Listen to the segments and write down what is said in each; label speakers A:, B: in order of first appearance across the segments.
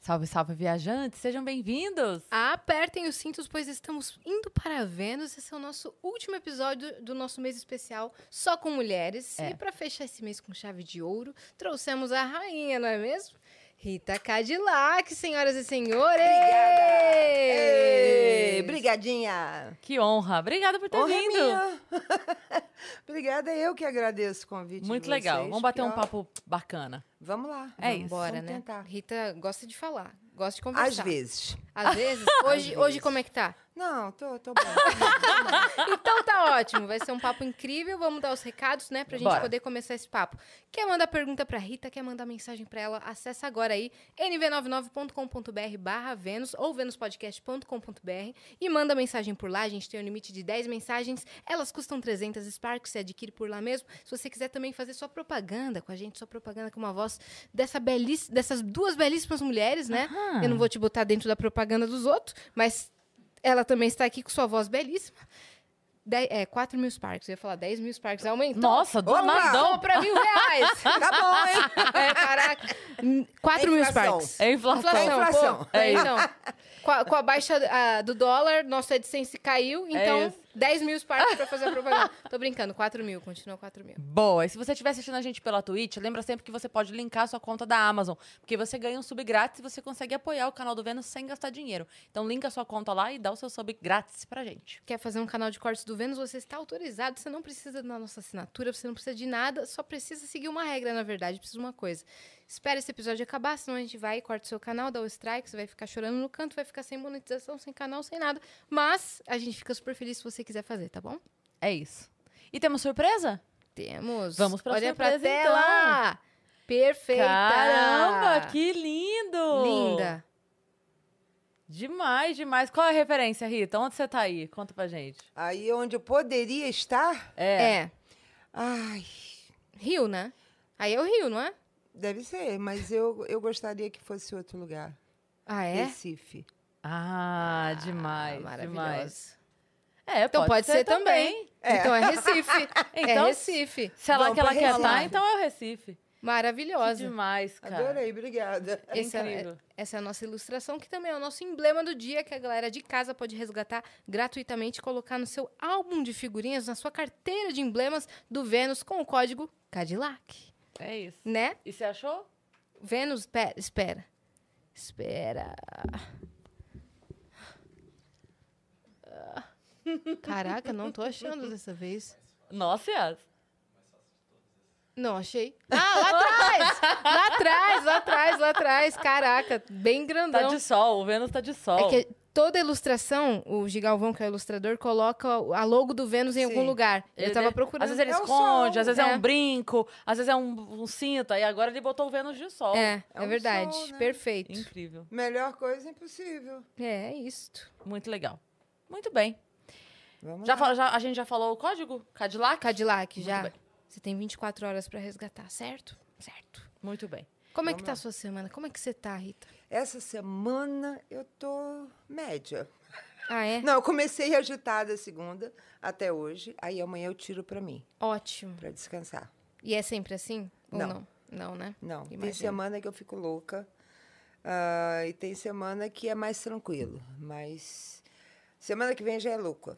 A: Salve, salve, viajantes! Sejam bem-vindos!
B: Apertem os cintos, pois estamos indo para Vênus. Esse é o nosso último episódio do nosso mês especial só com mulheres.
A: É.
B: E para fechar esse mês com chave de ouro, trouxemos a rainha, não é mesmo? Rita Cadillac, senhoras e senhores!
C: Ei, brigadinha!
A: Que honra! Obrigada por ter
C: Honra é
A: vindo!
C: minha. Obrigada, eu que agradeço o convite. de
A: Muito legal.
C: vocês,
A: Vamos bater um
C: porque, ó,
A: papo bacana.
C: Vamos lá.
A: É
C: vamos
A: isso.
B: Bora,
C: vamos
B: né?
C: Tentar.
B: Rita gosta de falar, gosta de conversar.
C: Às vezes.
B: Às vezes? Hoje, hoje
C: vezes.
B: como é que tá?
C: Não, tô, tô bom.
B: Então tá ótimo, vai ser um papo incrível. Vamos dar os recados, né, pra gente
A: Bora.
B: poder começar esse papo. Quer mandar pergunta pra Rita, quer mandar mensagem pra ela, acessa agora aí nv99.com.br barra Vênus ou venuspodcast.com.br e manda mensagem por lá. A gente tem um limite de 10 mensagens, elas custam 300 Sparks, você adquire por lá mesmo. Se você quiser também fazer sua propaganda com a gente, sua propaganda com uma voz dessa beliss... dessas duas belíssimas mulheres, né?
A: Aham.
B: Eu não vou te botar dentro da propaganda dos outros, mas ela também está aqui com sua voz belíssima. Dez, é, 4 mil Sparks. Eu ia falar 10 mil Sparks.
C: Então,
B: Aumentou.
A: Nossa, do
C: Opa!
A: nadão!
B: Aumentou pra mil reais.
C: Tá bom, hein?
B: É, caraca. 4
C: É
B: mil
C: inflação.
B: Sparks.
A: É inflação.
B: Inflação,
C: Inflação.
B: pô.
A: É isso.
B: então, com a, com a baixa ah, do dólar, nosso AdSense caiu. Então,
A: É isso.
B: 10 mil Sparks pra fazer a propaganda. Tô brincando, 4 mil. Continua 4 mil.
A: Boa! E se você estiver assistindo a gente pela Twitch, lembra sempre que você pode linkar a sua conta da Amazon, porque você ganha um sub grátis e você consegue apoiar o canal do Vênus sem gastar dinheiro. Então linka a sua conta lá e dá o seu sub grátis pra gente.
B: Quer fazer um canal de cortes do Vênus? Você está autorizado. Você não precisa da nossa assinatura, você não precisa de nada. Só precisa seguir uma regra, na verdade. Precisa de uma coisa. Espera esse episódio acabar, senão a gente vai e corta o seu canal, dá o strike. Você vai ficar chorando no canto, vai ficar sem monetização, sem canal, sem nada. Mas a gente fica super feliz se você quiser fazer, tá bom?
A: É isso. E temos surpresa?
B: Temos.
A: Vamos pra
B: Olha pra
A: surpresa, então.
B: tela. Perfeita.
A: Caramba, que lindo!
B: linda.
A: Demais, demais. Qual é a referência, Rita? Onde você tá aí? Conta pra gente.
C: Aí onde eu poderia estar.
A: É.
B: É.
C: Ai,
B: Rio, né? Aí é o Rio, não é?
C: deve ser, mas eu, eu gostaria que fosse outro lugar.
B: Ah, é?
C: Recife.
A: Ah,
B: Ah,
A: demais. demais.
B: maravilhoso.
A: É,
B: Então pode, ser, também. Então é Recife.
A: Então,
B: é Recife.
A: Se é lá
C: Vamos
A: que ela
C: pra
A: quer
C: Recife.
A: estar, então é o Recife. Que
B: Maravilhosa.
A: demais, cara.
C: Adorei, obrigada.
A: É
B: Esse é-
A: incrível.
B: Essa é a nossa ilustração, que também é o nosso emblema do dia, que a galera de casa pode resgatar gratuitamente e colocar no seu álbum de figurinhas, na sua carteira de emblemas do Vênus com o código Cadillac.
A: É isso.
B: Né?
A: E você achou?
B: Vênus, pera, espera. Espera. Ah. Caraca, não tô achando dessa vez.
A: Nossa, é. Yas.
B: Não, achei. Ah, lá atrás! lá atrás, lá atrás, lá atrás. Caraca, bem
A: Tá
B: grandão.
A: de sol, o Vênus tá de sol.
B: É que toda ilustração, o Gigalvão, que é o ilustrador, coloca a logo do Vênus em
C: Sim.
B: algum lugar.
A: Ele
B: eu tava
A: de-
B: procurando.
A: Às vezes ele
C: É o
A: esconde,
C: sol,
A: às vezes é.
B: é.
A: um brinco, às vezes é um, um cinto. Aí agora ele botou o Vênus de sol.
B: É,
C: É
B: é
C: um
B: verdade.
C: sol, né?
B: Perfeito.
A: Incrível.
C: Melhor coisa impossível.
B: É, é isto.
A: Muito legal. Muito bem.
C: Vamos
A: Já
C: lá.
A: fala- já- a gente já falou o código? Cadillac?
B: Cadillac, já.
A: bem.
B: Você tem 24 horas pra resgatar, certo? Certo.
A: Muito bem.
B: Como é que
C: Vamos
B: tá a
C: lá.
B: sua semana? Como é que você tá, Rita?
C: Essa semana eu tô média.
B: Ah, é?
C: Não, eu comecei agitada segunda até hoje, aí amanhã eu tiro pra mim,
B: Ótimo.
C: pra descansar.
B: E é sempre assim? Ou
C: Não.
B: não? Não, né?
C: Não, tem
B: Imagino.
C: semana que eu fico louca ah, e tem semana que é mais tranquilo, mas semana que vem já é louca,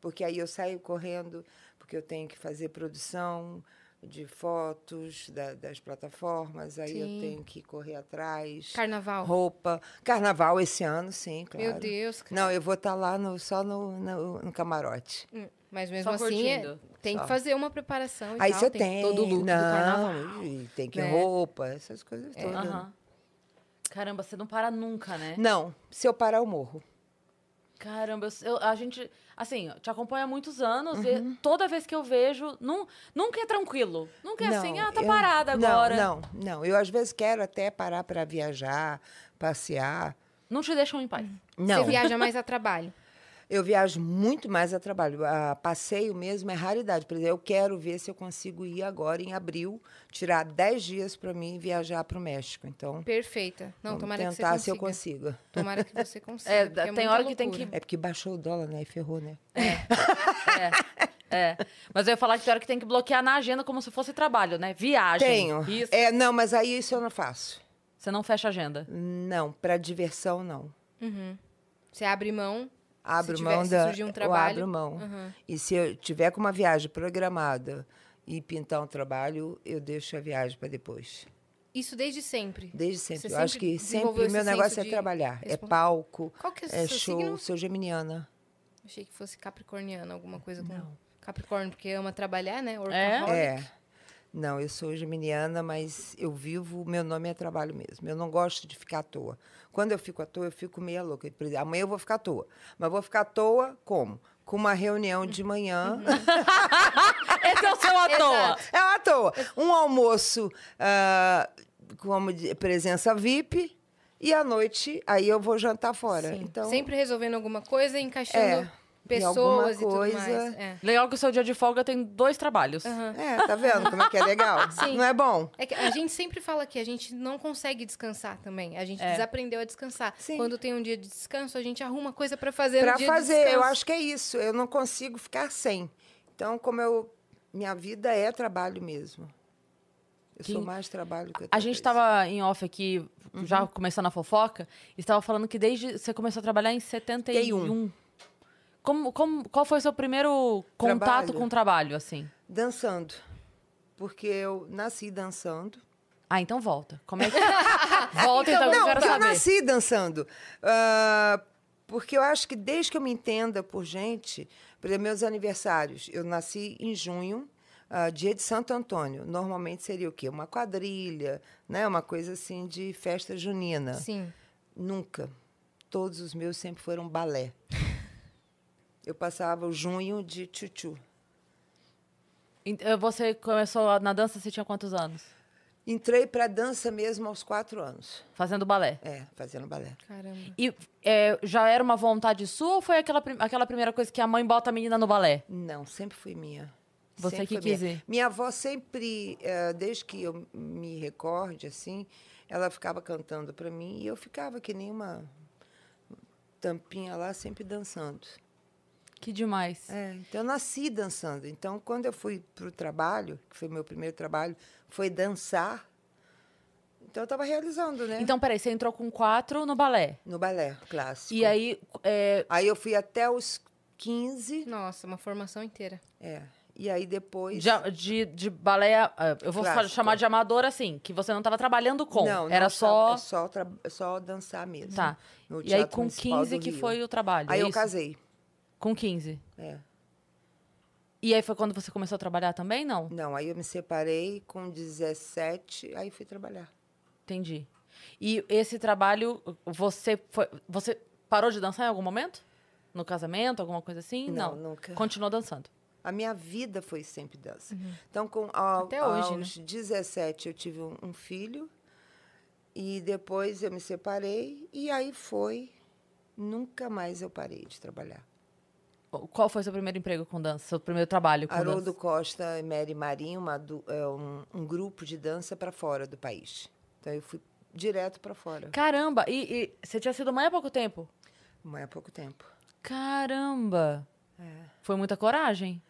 C: porque aí eu saio correndo, porque eu tenho que fazer produção de fotos da- das plataformas, aí
B: Sim.
C: eu tenho que correr atrás,
B: Carnaval.
C: roupa, carnaval esse ano, sim, claro.
B: Meu Deus, cara.
C: Não, eu vou estar lá no- só no, no- no camarote.
B: Hum, Mas mesmo
A: Só
B: assim, é-
A: curtindo.
B: tem que
C: Só.
B: fazer uma preparação e
C: Aí
B: tal,
C: você
B: tem
C: tem.
B: todo o look
C: não,
B: do carnaval.
C: e tem que
B: né? É,
C: roupa, essas coisas todas.
A: Aham. Caramba, você não para nunca, né?
C: Não, se eu parar, eu morro.
A: Caramba, eu- eu- a gente, assim, te acompanha há muitos anos
C: Uhum.
A: e toda vez que eu vejo, nun- nunca é tranquilo. Nunca é
C: não,
A: assim, ah, tá
C: eu-
A: parada
C: não,
A: agora. Não.
C: Não, não. Eu às vezes quero até parar para viajar, passear.
A: te deixam em paz.
C: Não,
B: Você viaja mais a trabalho.
C: eu viajo muito mais a trabalho. A passeio mesmo é raridade. Por exemplo, eu quero ver se eu consigo ir agora em abril, tirar 10 dias para mim e viajar para o México. Então,
B: Perfeita. Não,
C: vamos
B: tomara que você
C: tentar
B: consiga.
C: se eu consigo.
B: Tomara que você consiga.
A: É,
B: porque
A: tem
B: muita
A: hora que tem que-
B: loucura.
C: É porque baixou o dólar, né? E ferrou, né?
A: É, é. Mas eu ia falar que tem hora que tem que bloquear na agenda como se fosse trabalho, né? Viagem.
C: Tenho.
A: Isso.
C: É, não, mas aí isso eu não faço.
A: Você não fecha a agenda.
C: Não, para diversão não.
B: Você abre mão.
C: Abro
B: Se tiver-
C: mão
B: se
C: da,
B: surgir um
C: eu
B: trabalho.
C: abro mão.
B: Uhum.
C: E se eu tiver com uma viagem programada e pintar um trabalho, eu deixo a viagem para depois.
B: Isso desde sempre.
C: Desde sempre.
B: Você
C: eu acho
B: sempre
C: que
B: desenvolveu
C: sempre o meu
B: esse
C: negócio
B: senso
C: é
B: de
C: trabalhar. É
B: respons-
C: palco,
B: Qual que é o
C: é
B: seu
C: show,
B: signo?
C: sou geminiana.
B: Achei que fosse capricorniano, alguma coisa com
C: Não.
B: Capricórnio, porque ama trabalhar, né?
C: É. Não, eu sou geminiana, mas eu vivo, meu nome é trabalho mesmo. Eu não gosto de ficar à toa. Quando eu fico à toa, eu fico meia louca. Por exemplo, Amanhã eu vou ficar à toa. Mas vou ficar à toa como? Com uma reunião de manhã.
B: Uhum.
A: Esse é o seu à toa.
B: Exato.
C: É à toa. Um almoço ah, como de- presença VIP e à noite aí eu vou jantar fora.
B: Sim.
C: Então,
B: Sempre resolvendo alguma coisa, encaixando
C: É, em alguma
B: pessoas e tudo
C: coisa.
B: mais. É.
A: Legal que o seu dia de folga tem dois trabalhos.
B: Aham.
C: É, tá vendo como é que é legal?
B: né? Sim.
C: Não é bom?
B: É que a gente sempre fala que a gente não consegue descansar também. A gente
A: É.
B: desaprendeu a descansar.
C: Sim.
B: Quando tem um dia de descanso, a gente arruma coisa pra fazer
C: Pra
B: no dia de
C: fazer,
B: descanso.
C: eu acho que é isso. Eu não consigo ficar sem. Então, como eu. Minha vida é trabalho mesmo. Eu
A: Que-
C: sou mais trabalho que eu
A: A gente tava em off aqui,
C: Uhum.
A: já começando a fofoca, e estava falando que desde você começou a trabalhar em 71. Como, como, qual foi o seu primeiro contato
C: Trabalho?
A: com o trabalho, assim?
C: Dançando. Porque eu nasci dançando.
A: Ah, então volta. Como é que... volta, então,
B: Então,
A: que eu
C: não,
A: quero
C: eu
A: saber.
C: nasci dançando. Ah, porque eu acho que desde que eu me entenda por gente, por exemplo, meus aniversários, eu nasci em junho, ah, dia de Santo Antônio. Normalmente seria o quê? Uma quadrilha, né? Uma coisa assim de festa junina.
B: Sim.
C: Nunca. Todos os meus sempre foram balé. Eu passava o junho de tchutchu.
A: Ent- eh, Você começou a- na dança, você tinha quantos anos?
C: Entrei para dança mesmo aos quatro anos.
A: Fazendo balé.
C: É, fazendo balé.
B: Caramba.
A: E eh, já era uma vontade sua ou foi aquela, prim- aquela primeira coisa que a mãe bota a menina no balé?
C: Não, sempre fui minha.
A: Você
C: Sempre
A: que
C: foi minha.
A: quis ir.
C: Minha avó sempre, eh, desde que eu me recorde, assim, ela ficava cantando para mim e eu ficava que nem uma tampinha lá, sempre dançando.
A: Que demais.
C: É, então eu nasci dançando. Então, quando eu fui para o trabalho, que foi meu primeiro trabalho, foi dançar. Então, eu estava realizando, né?
A: Então, peraí, você entrou com quatro no balé.
C: no balé clássico.
A: E aí, eh,
C: Aí eu fui até os 15.
B: Nossa, uma formação inteira.
C: É. E aí depois.
A: de, de- de balé, ah, eu vou fa-
C: Clássico.
A: chamar de amador assim, que você não estava trabalhando com.
C: Não, não,
A: era só.
C: estava- Só, tra- só dançar mesmo.
A: Tá.
C: no
A: E aí,
C: Teatro
A: com
C: Municipal do
A: 15 que
C: Rio.
A: foi o trabalho.
C: Aí
A: é
C: eu
A: isso?
C: casei.
A: Com 15.
C: É.
A: E aí foi quando você começou a trabalhar também? Não?
C: Não, aí eu me separei com 17, aí fui trabalhar.
A: Entendi. E esse trabalho, você foi. Você parou de dançar em algum momento? No casamento, alguma coisa assim?
C: Não, nunca.
A: Continuou dançando.
C: A minha vida foi sempre dança. Então, com, ao-
B: Até hoje, né?
C: aos 17, eu tive um, um filho. E depois eu me separei. E aí foi. Nunca mais eu parei de trabalhar.
A: Qual foi seu primeiro emprego com dança? Seu primeiro trabalho com
C: Haroldo
A: dança?
C: Costa e Mary Marinho, uma du- é, um, um grupo de dança para fora do país. Então, eu fui direto para fora.
A: Caramba! E, e você tinha sido mãe há pouco tempo?
C: Mas é pouco tempo.
A: Caramba!
C: É.
A: Foi muita coragem.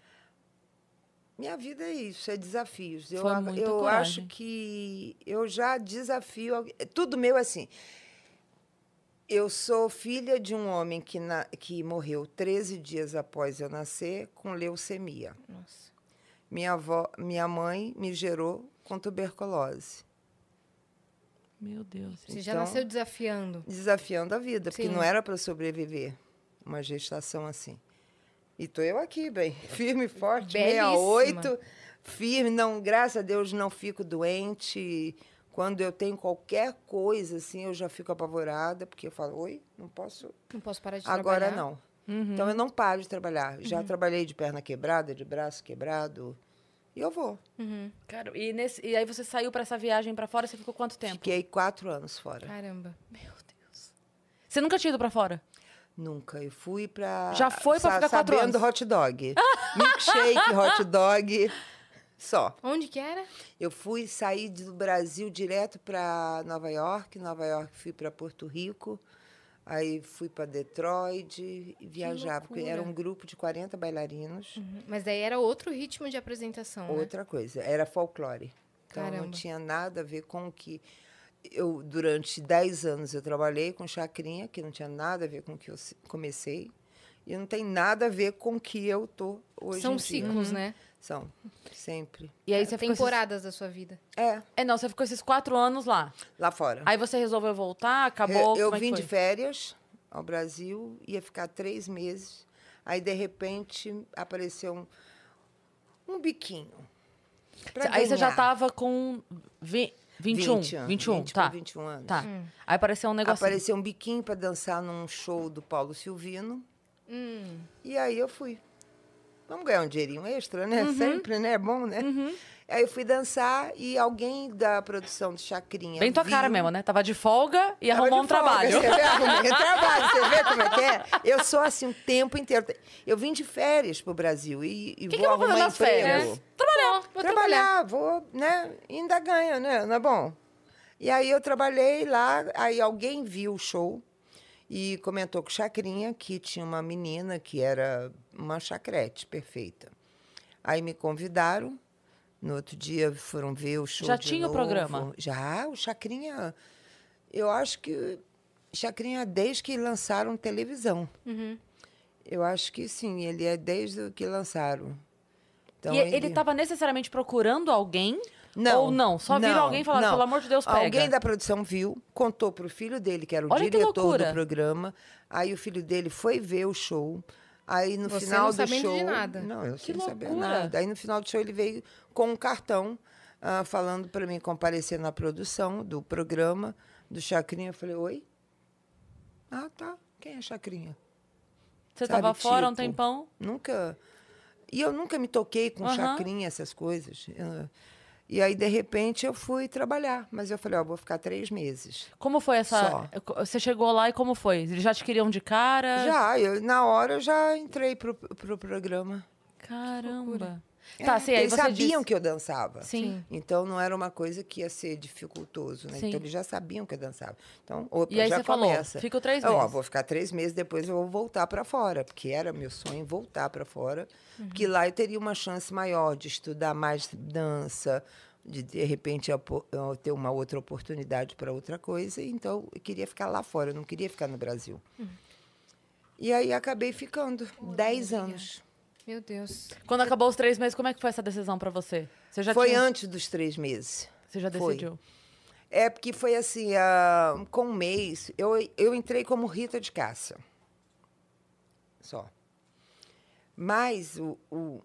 C: Minha vida é isso, é desafios. Eu,
A: Foi
C: a-
A: muita
C: eu
A: coragem.
C: acho que eu já desafio. algu- Tudo meu é assim. Eu sou filha de um homem que, na- que morreu 13 dias após eu nascer com leucemia.
B: Nossa.
C: Minha, avó, minha mãe me gerou com tuberculose.
A: Meu Deus.
B: Você já
C: Então-
B: nasceu desafiando.
C: Desafiando a vida, porque
B: Sim.
C: não era para sobreviver uma gestação assim. E tô eu aqui, bem, firme e forte,
B: Belíssima.
C: 68, firme, não, graças a Deus não fico doente. Quando eu tenho qualquer coisa assim, eu já fico apavorada, porque eu falo, oi, não posso
B: Não posso parar de trabalhar. Uhum.
C: Agora não. Então eu não paro de trabalhar. Já trabalhei de perna quebrada, de braço quebrado. E eu vou.
B: Uhum.
A: Cara, e, nesse- e aí você saiu pra essa viagem pra fora, você ficou quanto tempo?
C: Fiquei quatro anos fora.
B: Caramba.
A: Você nunca tinha ido pra fora?
C: Nunca. Eu fui pra.
A: Já foi pra
C: sa-
A: ficar quatro
C: sabendo
A: anos?
C: hot dog. Milkshake, hot dog. Só.
B: Onde que era?
C: Eu fui sair do Brasil direto pra Nova York. Nova York fui pra Porto Rico. Aí fui pra Detroit e viajava. porque Era
B: loucura.
C: um grupo de 40 bailarinos.
B: Uhum. Mas daí era outro ritmo de apresentação, né?
C: Outra coisa, era folclore. Então
B: Caramba.
C: não tinha nada a ver com o que. eu durante 10 anos eu trabalhei com chacrinha, que não tinha nada a ver com o que eu se- comecei. E não tem nada a ver com o que eu tô hoje
B: São
C: em dia. Uhum.
B: ciclos, né?
C: São, sempre.
A: E aí você ficou. Esses...
B: Temporadas da sua vida.
C: É,
A: É, não, você ficou esses quatro anos lá.
C: lá fora.
A: Aí você resolveu voltar, acabou.
C: eu
A: como é que
C: vim
A: foi?
C: de férias ao Brasil, ia ficar três meses. Aí, de repente, apareceu um, um biquinho. pra
A: Aí você já tá
C: ganhar.
A: tava com vi... 21.
C: 20,
A: 21,
C: 20
A: tá.
C: pra 21 anos.
A: Tá. Aí apareceu um negócio.
C: Apareceu um biquinho para dançar num show do Paulo Silvino.
A: Hum.
C: E aí eu fui. Vamos ganhar um dinheirinho extra, né?
A: Uhum.
C: Sempre, né? É bom, né? Aí eu fui dançar e alguém da produção do Chacrinha.
A: Bem tua
C: viu-
A: cara mesmo, né? Tava de folga e
C: Tava
A: arrumou
C: de
A: um
C: folga,
A: trabalho.
C: Você vê, arrumei um trabalho, você vê como é que é? Eu sou assim o tempo inteiro. Eu vim de férias pro Brasil e, e
A: O que,
C: vou
A: que eu vou fazer
C: arrumar
A: nas
C: emprego.
A: férias?
B: Trabalhar. vou trabalhar.
C: trabalhar, vou, né? Ainda ganha, né? Não é bom? E aí eu trabalhei lá, aí alguém viu o show e comentou com Chacrinha que tinha uma menina que era uma chacrete perfeita. Aí me convidaram. No outro dia foram ver o show.
A: Já
C: de
A: tinha o
C: novo.
A: programa?
C: Já, o Chacrinha. Eu acho que. Chacrinha, desde que lançaram televisão.
A: Uhum.
C: Eu acho que sim, ele é desde que lançaram. Então,
A: e ele tava necessariamente procurando alguém? Ou não? Só viram alguém e falaram,
C: não.
A: pelo amor de Deus, pega.
C: Alguém da produção viu, contou pro filho dele, que era o
A: Olha que
C: diretor
A: loucura.
C: do programa. Aí o filho dele foi ver o show. Aí no
B: Você
C: final
B: não
C: do
B: sabendo
C: show.
B: de nada.
C: Não, eu
A: Que
C: sem saber
A: loucura.
C: nada. Aí no final do show ele veio com um cartão ah, falando para mim comparecer na produção do programa do Chacrinha. Eu falei, oi? Ah, tá. Quem é Chacrinha?
A: Você
C: sabe,
A: tava fora um
C: tipo,
A: tempão?
C: Nunca. E eu nunca me toquei com
A: Aham.
C: chacrinha, essas coisas. Eu- E aí, de repente, eu fui trabalhar. Mas eu falei, ó, vou ficar três meses.
A: Como foi essa. eh, Você chegou lá e como foi? Eles já te queriam de cara?
C: Já, eu, na hora, eu já entrei pro, pro programa.
A: Caramba.
C: É,
A: Tá, sim, aí
C: eles
A: você
C: sabiam
A: disse...
C: que eu dançava.
A: Sim.
C: Então, não era uma coisa que ia ser dificultoso, né?
A: Sim.
C: Então, eles já sabiam que eu dançava. Então, opa,
A: E aí
C: já
A: você falou,
C: começa.
A: fico três
C: Eu, Ó,
A: meses.
C: vou ficar três meses, depois eu vou voltar para fora, porque era meu sonho voltar para fora,
A: Uhum.
C: porque lá eu teria uma chance maior de estudar mais dança, de de repente eu po- eu ter uma outra oportunidade para outra coisa. Então, eu queria ficar lá fora, eu não queria ficar no Brasil.
A: Hum.
C: E aí acabei ficando dez anos.
B: Meu Deus.
A: Quando acabou os três meses, como é que foi essa decisão pra você? Você já
C: Foi
A: tinha...
C: antes dos três meses.
A: Você já
C: Foi.
A: decidiu?
C: É porque foi assim, ah, com um mês, eu, eu entrei como Rita de Caça. Só. Mas o, o,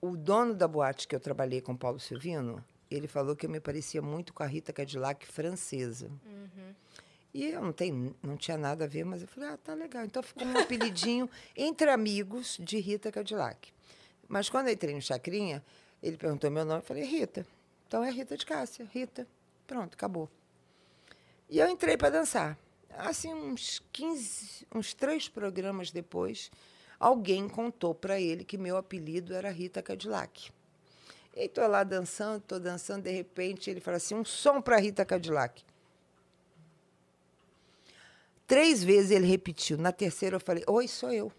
C: o dono da boate que eu trabalhei com o Paulo Silvino, ele falou que eu me parecia muito com a Rita Cadillac francesa. E eu não, tenho, não tinha nada a ver, mas eu falei, ah, tá legal. Então ficou um apelidinho entre amigos de Rita Cadillac. Mas quando eu entrei no Chacrinha, ele perguntou meu nome, eu falei, Rita. Então é Rita de Cássia, Rita. Pronto, acabou. E eu entrei para dançar. Assim, uns 15, uns três programas depois, alguém contou para ele que meu apelido era Rita Cadillac. E tô lá dançando, tô dançando, de repente ele fala assim: um som para Rita Cadillac. Três vezes ele repetiu. Na terceira eu falei: Oi, sou eu.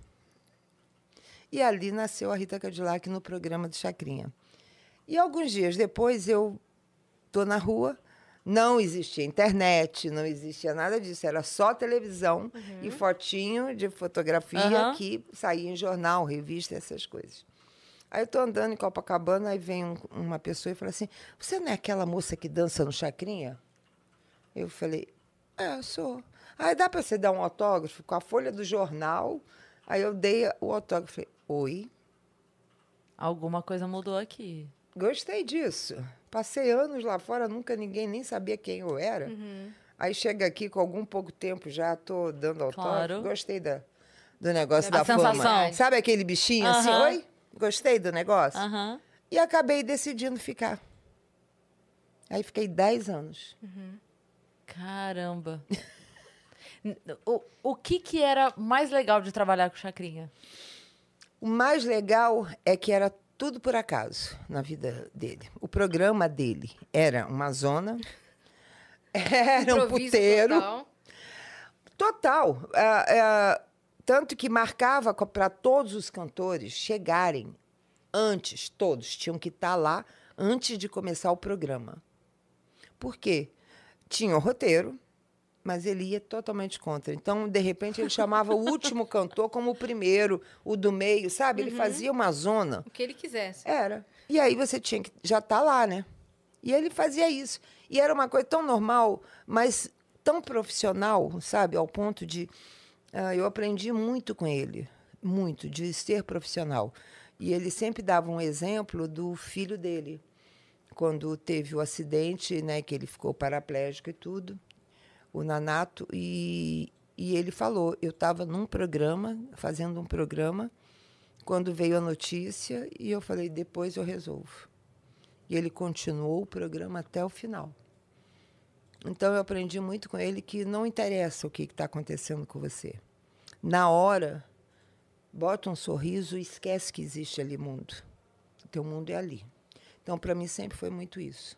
C: E ali nasceu a Rita Cadillac no programa do Chacrinha. E alguns dias depois eu tô na rua, não existia internet, não existia nada disso, era só televisão e fotinho de fotografia
A: Aham.
C: que saía em jornal, revista, essas coisas. Aí eu tô andando em Copacabana, aí vem um- uma pessoa e fala assim: Você não é aquela moça que dança no Chacrinha? Eu falei, é, eu sou. Aí dá para você dar um autógrafo com a folha do jornal. Aí eu dei o autógrafo. Falei, Oi,
A: Alguma coisa mudou aqui.
C: gostei disso. Passei anos lá fora, nunca ninguém nem sabia quem eu era.
A: Uhum.
C: Aí chega aqui com algum pouco tempo já, tô dando autógrafo.
A: Claro.
C: Gostei da, do negócio
A: Da
C: da, fama.
A: sensação.
C: Sabe aquele bichinho assim,
A: Aham. Ah.
C: oi? Gostei do negócio?
A: Aham.
C: E acabei decidindo ficar. Aí fiquei 10 anos.
A: Caramba. N- o, o que que era mais legal de trabalhar com Chacrinha?
C: O mais legal é que era tudo por acaso na vida dele. O programa dele era uma zona, era um
B: Improviso
C: puteiro.
B: total.
C: Total. Ah, ah, tanto que marcava para todos os cantores chegarem antes, tá todos tinham que estar lá antes de começar o programa. Por quê? tinha o roteiro, mas ele ia totalmente contra. Então, de repente, ele chamava o último cantor como o primeiro, o do meio, sabe? Ele fazia uma zona.
B: O que ele quisesse.
C: Era. E aí você tinha que já tá lá, né? E ele fazia isso. E era uma coisa tão normal, mas tão profissional, sabe? Ao ponto de. ah, eu aprendi muito com ele, muito, de ser profissional. E ele sempre dava um exemplo do filho dele. Quando teve o acidente, né, que ele ficou paraplégico e tudo, o Nanato, e, e ele falou: eu estava num programa, fazendo um programa, quando veio a notícia, e eu falei: depois eu resolvo. E ele continuou o programa até o final. Então eu aprendi muito com ele que não interessa o que está acontecendo com você. Na hora, bota um sorriso e esquece que existe ali mundo. O teu mundo é ali. Então, para mim, sempre foi muito isso.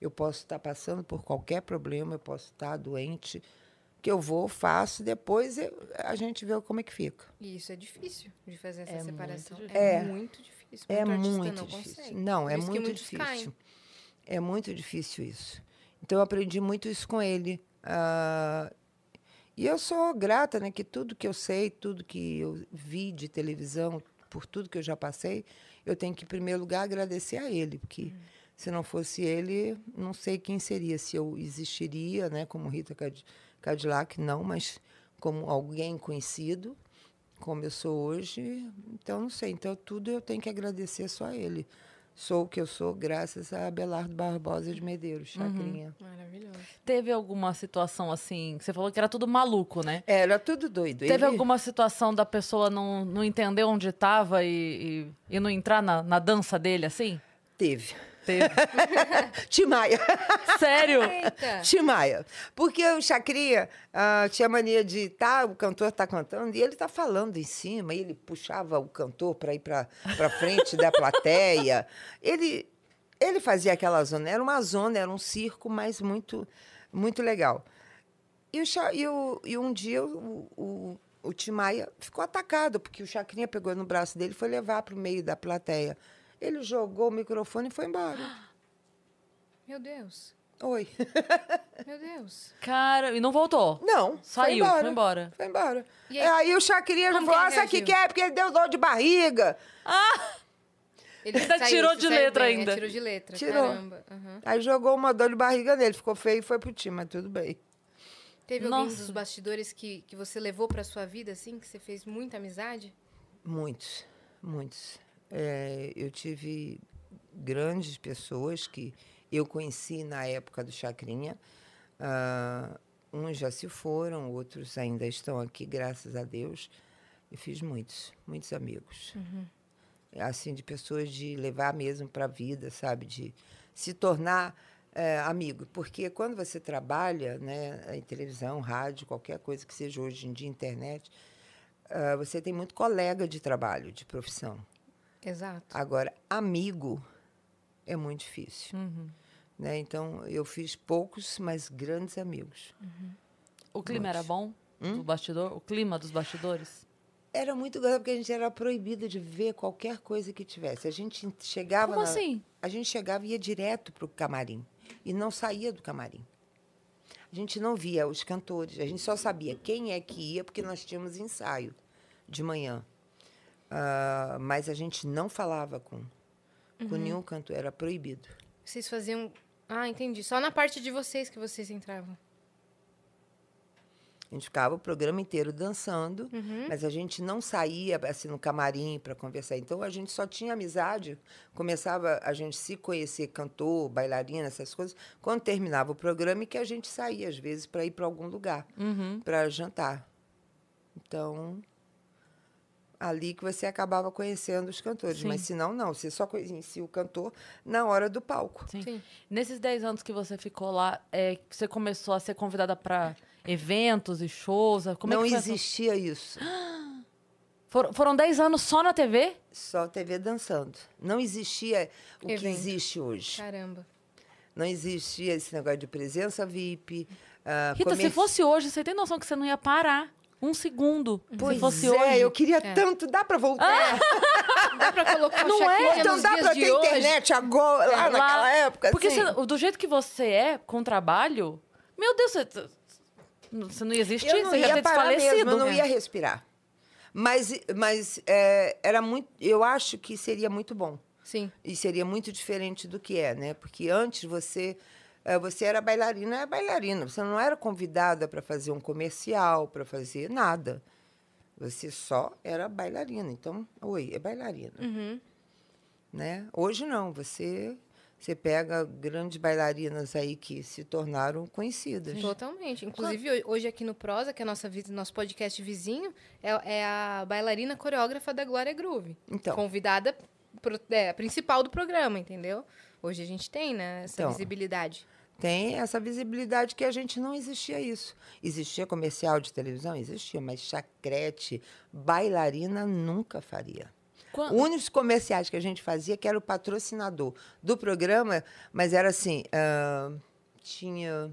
C: Eu posso estar passando por qualquer problema, eu posso estar doente, que eu vou, faço, depois eu- a gente vê como é que fica.
B: E isso é difícil de fazer essa
A: É muito
B: separação.
A: difícil.
B: É,
C: É.
B: muito difícil.
C: É
B: um artista
C: muito
B: não
C: difícil.
B: consegue.
C: Não,
B: Por
C: é
B: isso que
C: muito
B: muitos
C: difícil.
B: caem.
C: É muito difícil isso. Então eu aprendi muito isso com ele. Ah, e eu sou grata, né, que tudo que eu sei, tudo que eu vi de televisão, por tudo que eu já passei, eu tenho que em primeiro lugar agradecer a ele, porque
B: Hum.
C: se não fosse ele, não sei quem seria, se eu existiria, né, como Rita Cad- Cadillac, não, mas como alguém conhecido, como eu sou hoje, então não sei. Então tudo eu tenho que agradecer só a ele. Sou o que eu sou graças a Abelardo Barbosa de Medeiros, Chacrinha.
B: Maravilhoso.
A: Teve alguma situação assim? que Você falou que era tudo maluco, né?
C: Era tudo doido.
A: Teve
C: Ele-
A: alguma situação da pessoa não, não entender onde tava e, e, e não entrar na, na dança dele, assim?
C: Teve.
A: Teve.
C: Timaia.
A: Sério?
B: Eita!
C: Timaia. É. Porque o Chacrinha ah, tinha mania de tá, o cantor tá cantando e ele tá falando em cima, e ele puxava o cantor para ir para frente da plateia. Ele ele fazia aquela zona, era uma zona, era um circo, mas muito muito legal. E, o Cha- e o- e um dia o, o, o Timaia ficou atacado, porque o Chacrinha pegou no braço dele e foi levar para o meio da plateia. Ele jogou o microfone e foi embora.
B: Meu Deus.
C: Oi.
B: Meu Deus.
A: Cara, e não voltou?
C: Não.
A: Saiu,
C: foi embora.
A: foi embora.
C: Foi embora.
B: E
C: E
B: aí?
C: aí, o Chacrinha já
B: Como
C: falou:
B: que ele
C: ah, sabe o que
B: reagiu?
C: que é? Porque ele deu dor de barriga.
B: Ele
A: Ainda
B: saiu-
A: tirou
B: se
A: de
B: saiu
A: letra
B: bem,
A: ainda.
B: é, Tirou de letra.
C: Tirou.
B: Caramba. Aham.
C: Aí jogou uma dor de barriga nele, ficou feio e foi pro time, mas tudo bem.
B: Teve alguém
A: Nossa.
B: dos bastidores que, que você levou pra sua vida, assim, que você fez muita amizade?
C: Muitos, muitos. É, eu tive grandes pessoas que eu conheci na época do Chacrinha. Ah, uns já se foram, outros ainda estão aqui, graças a Deus. Eu fiz muitos, muitos amigos. Assim, de pessoas de levar mesmo para a vida, sabe? De se tornar eh, amigo. Porque quando você trabalha né, em televisão, rádio, qualquer coisa que seja hoje em dia, internet, ah, você tem muito colega de trabalho, de profissão.
B: Exato.
C: Agora, amigo é muito difícil. Né? Então, eu fiz poucos, mas grandes amigos.
A: O clima era bom?
C: Hum?
A: Do bastidor? O clima dos bastidores?
C: Era muito gostoso, porque a gente era proibida de ver qualquer coisa que tivesse. A gente chegava.
A: Como
C: na-
A: assim?
C: A gente chegava e ia direto para o camarim. E não saía do camarim. A gente não via os cantores, a gente só sabia quem é que ia, porque nós tínhamos ensaio de manhã. Ah, mas a gente não falava com, com nenhum cantor, era proibido.
B: Vocês faziam. Ah, entendi. Só na parte de vocês que vocês entravam.
C: A gente ficava o programa inteiro dançando,
B: Uhum.
A: Uhum.
C: mas a gente não saía assim no camarim para conversar. Então a gente só tinha amizade, começava a gente se conhecer, cantor, bailarina, essas coisas, quando terminava o programa e que a gente saía às vezes para ir para algum lugar,
A: Uhum.
C: para jantar. Então ali que você acabava conhecendo os cantores,
A: Sim.
C: mas se não, não, você só conhecia o cantor na hora do palco.
A: Sim.
B: Sim.
A: Nesses 10 anos que você ficou lá, é, você começou a ser convidada pra eventos e shows? Como é
C: não
A: que foi essa-
C: existia isso.
A: Foram- Foram 10 anos só na TV?
C: Só TV dançando. Não existia o que
B: Evento.
C: existe hoje.
B: Caramba.
C: Não existia esse negócio de presença VIP. ah,
A: Rita, se
C: comer-
A: fosse hoje, você tem noção que você não ia parar um segundo.
C: Pois
A: se fosse
C: é,
A: hoje. Ah,
C: eu queria
B: É.
C: tanto. Dá para voltar?
B: Dá pra colocar o
A: Não é?
B: Chacrinha
C: então
B: nos
C: dá
B: dias
C: para
B: de
C: ter
B: hoje?
C: internet agora, lá,
A: Lá-
C: naquela época?
A: Porque
C: assim?
A: você- do jeito que você é, com trabalho, Meu Deus, você, você não ia existir,
C: Eu não
A: você já
C: ia
A: ter
C: parar mesmo, eu
A: desfalecido.
C: não
A: É.
C: ia respirar. Mas, mas é, era muito. Eu acho que seria muito bom.
B: Sim.
C: E seria muito diferente do que é, né? Porque antes você eh, você era bailarina, é bailarina. Você não era convidada para fazer um comercial, para fazer nada. Você só era bailarina. Então, oi, é bailarina,
B: Uhum.
C: né? Hoje não, você você pega grandes bailarinas aí que se tornaram conhecidas.
B: Totalmente. Inclusive, ho- hoje aqui no Prosa, que é a nossa, vi- nosso podcast vizinho, é, é a bailarina coreógrafa da Glória Groove.
C: Então,
B: Convidada pro- é, principal do programa, entendeu? Hoje a gente tem, né, essa
C: Então.
B: visibilidade.
C: tem essa visibilidade que a gente não existia isso. Existia comercial de televisão? Existia, mas chacrete, bailarina nunca faria.
A: Quan-
C: Os únicos comerciais que a gente fazia que era o patrocinador do programa, mas era assim, ah, tinha,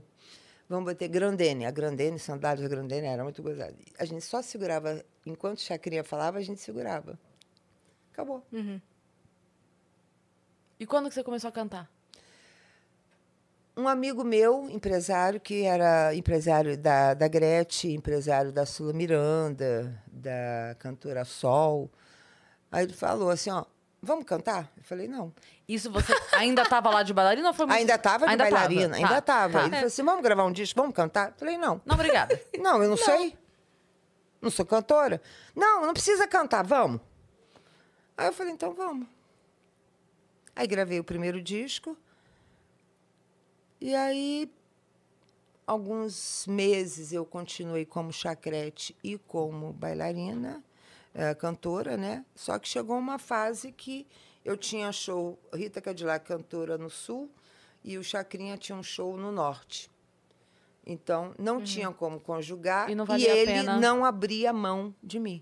C: vamos botar Grandene, a Grandene, sandálias da Grandene, era muito gozado. A gente só segurava, enquanto Chacrinha falava, a gente segurava. Acabou.
A: E quando que você começou a cantar?
C: Um amigo meu, empresário, que era empresário da, da Gretchen, empresário da Sula Miranda, da cantora Sol, aí ele falou assim, ó, vamos cantar? Eu falei, não.
A: Isso você ainda tava lá de bailarina ou foi muito...
C: Ainda tava de
A: Ainda tava,
C: bailarina,
A: tá,
C: ainda tava.
A: tá.
C: Ele falou assim: vamos gravar um disco, vamos cantar? Eu falei, não.
A: Não, obrigada.
C: Não, eu não, sei. Não sou cantora. Não, não precisa cantar, vamos. Aí eu falei, então vamos. Aí gravei o primeiro disco. E aí, alguns meses eu continuei como chacrete e como bailarina, eh, cantora, né? Só que chegou uma fase que eu tinha show, Rita Cadillac cantora no sul e o Chacrinha tinha um show no norte. Então, não tinha como conjugar
A: Uhum. E
C: e,
A: não valia a
C: ele
A: pena.
C: não abria mão de mim.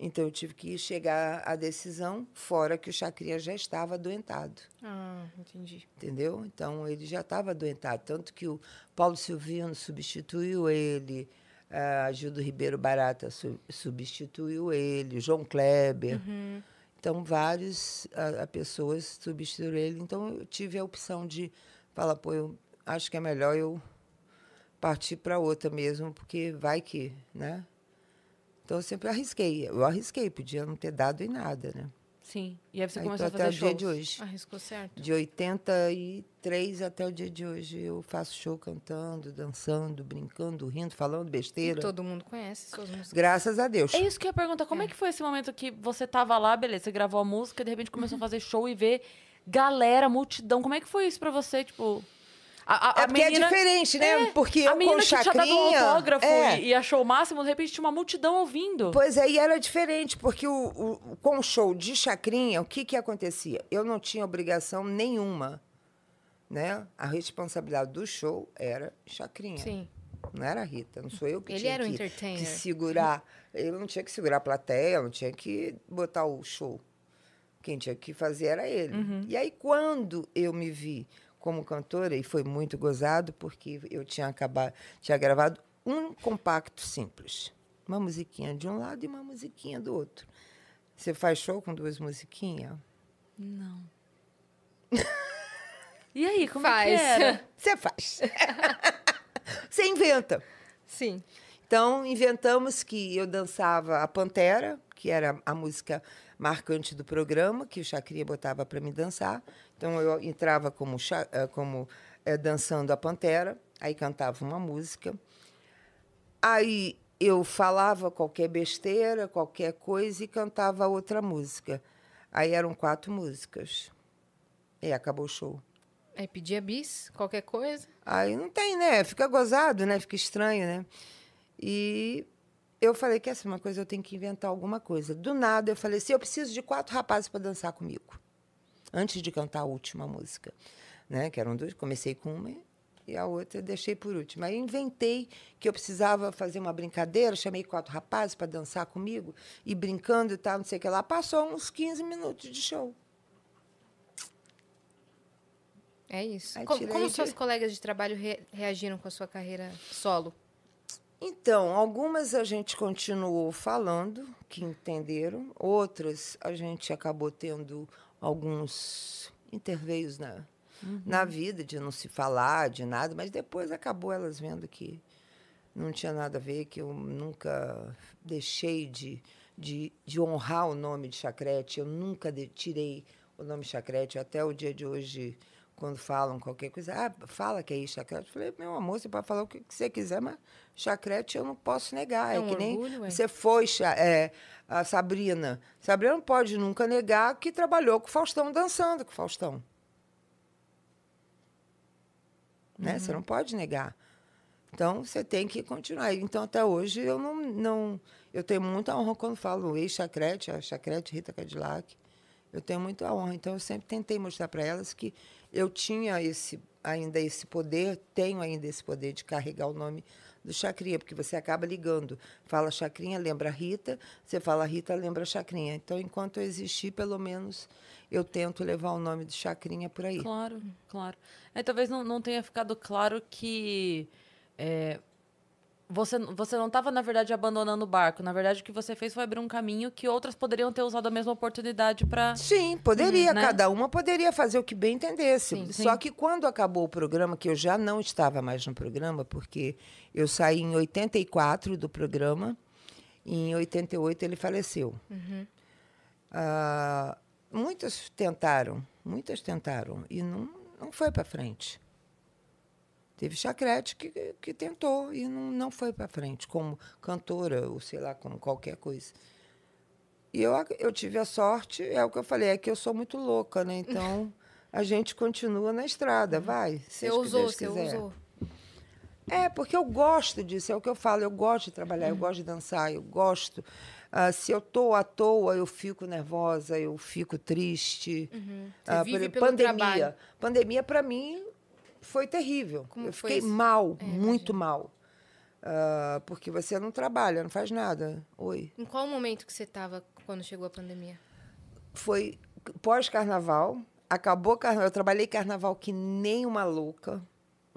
C: Então, eu tive que chegar à decisão, fora que o Chacrinha já estava adoentado.
B: Ah, entendi.
C: Entendeu? Então ele já estava adoentado. Tanto que o Paulo Silvino substituiu ele, eh, a Gildo Ribeiro Barata su- substituiu ele, o João Kleber.
A: Uhum.
C: Então, várias ah, ah, pessoas substituíram ele. Então, eu tive a opção de falar, pô, eu acho que é melhor eu partir para outra mesmo, porque vai que, né? Então, eu sempre arrisquei. Eu arrisquei, podia não ter dado em nada, né?
A: Sim. E aí você
C: Aí tô
A: começou a
C: até
A: fazer
C: o dia
A: shows.
C: de hoje.
B: Arriscou certo.
C: De 83 até o dia de hoje, eu faço show cantando, dançando, brincando, rindo, falando besteira.
B: Todo mundo conhece suas músicas.
C: Graças a Deus.
A: É isso que eu ia perguntar. Como é. que foi esse momento que você tava lá, beleza, você gravou a música, de repente começou a fazer show e ver galera, multidão. Como é que foi isso pra você, tipo... A, a- a
C: É porque
A: menina-
C: é diferente, né?
A: É,
C: porque
A: a
C: eu
A: menina
C: com
A: que tinha dado um
C: chacrinha...
A: autógrafo
C: é,
A: e, e achou o máximo, de repente tinha uma multidão ouvindo.
C: Pois aí era diferente, porque o, o- com o show de chacrinha, o que que acontecia? Eu não tinha obrigação nenhuma, né? A responsabilidade do show era chacrinha.
B: Sim.
C: Não era a Rita, não sou eu que
B: Ele
C: tinha
B: era
A: um
B: o
C: que,
B: entertainer.
C: que segurar. Eu não tinha que segurar a plateia, eu não tinha que botar o show. Quem tinha que fazer era ele. E aí, quando eu me vi como cantora, e foi muito gozado, porque eu tinha, acabado, tinha gravado um compacto simples. Uma musiquinha de um lado e uma musiquinha do outro. Você faz show com duas musiquinhas?
A: Não. e aí, como é
B: Faz.
A: que era?
C: Você faz. Você inventa.
B: Sim.
C: Então, inventamos que eu dançava a Pantera, que era a música marcante do programa, que o Chacria botava para me dançar. Então, eu entrava como, cha- eh, como eh, dançando a Pantera, aí cantava uma música. Aí eu falava qualquer besteira, qualquer coisa, e cantava outra música. Aí eram quatro músicas. E acabou o show.
B: Aí pedia bis, qualquer coisa.
C: Aí não tem, né? Fica gozado, né? Fica estranho, né? E eu falei que essa é uma coisa, eu tenho que inventar alguma coisa. Do nada eu falei assim, eu preciso de quatro rapazes para dançar comigo. Antes de cantar a última música, né? Que eram duas, comecei com uma e a outra eu deixei por última. Aí eu inventei que eu precisava fazer uma brincadeira, chamei quatro rapazes para dançar comigo e brincando e tal, não sei o que lá. Passou uns 15 minutos de show.
B: É isso.
C: Aí
B: Co- Como,
C: tirei de-
B: suas colegas de trabalho re- reagiram com a sua carreira solo?
C: Então, algumas a gente continuou falando, que entenderam, outras a gente acabou tendo alguns interveios na, na
B: Uhum.
C: vida, de não se falar, de nada, mas depois acabou elas vendo que não tinha nada a ver, que eu nunca deixei de, de, de honrar o nome de Chacrete, eu nunca de- tirei o nome Chacrete, até o dia de hoje, quando falam qualquer coisa, ah, fala que é isso, Chacrete, eu falei, meu amor, você pode falar o que que você quiser, mas Chacrete eu não posso negar,
B: É
C: é,
B: um
C: que nem
B: orgulho, é.
C: você foi Cha- é, a Sabrina. Sabrina não pode nunca negar que trabalhou com o Faustão dançando com o Faustão. Né? Você não pode negar. Então, você tem que continuar. Então, até hoje, eu não. não eu tenho muita honra quando falo ex-chacrete, a chacrete Rita Cadillac. Eu tenho muita honra. Então, eu sempre tentei mostrar para elas que eu tinha esse, ainda esse poder, tenho ainda esse poder de carregar o nome do Chacrinha, porque você acaba ligando. Fala Chacrinha, lembra Rita. Você fala Rita, lembra Chacrinha. Então, enquanto eu existir, pelo menos, eu tento levar o nome do Chacrinha por aí.
A: Claro, claro. É, talvez não, não tenha ficado claro que é, você, você não estava, na verdade, abandonando o barco. Na verdade, o que você fez foi abrir um caminho que outras poderiam ter usado a mesma oportunidade para.
C: Sim, poderia.
A: né?
C: Cada uma poderia fazer o que bem entendesse.
B: Uhum, Sim,
C: Só que quando acabou o programa, que eu já não estava mais no programa, porque eu saí em 84 do programa, e em 88 ele faleceu.
B: Uhum.
C: Ah, muitas tentaram, muitas tentaram, e não, não foi para frente. Teve Chacrete que, que tentou e não, não foi para frente, como cantora, ou sei lá, como qualquer coisa. E eu, ac- eu tive a sorte, é o que eu falei, é que eu sou muito louca, né? Então, a gente continua na estrada, vai.
B: Você
C: seja o que
B: ousou,
C: Deus
B: você
C: quiser.
B: ousou.
C: É, porque eu gosto disso, é o que eu falo, eu gosto de trabalhar, eu
B: Uhum.
C: gosto de dançar, eu gosto. Ah, se eu tô à toa, eu fico nervosa, eu fico triste.
B: Uhum. Você
C: Ah, por
B: vive
C: exemplo,
B: pelo
C: pandemia.
B: trabalho.
C: Pandemia, para mim, foi terrível.
B: Como
C: eu
B: foi
C: fiquei
B: isso? É,
C: mal, muito mal. Ah, porque você não trabalha, não faz nada. Oi.
B: Em qual momento que você estava quando chegou a pandemia?
C: foi pós-carnaval. Acabou o carnaval. Eu trabalhei carnaval que nem uma louca.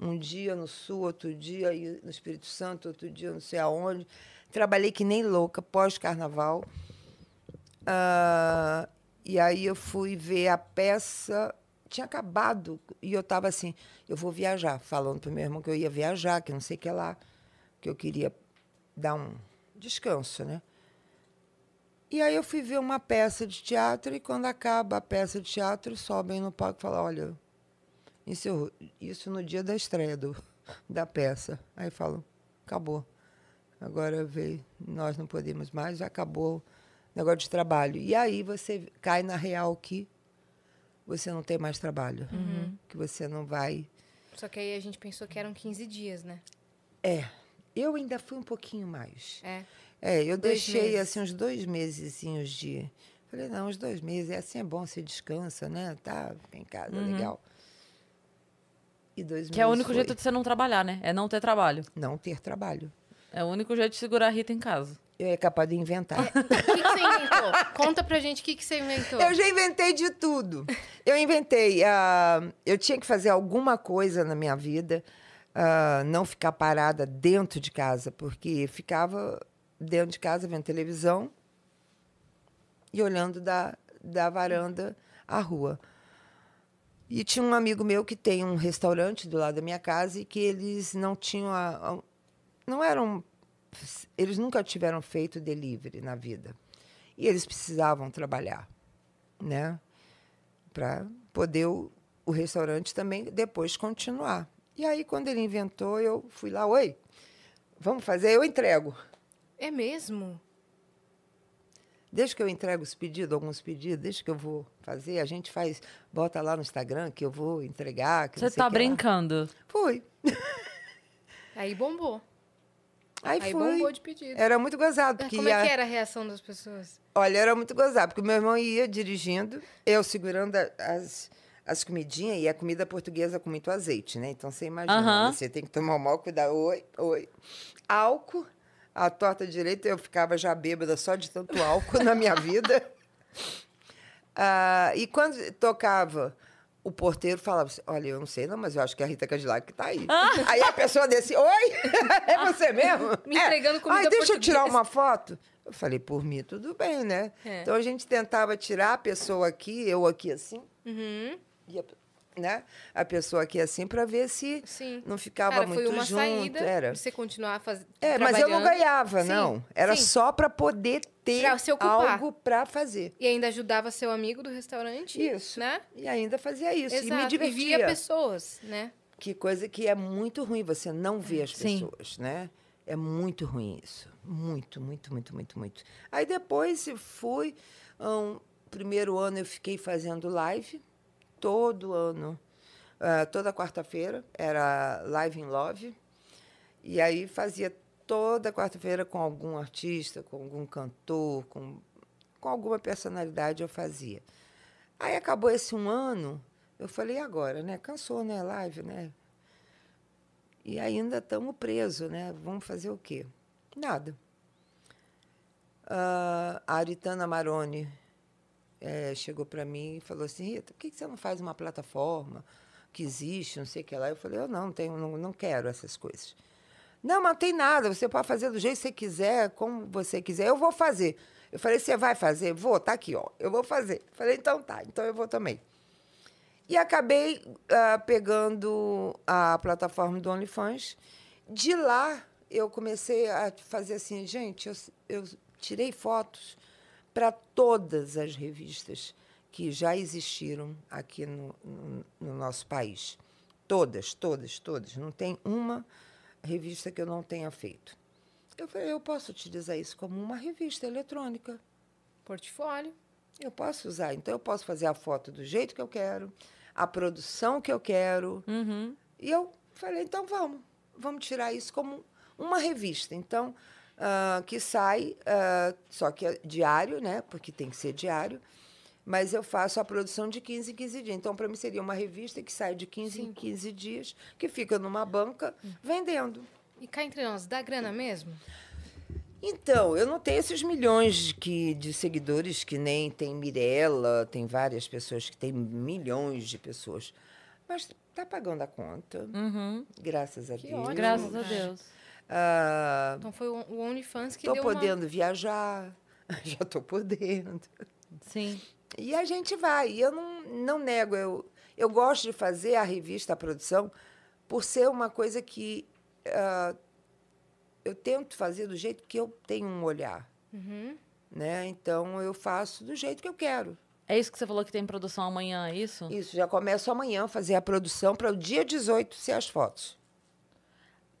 C: Um dia no Sul, outro dia aí no Espírito Santo, outro dia não sei aonde. Trabalhei que nem louca, pós-carnaval. Ah, e aí eu fui ver a peça. Tinha acabado. E eu estava assim, eu vou viajar. Falando para meu irmão que eu ia viajar, que não sei o que lá. Que eu queria dar um descanso, né? E aí eu fui ver uma peça de teatro e quando acaba a peça de teatro, sobem no palco e falam, olha, encerrou. Isso no dia da estreia do, da peça. Aí falam, acabou. Agora veio, nós não podemos mais, já acabou o negócio de trabalho. E aí você cai na real que você não tem mais trabalho. Que você não vai
B: Só que aí a gente pensou que eram 15 dias, né?
C: É, eu ainda fui um pouquinho mais.
B: É.
C: É, eu
B: Dois
C: deixei
B: meses.
C: assim uns dois mesezinhos de. Falei, não, uns dois meses. É assim é bom, você descansa, né? Tá, fica em casa, legal. E dois meses.
A: Uhum. Que é o único
C: foi
A: jeito de você não trabalhar, né? É não ter trabalho.
C: Não ter trabalho.
A: É o único jeito de segurar a Rita em casa.
C: Eu é capaz de inventar.
B: O que, que você inventou? Conta pra gente o que, que você inventou.
C: Eu já inventei de tudo. Eu inventei. ah, eu tinha que fazer alguma coisa na minha vida, ah, não ficar parada dentro de casa, porque ficava dentro de casa vendo televisão e olhando da, da varanda a rua. E tinha um amigo meu que tem um restaurante do lado da minha casa e que eles não tinham. a- a- não eram. Eles nunca tiveram feito delivery na vida. E eles precisavam trabalhar, né? Para poder o, o restaurante também depois continuar. E aí, quando ele inventou, eu fui lá, oi, vamos fazer, eu entrego.
B: É mesmo?
C: Desde que eu entrego os pedidos, alguns pedidos, desde que eu vou fazer, a gente faz, bota lá no Instagram que eu vou entregar. Que não
A: Você
C: sei
A: tá
C: o que lá.
A: brincando.
C: Fui.
B: Aí bombou.
C: Aí,
B: Aí
C: fui.
B: bombou de pedido.
C: Era muito gozado.
B: Mas
C: Porque
B: Como é
C: ia-
B: que era a reação das pessoas?
C: Olha, era muito gozado, porque meu irmão ia dirigindo, eu segurando a- as, as comidinhas, e a comida portuguesa com muito azeite, né? Então você imagina,
A: Aham.
C: você tem que tomar o maior cuidado. Oi, oi. Álcool, a torta direita, eu ficava já bêbada só de tanto álcool na minha vida. Ah, e quando tocava, o porteiro falava assim: Olha, eu não sei, não, mas eu acho que é a Rita Cadillac que tá aí. Aí a pessoa desse, oi? É você mesmo?
B: Me
C: É.
B: entregando comida
C: Ai, deixa eu tirar
B: portuguesa."
C: uma foto. Eu falei, por mim, tudo bem, né?
B: É.
C: Então a gente tentava tirar a pessoa aqui, eu aqui assim,
B: Uhum.
C: e a, né, a pessoa aqui assim para ver se
B: Sim.
C: não ficava
B: Cara,
C: muito
B: foi uma
C: junto.
B: saída
C: era.
B: pra você continuar fazendo.
C: É, mas eu não ganhava,
B: Sim,
C: não. Era
B: sim.
C: só para poder ter
B: Pra se ocupar.
C: algo para fazer.
B: E ainda ajudava seu amigo do restaurante.
C: Isso.
B: Né?
C: E ainda fazia isso.
B: Exato.
C: E me divertia.
B: via pessoas, né?
C: Que coisa que é muito ruim, você não vê as
A: Sim.
C: pessoas, né? É muito ruim isso. Muito, muito, muito, muito, muito. Aí depois eu fui. hum, primeiro ano eu fiquei fazendo live, todo ano. ah, toda quarta-feira era Live in Love. E aí fazia toda quarta-feira com algum artista, com algum cantor, com, com alguma personalidade eu fazia. Aí acabou esse um ano, eu falei, e agora, né? Cansou, né? Live, né? E ainda estamos presos, né? Vamos fazer o quê? Nada. Ah, a Aritana Maroni eh, chegou para mim e falou assim, Rita, por que que você não faz uma plataforma que existe, não sei o que lá? Eu falei, eu não, tenho, não, não quero essas coisas. Não, mas não tem nada. Você pode fazer do jeito que você quiser, como você quiser. Eu vou fazer. Eu falei, você vai fazer? Vou, tá aqui, ó. Eu vou fazer. Falei, então tá, então eu vou também. E acabei ah, pegando a plataforma do OnlyFans. De lá, eu comecei a fazer assim, gente, eu, eu tirei fotos para todas as revistas que já existiram aqui no- no- no nosso país. Todas, todas, todas. Não tem uma revista que eu não tenha feito. Eu falei, eu posso utilizar isso como uma revista eletrônica.
B: Portfólio.
C: Eu posso usar. Então, eu posso fazer a foto do jeito que eu quero, a produção que eu quero.
A: Uhum.
C: E eu falei, então vamos, vamos tirar isso como uma revista. Então, ah, que sai, ah, só que é diário, né? Porque tem que ser diário. Mas eu faço a produção de 15 em 15 dias. Então, para mim, seria uma revista que sai de 15 em 15 dias, que fica numa banca vendendo.
B: E cá entre nós, dá grana mesmo?
C: Então, eu não tenho esses milhões de que, de seguidores que nem tem Mirella, tem várias pessoas que têm milhões de pessoas. Mas tá pagando a conta,
A: Uhum.
C: graças a
B: Que
C: Deus.
B: ótimo.
A: Graças a
B: cara.
A: Deus.
C: Ah,
B: Então foi o o OnlyFans que
C: tô
B: deu
C: podendo viajar, já tô podendo.
A: Sim.
C: E a gente vai. E eu não, não nego. Eu, eu gosto de fazer a revista, a produção, por ser uma coisa que ah, eu tento fazer do jeito que eu tenho um olhar. Né? Então, eu faço do jeito que eu quero.
A: É isso que você falou que tem produção amanhã, é isso?
C: Isso, já começo amanhã a fazer a produção para o dia 18 ser as fotos.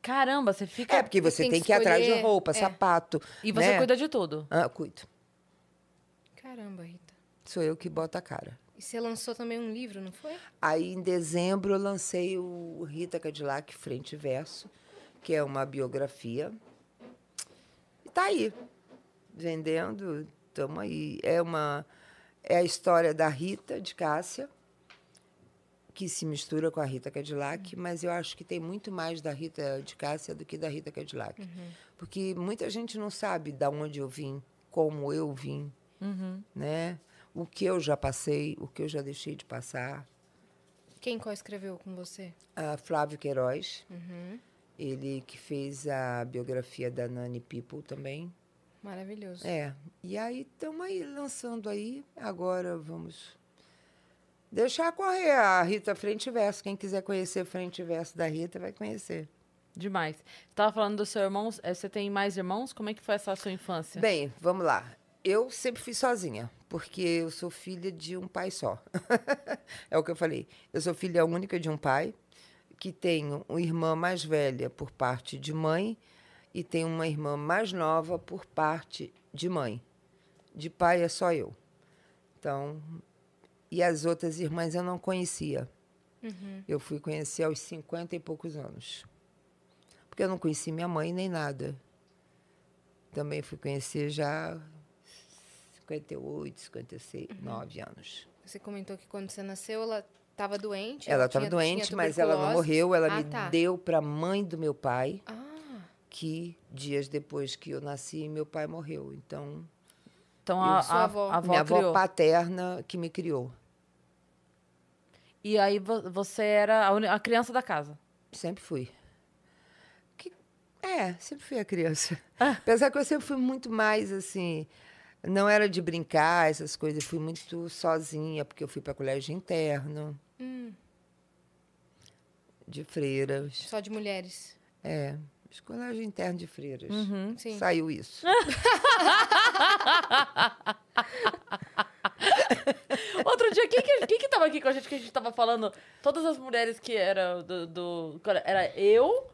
A: Caramba, você fica.
C: É, porque você
B: tem
C: tem,
B: que
C: que ir atrás de
B: escolher,
C: roupa,
B: é.
C: sapato.
A: E você
C: né?
A: cuida de tudo.
C: Ah, cuido.
B: uma... Caramba, Rita.
C: Sou eu que boto a cara.
B: E você lançou também um livro, não foi?
C: Aí, em dezembro, eu lancei o Rita Cadillac Frente e Verso, que é uma biografia. E tá aí, vendendo, estamos aí. É, uma, é a história da Rita de Cássia, que se mistura com a Rita Cadillac, mas eu acho que tem muito mais da Rita de Cássia do que da Rita Cadillac. Porque muita gente não sabe de onde eu vim, como eu vim,
A: Uhum.
C: né? O que eu já passei, o que eu já deixei de passar.
B: Quem coescreveu com você?
C: Ah, Flávio Queiroz,
B: Uhum.
C: ele que fez a biografia da Nani People também.
B: Maravilhoso.
C: É, e aí estamos aí lançando aí. Agora vamos deixar correr a Rita Frente e Verso. Quem quiser conhecer Frente e Verso da Rita vai conhecer.
A: Demais. Você tava falando do seu irmão. é, Você tem mais irmãos? Como é que foi essa sua infância?
C: Bem, vamos lá. Eu sempre fui sozinha, porque eu sou filha de um pai só. é o que eu falei. Eu sou filha única de um pai, que tenho uma irmã mais velha por parte de mãe e tenho uma irmã mais nova por parte de mãe. De pai é só eu. Então, e as outras irmãs eu não conhecia. Eu fui conhecer aos 50 e poucos anos. Porque eu não conheci minha mãe nem nada. Também fui conhecer já 58, 56,
B: Uhum.
C: 9 anos.
B: Você comentou que quando você nasceu, ela estava doente.
C: Ela estava
B: tinha- tinha
C: doente, mas ela não
B: tuberculose.
C: morreu. Ela
B: Ah,
C: me
B: tá.
C: deu para a mãe do meu pai,
B: Ah,
C: que dias depois que eu nasci, meu pai morreu. Então,
A: Então a,
B: Eu sou
A: a-
B: avó.
A: a avó
C: minha
A: criou.
C: avó paterna que me criou.
A: E aí vo- você era a, uni- a criança da casa.
C: Sempre fui. Que- É, sempre fui a criança.
A: Ah.
C: Apesar que eu sempre fui muito mais assim. Não era de
A: Hum.
C: brincar, essas coisas. Eu fui muito sozinha, porque eu fui para colégio interno. de freiras.
B: Só de mulheres.
C: É, escolagem interna de freiras.
A: Uhum.
B: Sim.
C: Saiu isso.
A: Outro dia, quem que, quem que tava aqui com a gente que a gente tava falando? Todas as mulheres que era do. do- era eu,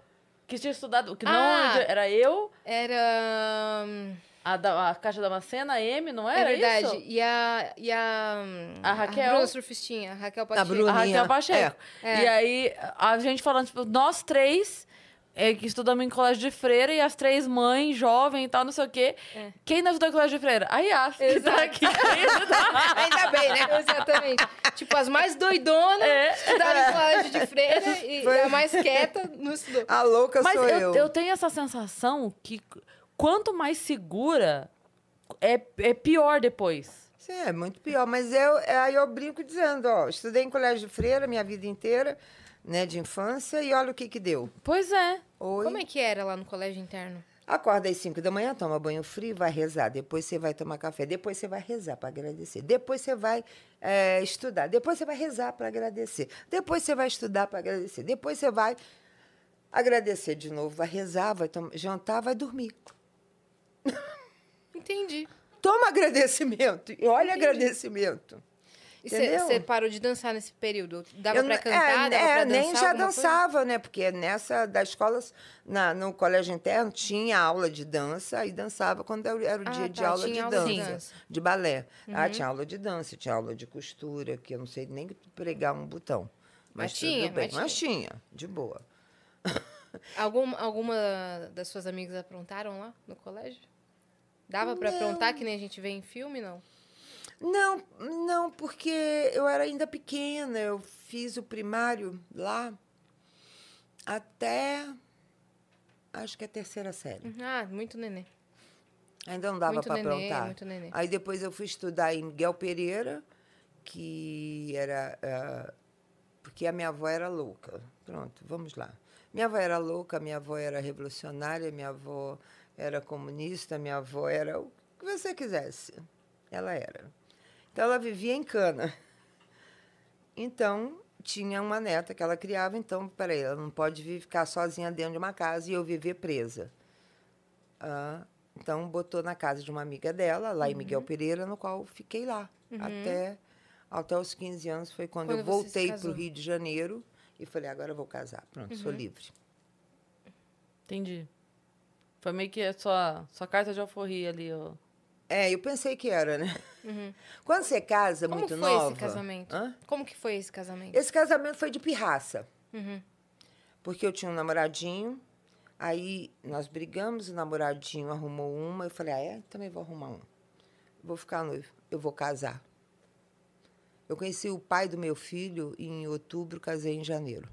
A: que tinha estudado. Que não
B: Ah!
A: era eu,
B: Era. hum,
A: a, da, a Caixa Damascena, a M, não
B: É
A: era?
B: verdade.
A: Isso?
B: E a. E a. hum,
A: A Raquel?
B: A Bruna Surfistinha, a Raquel Pacheco.
C: Bruna.
A: A Raquel
C: Minha-
A: Pacheco. E aí, a gente falando, tipo, nós três. é, que estudamos em colégio de freira e as três mães, jovem e tal, não sei o quê. Quem não estudou em colégio de freira? A Yas, que tá
B: Exato.
A: aqui.
C: Ainda bem, né?
B: Exatamente. tipo, as mais doidonas
A: É.
B: estudaram em colégio de freira e
C: Foi. Ah,
B: a mais quieta não estudou.
C: A louca
A: Mas
C: sou eu.
A: eu, eu tenho essa sensação que qu- quanto mais segura, é, é pior depois.
C: Sim, é muito pior. Mas eu, é, aí eu brinco dizendo, ó, estudei em colégio de freira minha vida inteira, né, de infância, e olha o que que deu.
A: Pois é.
C: Oi.
B: Como é que era lá no colégio interno?
C: Acorda às 5 da manhã, toma banho frio, vai rezar. Depois você vai tomar café. Depois você vai rezar para agradecer. Depois você vai eh, estudar. Depois você vai rezar para agradecer. Depois você vai estudar para agradecer. Depois você vai agradecer de novo, vai rezar, vai tom- jantar, vai dormir.
B: Entendi.
C: Toma agradecimento. E olha agradecimento.
B: E você
C: Entendeu?
B: você parou de dançar nesse período? Dava
C: Eu
B: pra
C: não-
B: cantar?
C: é,
B: dava
C: é,
B: pra dançar?
C: nem já
B: alguma coisa?
C: dançava, né? Porque nessa da escola, na, no colégio interno, tinha aula de dança e dançava quando era era o
B: Ah,
C: dia de
B: tá,
C: aula
B: tinha
C: de
B: aula de
C: dança,
B: dança. Uhum.
C: de balé. Ah, tinha aula de dança, tinha aula de costura, que eu não sei nem pregar um botão. Mas,
B: Mas tinha,
C: tudo bem.
B: mas
C: Mas tinha, de boa.
B: Algum, alguma das suas amigas aprontaram lá no colégio? Dava pra aprontar que nem a gente vê em filme, não?
C: Não, não, porque eu era ainda pequena, eu fiz o primário lá até acho que é a terceira série.
B: Ah, muito nenê.
C: Ainda não dava
B: Muito
C: para
B: nenê,
C: aprontar.
B: muito nenê.
C: Aí depois eu fui estudar em Miguel Pereira, que era. ah, porque a minha avó era louca. Pronto, vamos lá. Minha avó era louca, minha avó era revolucionária, minha avó era comunista, minha avó era o que você quisesse. Ela era. Então ela vivia em cana. Então, tinha uma neta que ela criava, então, peraí, ela não pode vi- ficar sozinha dentro de uma casa e eu viver presa. Ah, então, botou na casa de uma amiga dela, lá em Miguel
B: Uhum.
C: Pereira, no qual eu fiquei lá. Até, até os 15 anos foi quando,
B: Quando
C: eu
B: você se
C: voltei para
B: casou. Uhum.
C: o Rio de Janeiro e falei, agora eu vou casar. Pronto, sou livre.
A: Entendi. Foi meio que a sua, sua carta de alforria ali, ó.
C: É, eu pensei que era, né? Quando você casa
B: Uhum. Como
C: muito
B: foi
C: nova...
B: esse casamento?
C: Hã?
B: Como que foi esse casamento?
C: Esse casamento foi de pirraça.
B: Uhum.
C: Porque eu tinha um namoradinho, aí nós brigamos, o namoradinho arrumou uma, eu falei, ah, é? Também vou arrumar um. Vou ficar noivo, eu vou casar. Eu conheci o pai do meu filho em outubro, casei em janeiro.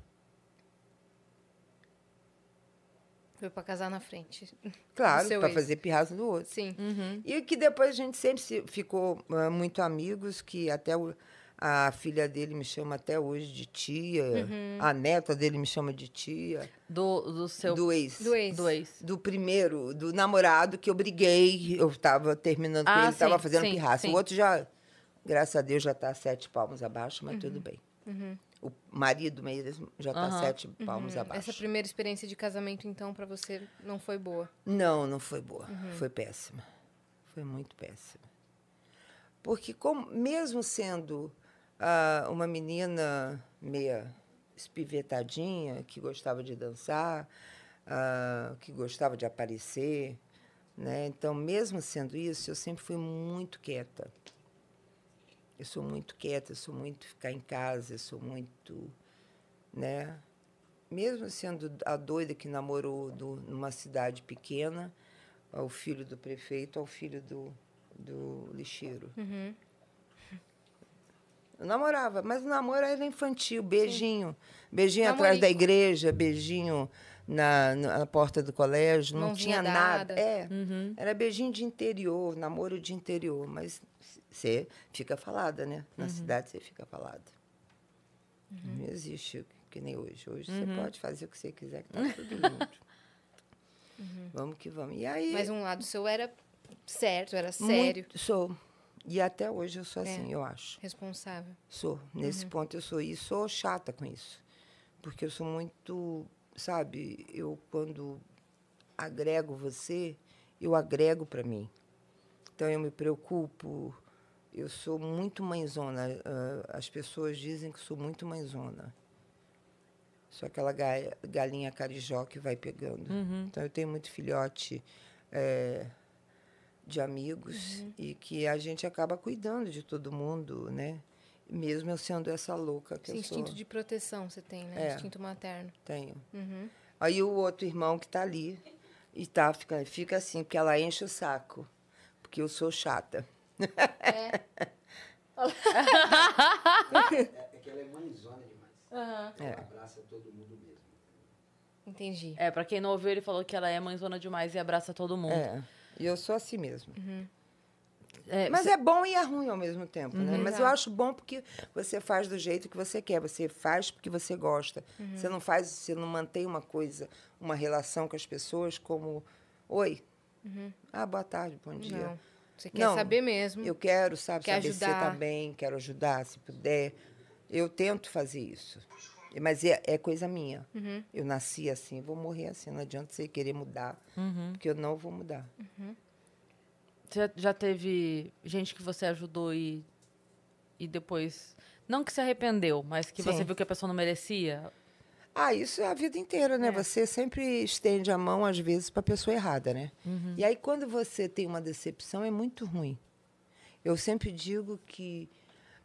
B: Foi pra casar na frente.
C: Claro,
B: seu
C: para
B: ex.
C: fazer pirraça no outro.
B: Sim.
C: E que depois a gente sempre se- ficou ah, muito amigos, que até o- a filha dele me chama até hoje de tia,
B: Uhum.
C: a neta dele me chama de tia,
A: Do, do seu.
C: do ex.
B: Do ex.
A: do ex.
C: do primeiro, do namorado que eu briguei, eu estava terminando
A: Ah,
C: com ele,
A: sim,
C: estava fazendo
A: sim,
C: pirraça.
A: sim.
C: O outro já, graças a Deus, já está sete palmos abaixo, mas tudo bem. O marido mesmo já está
A: Uhum. Aham. Uhum.
C: sete palmos abaixo.
B: Essa primeira experiência de casamento, então, pra você não foi boa.
C: Não, não foi boa.
A: Uhum.
C: Foi péssima. Foi muito péssima. Porque, como, mesmo sendo ah, uma menina meia espivetadinha, que gostava de dançar, ah, que gostava de aparecer, né? então, mesmo sendo isso, eu sempre fui muito quieta. Eu sou muito quieta, eu sou muito ficar em casa, eu sou muito. né? mesmo sendo a doida que namorou do- numa cidade pequena, ao filho do prefeito, ao filho do, do lixeiro.
B: Uhum.
C: Eu namorava, mas o namoro era infantil, beijinho. Beijinho atrás
B: Namorinho.
C: da igreja, beijinho na, na na porta do colégio, não
B: Mãozinha
C: tinha nada.
B: dada.
C: É,
A: Uhum.
C: era beijinho de interior, namoro de interior, mas você fica falada, né?
B: Uhum.
C: Na cidade você fica falada. Não existe que nem hoje. Hoje
B: Uhum.
C: você pode fazer o que você quiser, que tá tudo junto. Uhum. Vamos que vamos. E aí.
B: Uhum. Mas um lado seu era certo, era sério,
C: muito- sou. E até hoje eu sou
B: É. Uhum.
C: assim, eu acho.
B: responsável.
C: Sou. Nesse ponto eu sou. E sou chata com isso. Porque eu sou muito, sabe, eu quando agrego você, eu agrego para mim. Então eu me preocupo, eu sou muito mãezona. ah, As pessoas dizem que sou muito mãezona. Sou aquela ga- galinha carijó que vai pegando. Então eu tenho muito filhote eh, de amigos e que a gente acaba cuidando de todo mundo, né? Mesmo eu sendo essa louca que
B: Esse
C: eu
B: instinto
C: sou,
B: de proteção você tem, né?
C: É.
B: Instinto materno.
C: tenho.
B: Uhum.
C: Aí o outro irmão que tá ali e tá fica, fica assim, porque ela enche o saco, porque eu sou chata.
D: É, é que ela é mãezona demais.
C: É.
D: Ela abraça todo mundo mesmo.
B: Entendi.
A: É, pra quem não ouviu, ele falou que ela é mãezona demais e abraça todo mundo.
C: É. E eu sou assim mesmo.
A: É,
C: Mas
A: cê-
C: é bom e é ruim ao mesmo tempo, né? Mas eu
B: Uhum. Exato.
C: acho bom porque você faz do jeito que você quer, você faz porque você gosta.
B: Uhum.
C: Você não faz, você não mantém uma coisa, uma relação com as pessoas como oi. Ah, boa tarde, bom dia.
B: Uhum. Não. Você quer
C: Não,
B: saber mesmo.
C: Eu quero, sabe,
B: Quer
C: saber se você
B: ajudar.
C: tá bem, quero ajudar, se puder. Eu tento fazer isso. Mas é, é coisa minha.
B: Uhum.
C: Eu nasci assim, vou morrer assim. Não adianta você querer mudar,
A: Uhum.
C: porque eu não vou mudar.
A: Você já teve gente que você ajudou e, e depois. Não que se arrependeu, mas que você
C: Sim.
A: viu que a pessoa não merecia?
C: Ah, isso é a vida inteira, né? Você sempre estende a mão, às vezes, para a pessoa errada, né? E aí, quando você tem uma decepção, é muito ruim. Eu sempre digo que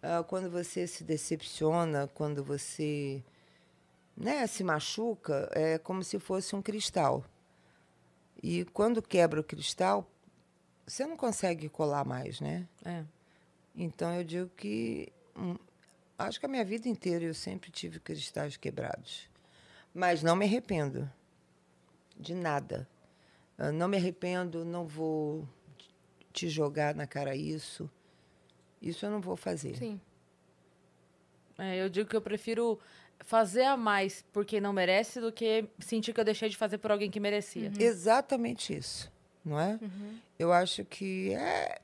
C: ah, quando você se decepciona, quando você né, se machuca, é como se fosse um cristal. E quando quebra o cristal, você não consegue colar mais, né?
A: É.
C: Então eu digo que hum, acho que a minha vida inteira eu sempre tive cristais quebrados, mas não me arrependo de nada. Ah, Não me arrependo, não vou te- te jogar na cara isso. Isso eu não vou fazer.
B: Sim.
A: É, eu digo que eu prefiro fazer a mais por quem não merece do que sentir que eu deixei de fazer por alguém que merecia.
B: Uhum.
C: Exatamente isso, não é? Eu acho que é,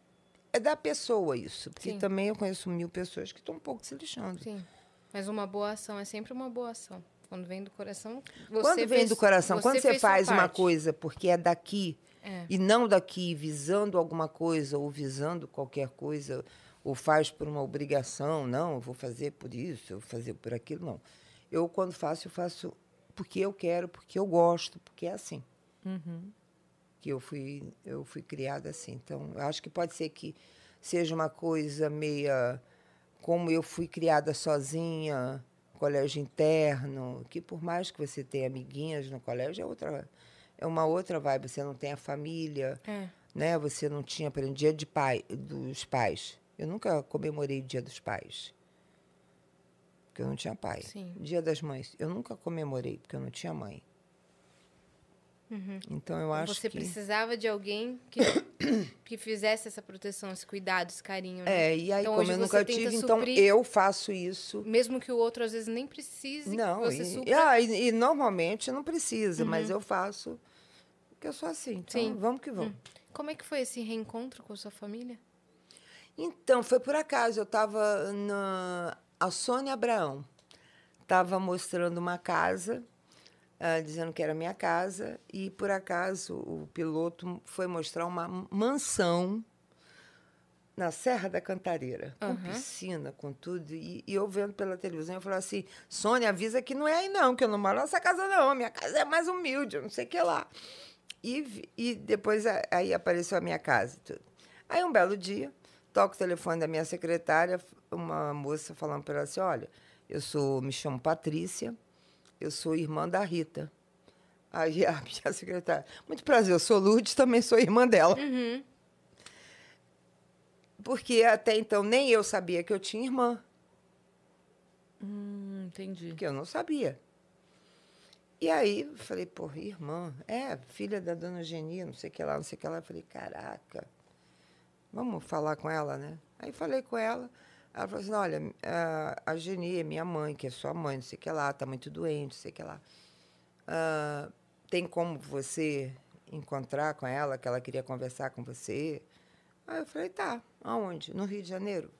C: é da pessoa isso, porque
B: Sim.
C: também eu conheço mil pessoas que estão um pouco se lixando.
B: Sim. Mas uma boa ação é sempre uma boa ação. Quando vem do coração, você
C: quando vem
B: fez-
C: do coração, quando você
B: fez sua
C: faz uma
B: parte.
C: coisa porque é daqui
B: É.
C: e não daqui, visando alguma coisa ou visando qualquer coisa, ou faz por uma obrigação, não, eu vou fazer por isso, eu vou fazer por aquilo, não. Eu, quando faço, eu faço porque eu quero, porque eu gosto, porque é assim.
B: Uhum.
C: Que eu fui, eu fui criada assim. Então, eu acho que pode ser que seja uma coisa meia como eu fui criada sozinha, colégio interno, que por mais que você tenha amiguinhas no colégio, é outra é uma outra vibe, você não tem a família,
B: É.
C: né? Você não tinha aprendido dia de pai dos pais. Eu nunca comemorei o dia dos pais. Porque eu não tinha pai.
B: Sim.
C: Dia das mães, eu nunca comemorei porque eu não tinha mãe. Então eu acho
B: Uhum. você né?
C: que
B: precisava de alguém que, que fizesse essa proteção, esse cuidado, esse carinho, né?
C: é, e aí
B: Então,
C: como
B: hoje
C: eu
B: você
C: nunca
B: tenta
C: tive, então
B: suprir-
C: eu faço isso
B: Mesmo que o outro às vezes nem precise,
C: Não,
B: você
C: e,
B: supra. Uhum.
C: ah, e- e normalmente não precisa, mas eu faço porque eu sou assim. Então,
B: Sim.
C: vamos que vamos.
B: Como é que foi esse reencontro com a sua família?
C: Então, foi por acaso, eu estava na. A Sônia Abraão estava mostrando uma casa, ah, dizendo que era minha casa, e por acaso o piloto foi mostrar uma mansão na Serra da Cantareira, com
B: Aham.
C: piscina, com tudo. E, e eu vendo pela televisão, eu falava assim: Sônia, avisa que não é aí não, que eu não moro nessa casa não, minha casa é mais humilde, eu não sei o que lá. E, vi- e depois a- aí apareceu a minha casa e tudo. Aí um belo dia, toco o telefone da minha secretária, uma moça falando para ela assim: olha, eu sou, me chamo Patrícia, eu sou irmã da Rita. Aí a minha secretária, muito prazer, eu sou Lourdes, também sou irmã dela. Porque até então nem eu sabia que eu tinha irmã,
A: Hum, entendi.
C: porque eu não sabia. E aí eu falei, porra, irmã, é, filha da dona Eugenia, não sei o que lá, não sei o que lá. Eu falei, caraca, vamos falar com ela, né? Aí falei com ela, ela falou assim, olha, ah, a Eugenia, minha mãe, que é sua mãe, não sei o que lá, tá muito doente, não sei o que lá. Ah, tem como você encontrar com ela, que ela queria conversar com você? Aí eu falei, tá, aonde? No Rio de Janeiro?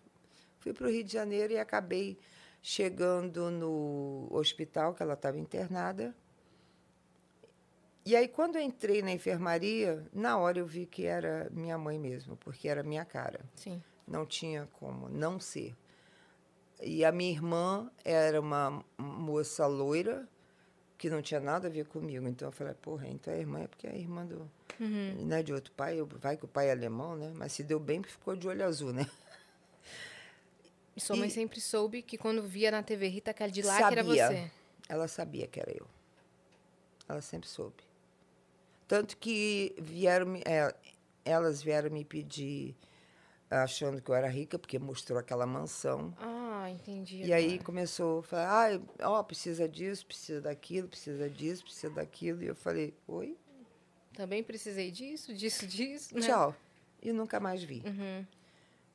C: Fui para o Rio de Janeiro e acabei Chegando no hospital, que ela estava internada. E aí, quando eu entrei na enfermaria, na hora eu vi que era minha mãe mesmo, porque era minha cara.
B: Sim.
C: Não tinha como não ser. E a minha irmã era uma moça loira que não tinha nada a ver comigo. Então eu falei, porra, então a irmã é porque é a irmã do, né, de outro pai. eu- Vai que o pai é alemão, né? Mas se deu bem porque ficou de olho azul, né?
B: E sua mãe
C: E-
B: sempre soube que quando via na TV Rita Cadillac era
C: Sabia.
B: você.
C: Ela sabia que era eu. Ela sempre soube. Tanto que vieram me, é, elas vieram me pedir, achando que eu era rica, porque mostrou aquela mansão.
B: Ah, entendi.
C: E aí
B: agora.
C: começou a falar, ah, ó, precisa disso, precisa daquilo, precisa disso, precisa daquilo. E eu falei, oi,
B: Também precisei disso, disso, disso. né?
C: tchau. E nunca mais vi.
B: Uhum.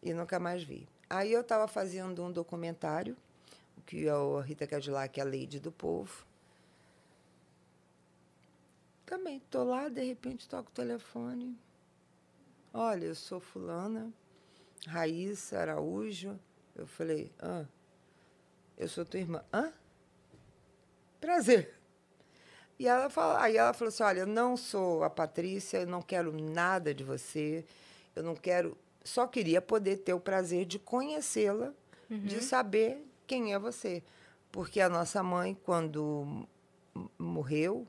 C: E nunca mais vi. Aí eu estava fazendo um documentário, que é o Rita Cadillac, a Lady do Povo. Também estou lá, de repente toco o telefone. Olha, eu sou fulana, Raíssa Araújo. Eu falei, ah, eu sou tua irmã. Hã? Prazer. E ela fala, aí ela falou assim, olha, eu não sou a Patrícia, eu não quero nada de você, eu não quero, só queria poder ter o prazer de conhecê-la, de saber quem é você. Porque a nossa mãe, quando m- morreu,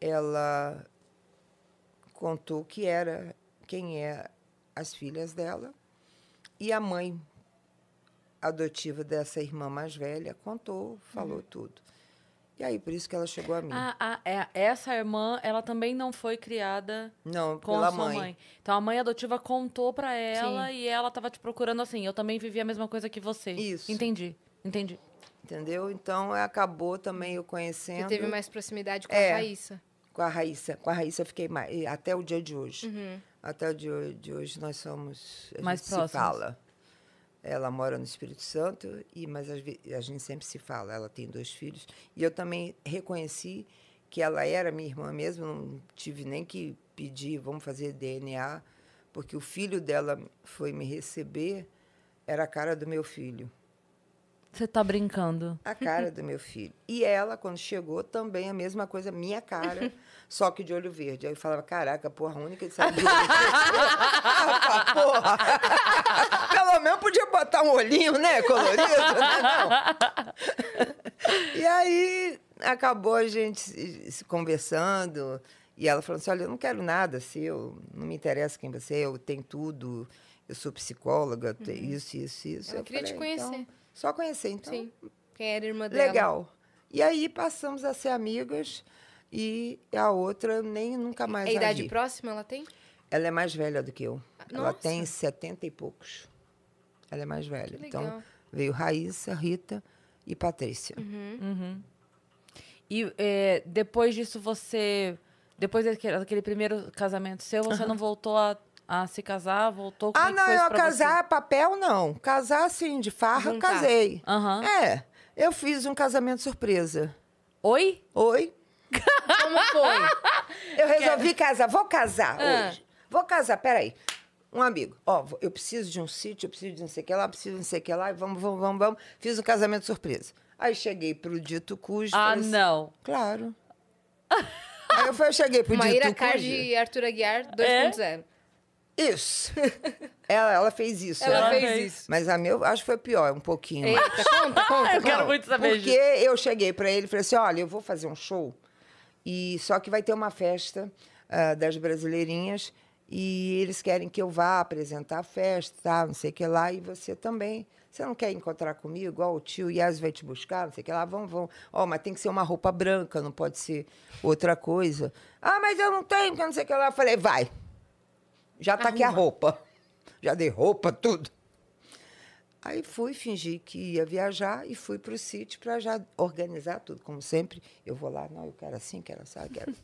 C: ela contou que era quem é as filhas dela. E a mãe adotiva dessa irmã mais velha contou, falou tudo. E aí, por isso que ela chegou a mim.
A: Ah, ah, é, essa irmã, ela também não foi criada
C: Não,
A: com
C: pela
A: a sua
C: mãe.
A: mãe. Então a mãe adotiva contou pra ela e ela tava te procurando assim. Eu também vivi a mesma coisa que você.
C: Isso.
A: Entendi. Entendi.
C: Entendeu? Então é, acabou também eu
B: Você
C: conhecendo
B: teve mais proximidade com
C: né? É.
B: a Raíssa.
C: com a Raíssa. Com a Raíssa eu fiquei mais. e Até o dia de hoje. Até o dia de hoje nós somos. A
A: Uhum. Mais
C: gente
A: próximos.
C: se fala. Ela mora no Espírito Santo, e mas às ve- a gente sempre se fala. Ela tem dois filhos. E eu também reconheci que ela era minha irmã mesmo, não tive nem que pedir, vamos fazer DNA, porque o filho dela foi me receber, era a cara do meu filho.
A: Você tá brincando.
C: a cara do meu filho. E ela, quando chegou, também a mesma coisa, minha cara, só que de olho verde. Aí eu falava, caraca, porra, a única que sabe de olho verde. Eu falava, porra. Pelo menos podia botar um olhinho, né, colorido, né? Não. E aí, acabou a gente se se conversando, e ela falou assim, olha, eu não quero nada seu, não me interessa quem você é, eu tenho tudo, eu sou psicóloga, eu tenho isso, isso, isso.
B: Uhum. Ela
C: Eu
B: queria te
C: falei, "Então,
B: conhecer."
C: só conhecer, então.
B: Sim. Quem era irmã dela.
C: Legal. E aí passamos a ser amigas e a outra eu nem nunca mais
B: É
C: a
B: idade
C: vi.
B: próxima ela tem?
C: Ela é mais velha do que eu. Ela
B: Nossa.
C: tem 70 e poucos. Ela é mais velha.
B: Que
C: Então
B: legal. Uhum.
C: veio Raíssa, Rita e Patrícia.
A: E é, depois disso você. Depois daquele, daquele primeiro casamento seu, você não voltou a, a se casar? Voltou é com
B: é
C: Ah, não, eu
A: pra você?
C: casar papel não. Casar assim, de farra,
B: Juntar.
C: casei.
A: Aham.
C: É. Eu fiz um casamento surpresa.
A: Oi?
C: Oi?
B: Como foi?
C: Eu resolvi casar. Vou casar
B: Ah.
C: hoje. Vou casar, peraí. Um amigo, ó, vou- eu preciso de um sítio, eu preciso de não sei o que lá, eu preciso de não sei o que lá, e vamos, vamos, vamos, vamos. Fiz um casamento surpresa. Aí cheguei pro dito cujo.
A: Ah,
C: falei assim,
A: não.
C: Claro. Aí eu, falei, eu cheguei pro
B: Maíra
C: dito
B: Card
C: cujo.
B: e Arthur Aguiar 2.0.
C: Isso. Ela, ela fez isso.
B: Ela,
A: Ela
B: fez, É.
A: fez.
B: isso.
C: Mas a meu, acho que foi pior, um pouquinho.
B: Eita, conta, conta.
A: Eu quero
B: conta.
A: muito saber
C: Porque
A: disso.
C: eu cheguei para ele e falei assim: olha, eu vou fazer um show, e só que vai ter uma festa ah, das brasileirinhas, e eles querem que eu vá apresentar a festa, tá, não sei o que lá, e você também. Você não quer encontrar comigo? Ó, o tio Yas vai te buscar, não sei o que lá, vamos, vamos. Ó, mas tem que ser uma roupa branca, não pode ser outra coisa. Ah, mas eu não tenho, porque não sei o que lá. Eu falei, vai. Já tá aqui a roupa. Já dei roupa, tudo. Aí fui, fingi que ia viajar e fui para o sítio para já organizar tudo, como sempre. Eu vou lá, não, eu quero assim, quero assim, quero.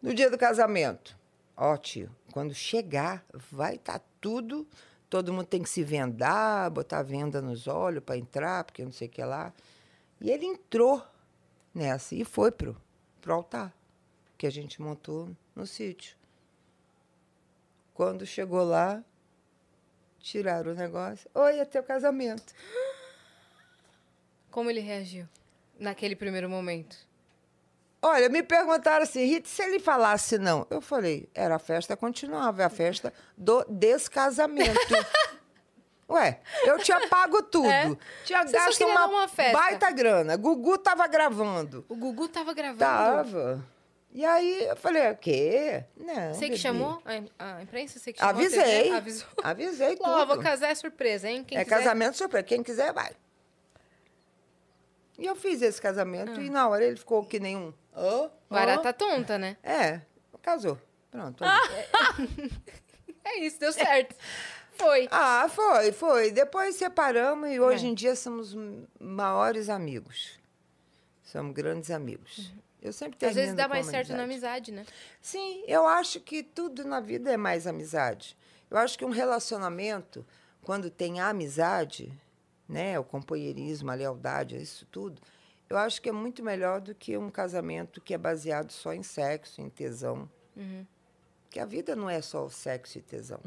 C: No dia do casamento, ó, tio, quando chegar, vai estar tudo. Todo mundo tem que se vendar, botar venda nos olhos para entrar, porque não sei o que lá. E ele entrou nessa e foi pro, pro altar que a gente montou no sítio. Quando chegou lá, tiraram o negócio. Oi, é teu casamento.
B: Como ele reagiu naquele primeiro momento?
C: Olha, me perguntaram assim, Rita, se ele falasse não, eu falei, era a festa, continuava, é a festa do descasamento. Ué, eu tinha pago tudo.
B: É.
C: Tinha
B: Você só
C: gasto
B: queria
C: uma,
B: dar uma festa.
C: baita grana. Gugu tava gravando.
B: O Gugu tava gravando.
C: Tava. E aí eu falei, o quê? Não.
B: Você que
C: bebê.
B: chamou a im- a imprensa? Você que chamou a TV?
C: Avisei.
B: Avisou.
C: Avisei tudo.
B: Ó, vou casar é surpresa, hein? Quem
C: é
B: quiser-
C: casamento surpresa. Quem quiser, vai. E eu fiz esse casamento e na hora ele ficou que nenhum. Oh,
B: Ah. Barata Ah. tonta, né?
C: É, casou. Pronto.
B: É isso, deu certo. Foi.
C: Ah, foi, foi. Depois separamos e hoje
B: É.
C: em dia somos m- maiores amigos. Somos grandes amigos. Eu sempre
B: Uhum. Às vezes
C: termino
B: dá
C: com
B: mais
C: uma
B: certo na amizade,
C: amizade.
B: né?
C: Sim, eu acho que tudo na vida é mais amizade. Eu acho que um relacionamento, quando tem a amizade, né, o companheirismo, a lealdade, isso tudo, eu acho que é muito melhor do que um casamento que é baseado só em sexo, em tesão. Porque a vida não é só o sexo e tesão.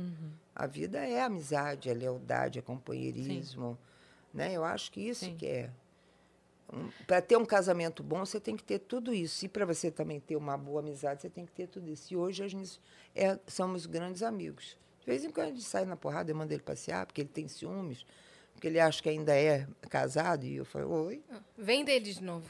C: A vida é amizade, é lealdade, é companheirismo. Né? Eu acho que isso
A: Sim.
C: que é. para ter um casamento bom, você tem que ter tudo isso. E para você também ter uma boa amizade, você tem que ter tudo isso. E hoje a gente é- somos grandes amigos. De vez em quando a gente sai na porrada, eu mando ele passear, porque ele tem ciúmes, porque ele acha que ainda é casado. E eu falo, oi.
B: Vende ele Ah, de novo.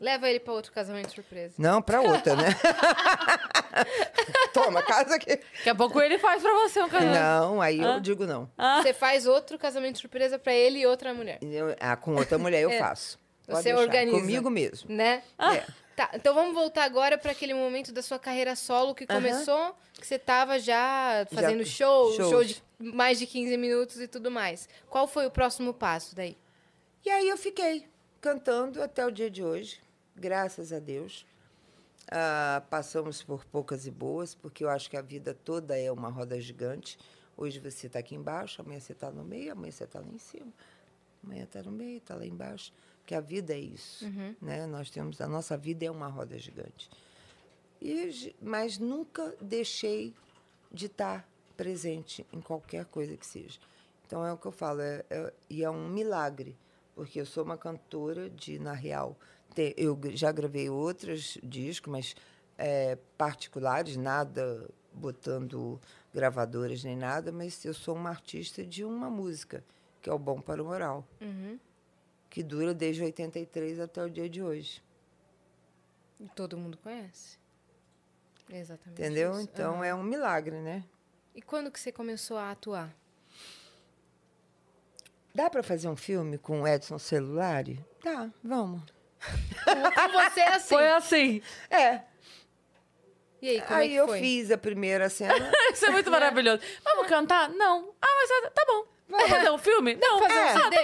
B: Leva ele pra outro casamento surpresa.
C: Não, para outra, né? Toma, casa aqui.
A: Daqui a pouco ele faz pra você um casamento.
C: Não, aí
B: Ah.
C: eu digo não.
B: Você faz outro casamento surpresa pra ele e outra mulher,
C: Eu- ah, com outra mulher eu faço. Pode
B: É. Você
C: deixar.
B: organiza.
C: Comigo mesmo.
B: né?
C: É.
B: Tá, então vamos voltar agora pra aquele momento da sua carreira solo que
C: Aham.
B: começou, que você tava já fazendo
C: Já-
B: show,
C: shows.
B: show de mais de 15 minutos e tudo mais. Qual foi o próximo passo daí?
C: E aí eu fiquei cantando até o dia de hoje, graças a Deus. Ah, passamos por poucas e boas, porque eu acho que a vida toda é uma roda gigante. Hoje você está aqui embaixo, amanhã você está no meio, amanhã você está lá em cima. Amanhã está no meio, está lá embaixo. Porque a vida é isso. Né? Nós temos, a nossa vida é uma roda gigante. E, j- mas nunca deixei de estar presente em qualquer coisa que seja. Então é o que eu falo, é- é- e é um milagre, porque eu sou uma cantora de, na real, te- eu gr- já gravei outros discos, mas é, particulares, nada botando gravadoras nem nada, mas eu sou uma artista de uma música, que é o Bom para o Moral, que dura desde 83 até o dia de hoje.
B: E Todo mundo conhece. Exatamente.
C: Entendeu?
B: isso.
C: Então
B: Aham.
C: é um milagre, né?
B: E quando que você começou a atuar?
C: Dá para fazer um filme com o Edson Celulari? Tá, vamos.
B: Com você é assim.
A: Foi assim.
C: É.
B: E aí, como
C: aí
B: é que
C: eu
B: foi?
C: fiz a primeira cena.
A: Isso é muito maravilhoso. Vamos cantar? Não. Ah, mas é- tá bom. Vamos fazer um filme? Não.
B: Fazer
C: É.
B: um CD?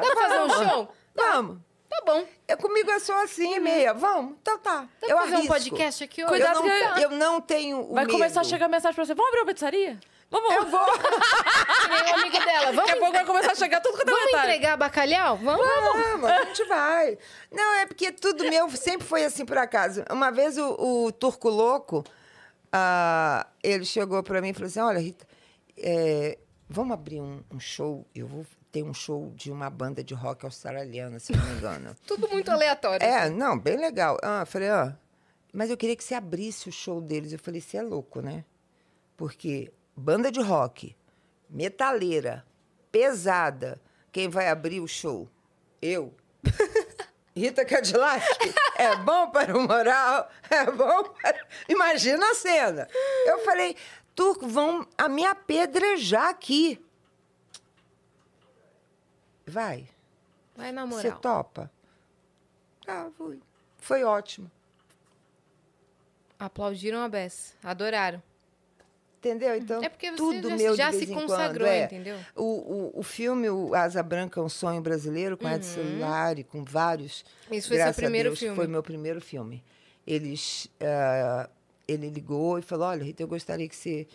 B: Dá pra fazer um
C: vamos.
B: show?
C: Vamos.
B: Tá bom.
C: Eu, comigo é só assim e meia. Vamos? Então tá.
B: Dá pra
C: eu
B: fazer um
C: arrisco.
B: podcast aqui hoje?
A: Cuidado
C: eu, não,
A: que-
C: eu não tenho o
A: Vai começar a
C: medo.
A: chegar mensagem pra você. Vamos abrir uma pizzaria? Vamos.
C: Eu vou.
B: Que nem o amigo é dela.
A: Daqui a
B: Vamos,
A: pouco vai começar a chegar tudo quanto é
B: vamos
A: detalhe.
B: entregar bacalhau? Vamos?
C: Vamos, a gente vai. Não, é porque tudo meu sempre foi assim por acaso. Uma vez o, o Turco Louco, ah, ele chegou para mim e falou assim: Olha, Rita, é, vamos abrir um, um show. Eu vou ter um show de uma banda de rock australiana, se eu não me engano.
B: Tudo muito aleatório.
C: É, não, bem legal. Ah, eu falei, ó, mas eu queria que você abrisse o show deles. Eu falei, você é louco, né? Porque banda de rock, metaleira, pesada, quem vai abrir o show? Eu. Rita Cadillac, é bom para o moral, é bom para... Imagina a cena. Eu falei, Turco, vão a me apedrejar aqui. Vai.
B: Vai na
C: Você
B: moral.
C: topa? Ah, fui. Foi ótimo.
B: Aplaudiram a Bess. Adoraram.
C: Entendeu? Então,
B: É porque você
C: tudo
B: já-
C: meu
B: já
C: de
B: se
C: vez em
B: consagrou,
C: quando, é.
B: entendeu?
C: O, o, o filme o Asa Branca é um sonho brasileiro, com Ed Celulari, com
B: Isso
C: vários.
B: Uhum. foi seu
C: Graças a
B: primeiro
C: Deus,
B: filme.
C: Foi meu primeiro filme. Eles, ah, ele ligou e falou: Olha, Rita, eu gostaria que você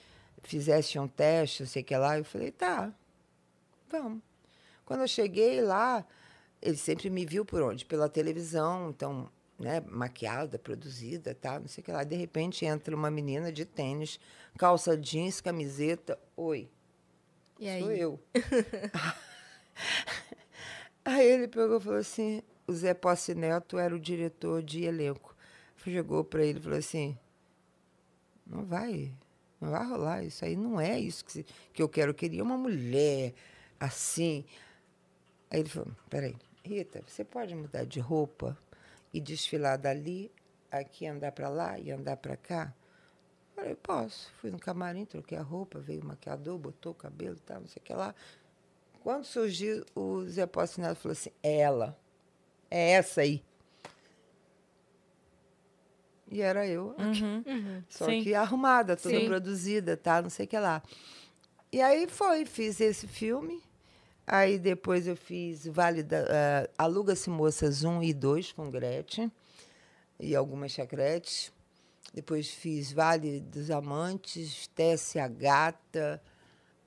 C: fizesse um teste, não sei o que lá. Eu falei: Tá, vamos. Quando eu cheguei lá, ele sempre me viu por onde? Pela televisão, então, né, maquiada, produzida, tá, não sei o que lá. De repente entra uma menina de tênis, calça jeans, camiseta. Oi,
B: E aí?
C: sou eu. aí ele pegou e falou assim: o Zé Posse Neto era o diretor de elenco. Chegou para ele e falou assim: não vai, não vai rolar, isso aí não é isso que, se- que eu quero. Eu queria uma mulher assim. Aí ele falou: peraí, Rita, você pode mudar de roupa e desfilar dali, aqui, andar para lá e andar para cá? Falei, posso. Fui no camarim, troquei a roupa, veio o maquiador, botou o cabelo e tal, não sei o que lá. Quando surgiu, o Zé Pocinado falou assim: é ela, é essa aí. E era eu aqui.
A: Uhum.
C: Só
A: Sim.
C: que arrumada, toda
A: Sim.
C: produzida, tá? Não sei o que lá. E aí foi, fiz esse filme. Aí depois eu fiz Vale da, eh, Aluga-se Moças 1 e 2 com Gretchen e algumas chacretes. Depois fiz Vale dos Amantes, Tece a Gata.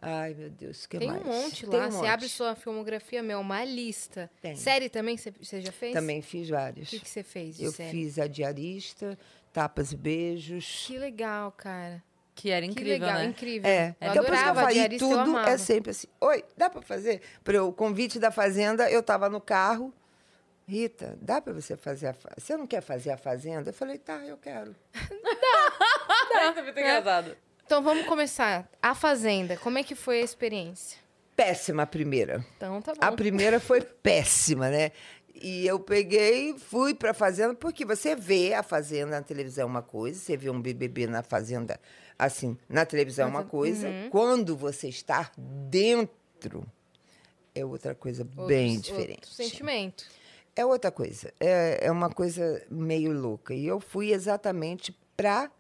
C: Ai, meu Deus, o que
B: Tem
C: mais?
B: um monte
C: Tem
B: lá.
C: um
B: você
C: monte.
B: abre sua filmografia, meu, uma lista.
C: Tem.
B: Série também você- você já fez?
C: Também fiz
B: O
C: várias.
B: que, que você fez de
C: eu
B: série?
C: fiz A Diarista, Tapas e Beijos.
B: Que legal, cara.
A: Que era
B: que
A: incrível,
B: legal,
A: né?
B: incrível.
C: É,
B: eu
C: então por isso que eu
B: adorava, a
C: falei
B: diarista eu
C: tudo
B: amava.
C: é sempre assim. Oi, dá para fazer? Para o convite da fazenda, eu estava no carro. Rita, dá para você fazer a fa... Você não quer fazer a fazenda? Eu falei, tá, eu quero.
A: Isso é muito engraçado.
B: Então vamos começar. A Fazenda, como é que foi a experiência?
C: Péssima a primeira.
B: Então tá bom.
C: A primeira foi péssima, né? E eu peguei e fui para a fazenda, porque você vê a fazenda na televisão uma coisa, você vê um BBB na fazenda, assim, na televisão uma coisa.
B: Uhum.
C: Quando você está dentro, é outra coisa bem
B: Outros- outro
C: diferente.
B: sentimento.
C: É outra coisa. É, é uma coisa meio louca. E eu fui exatamente para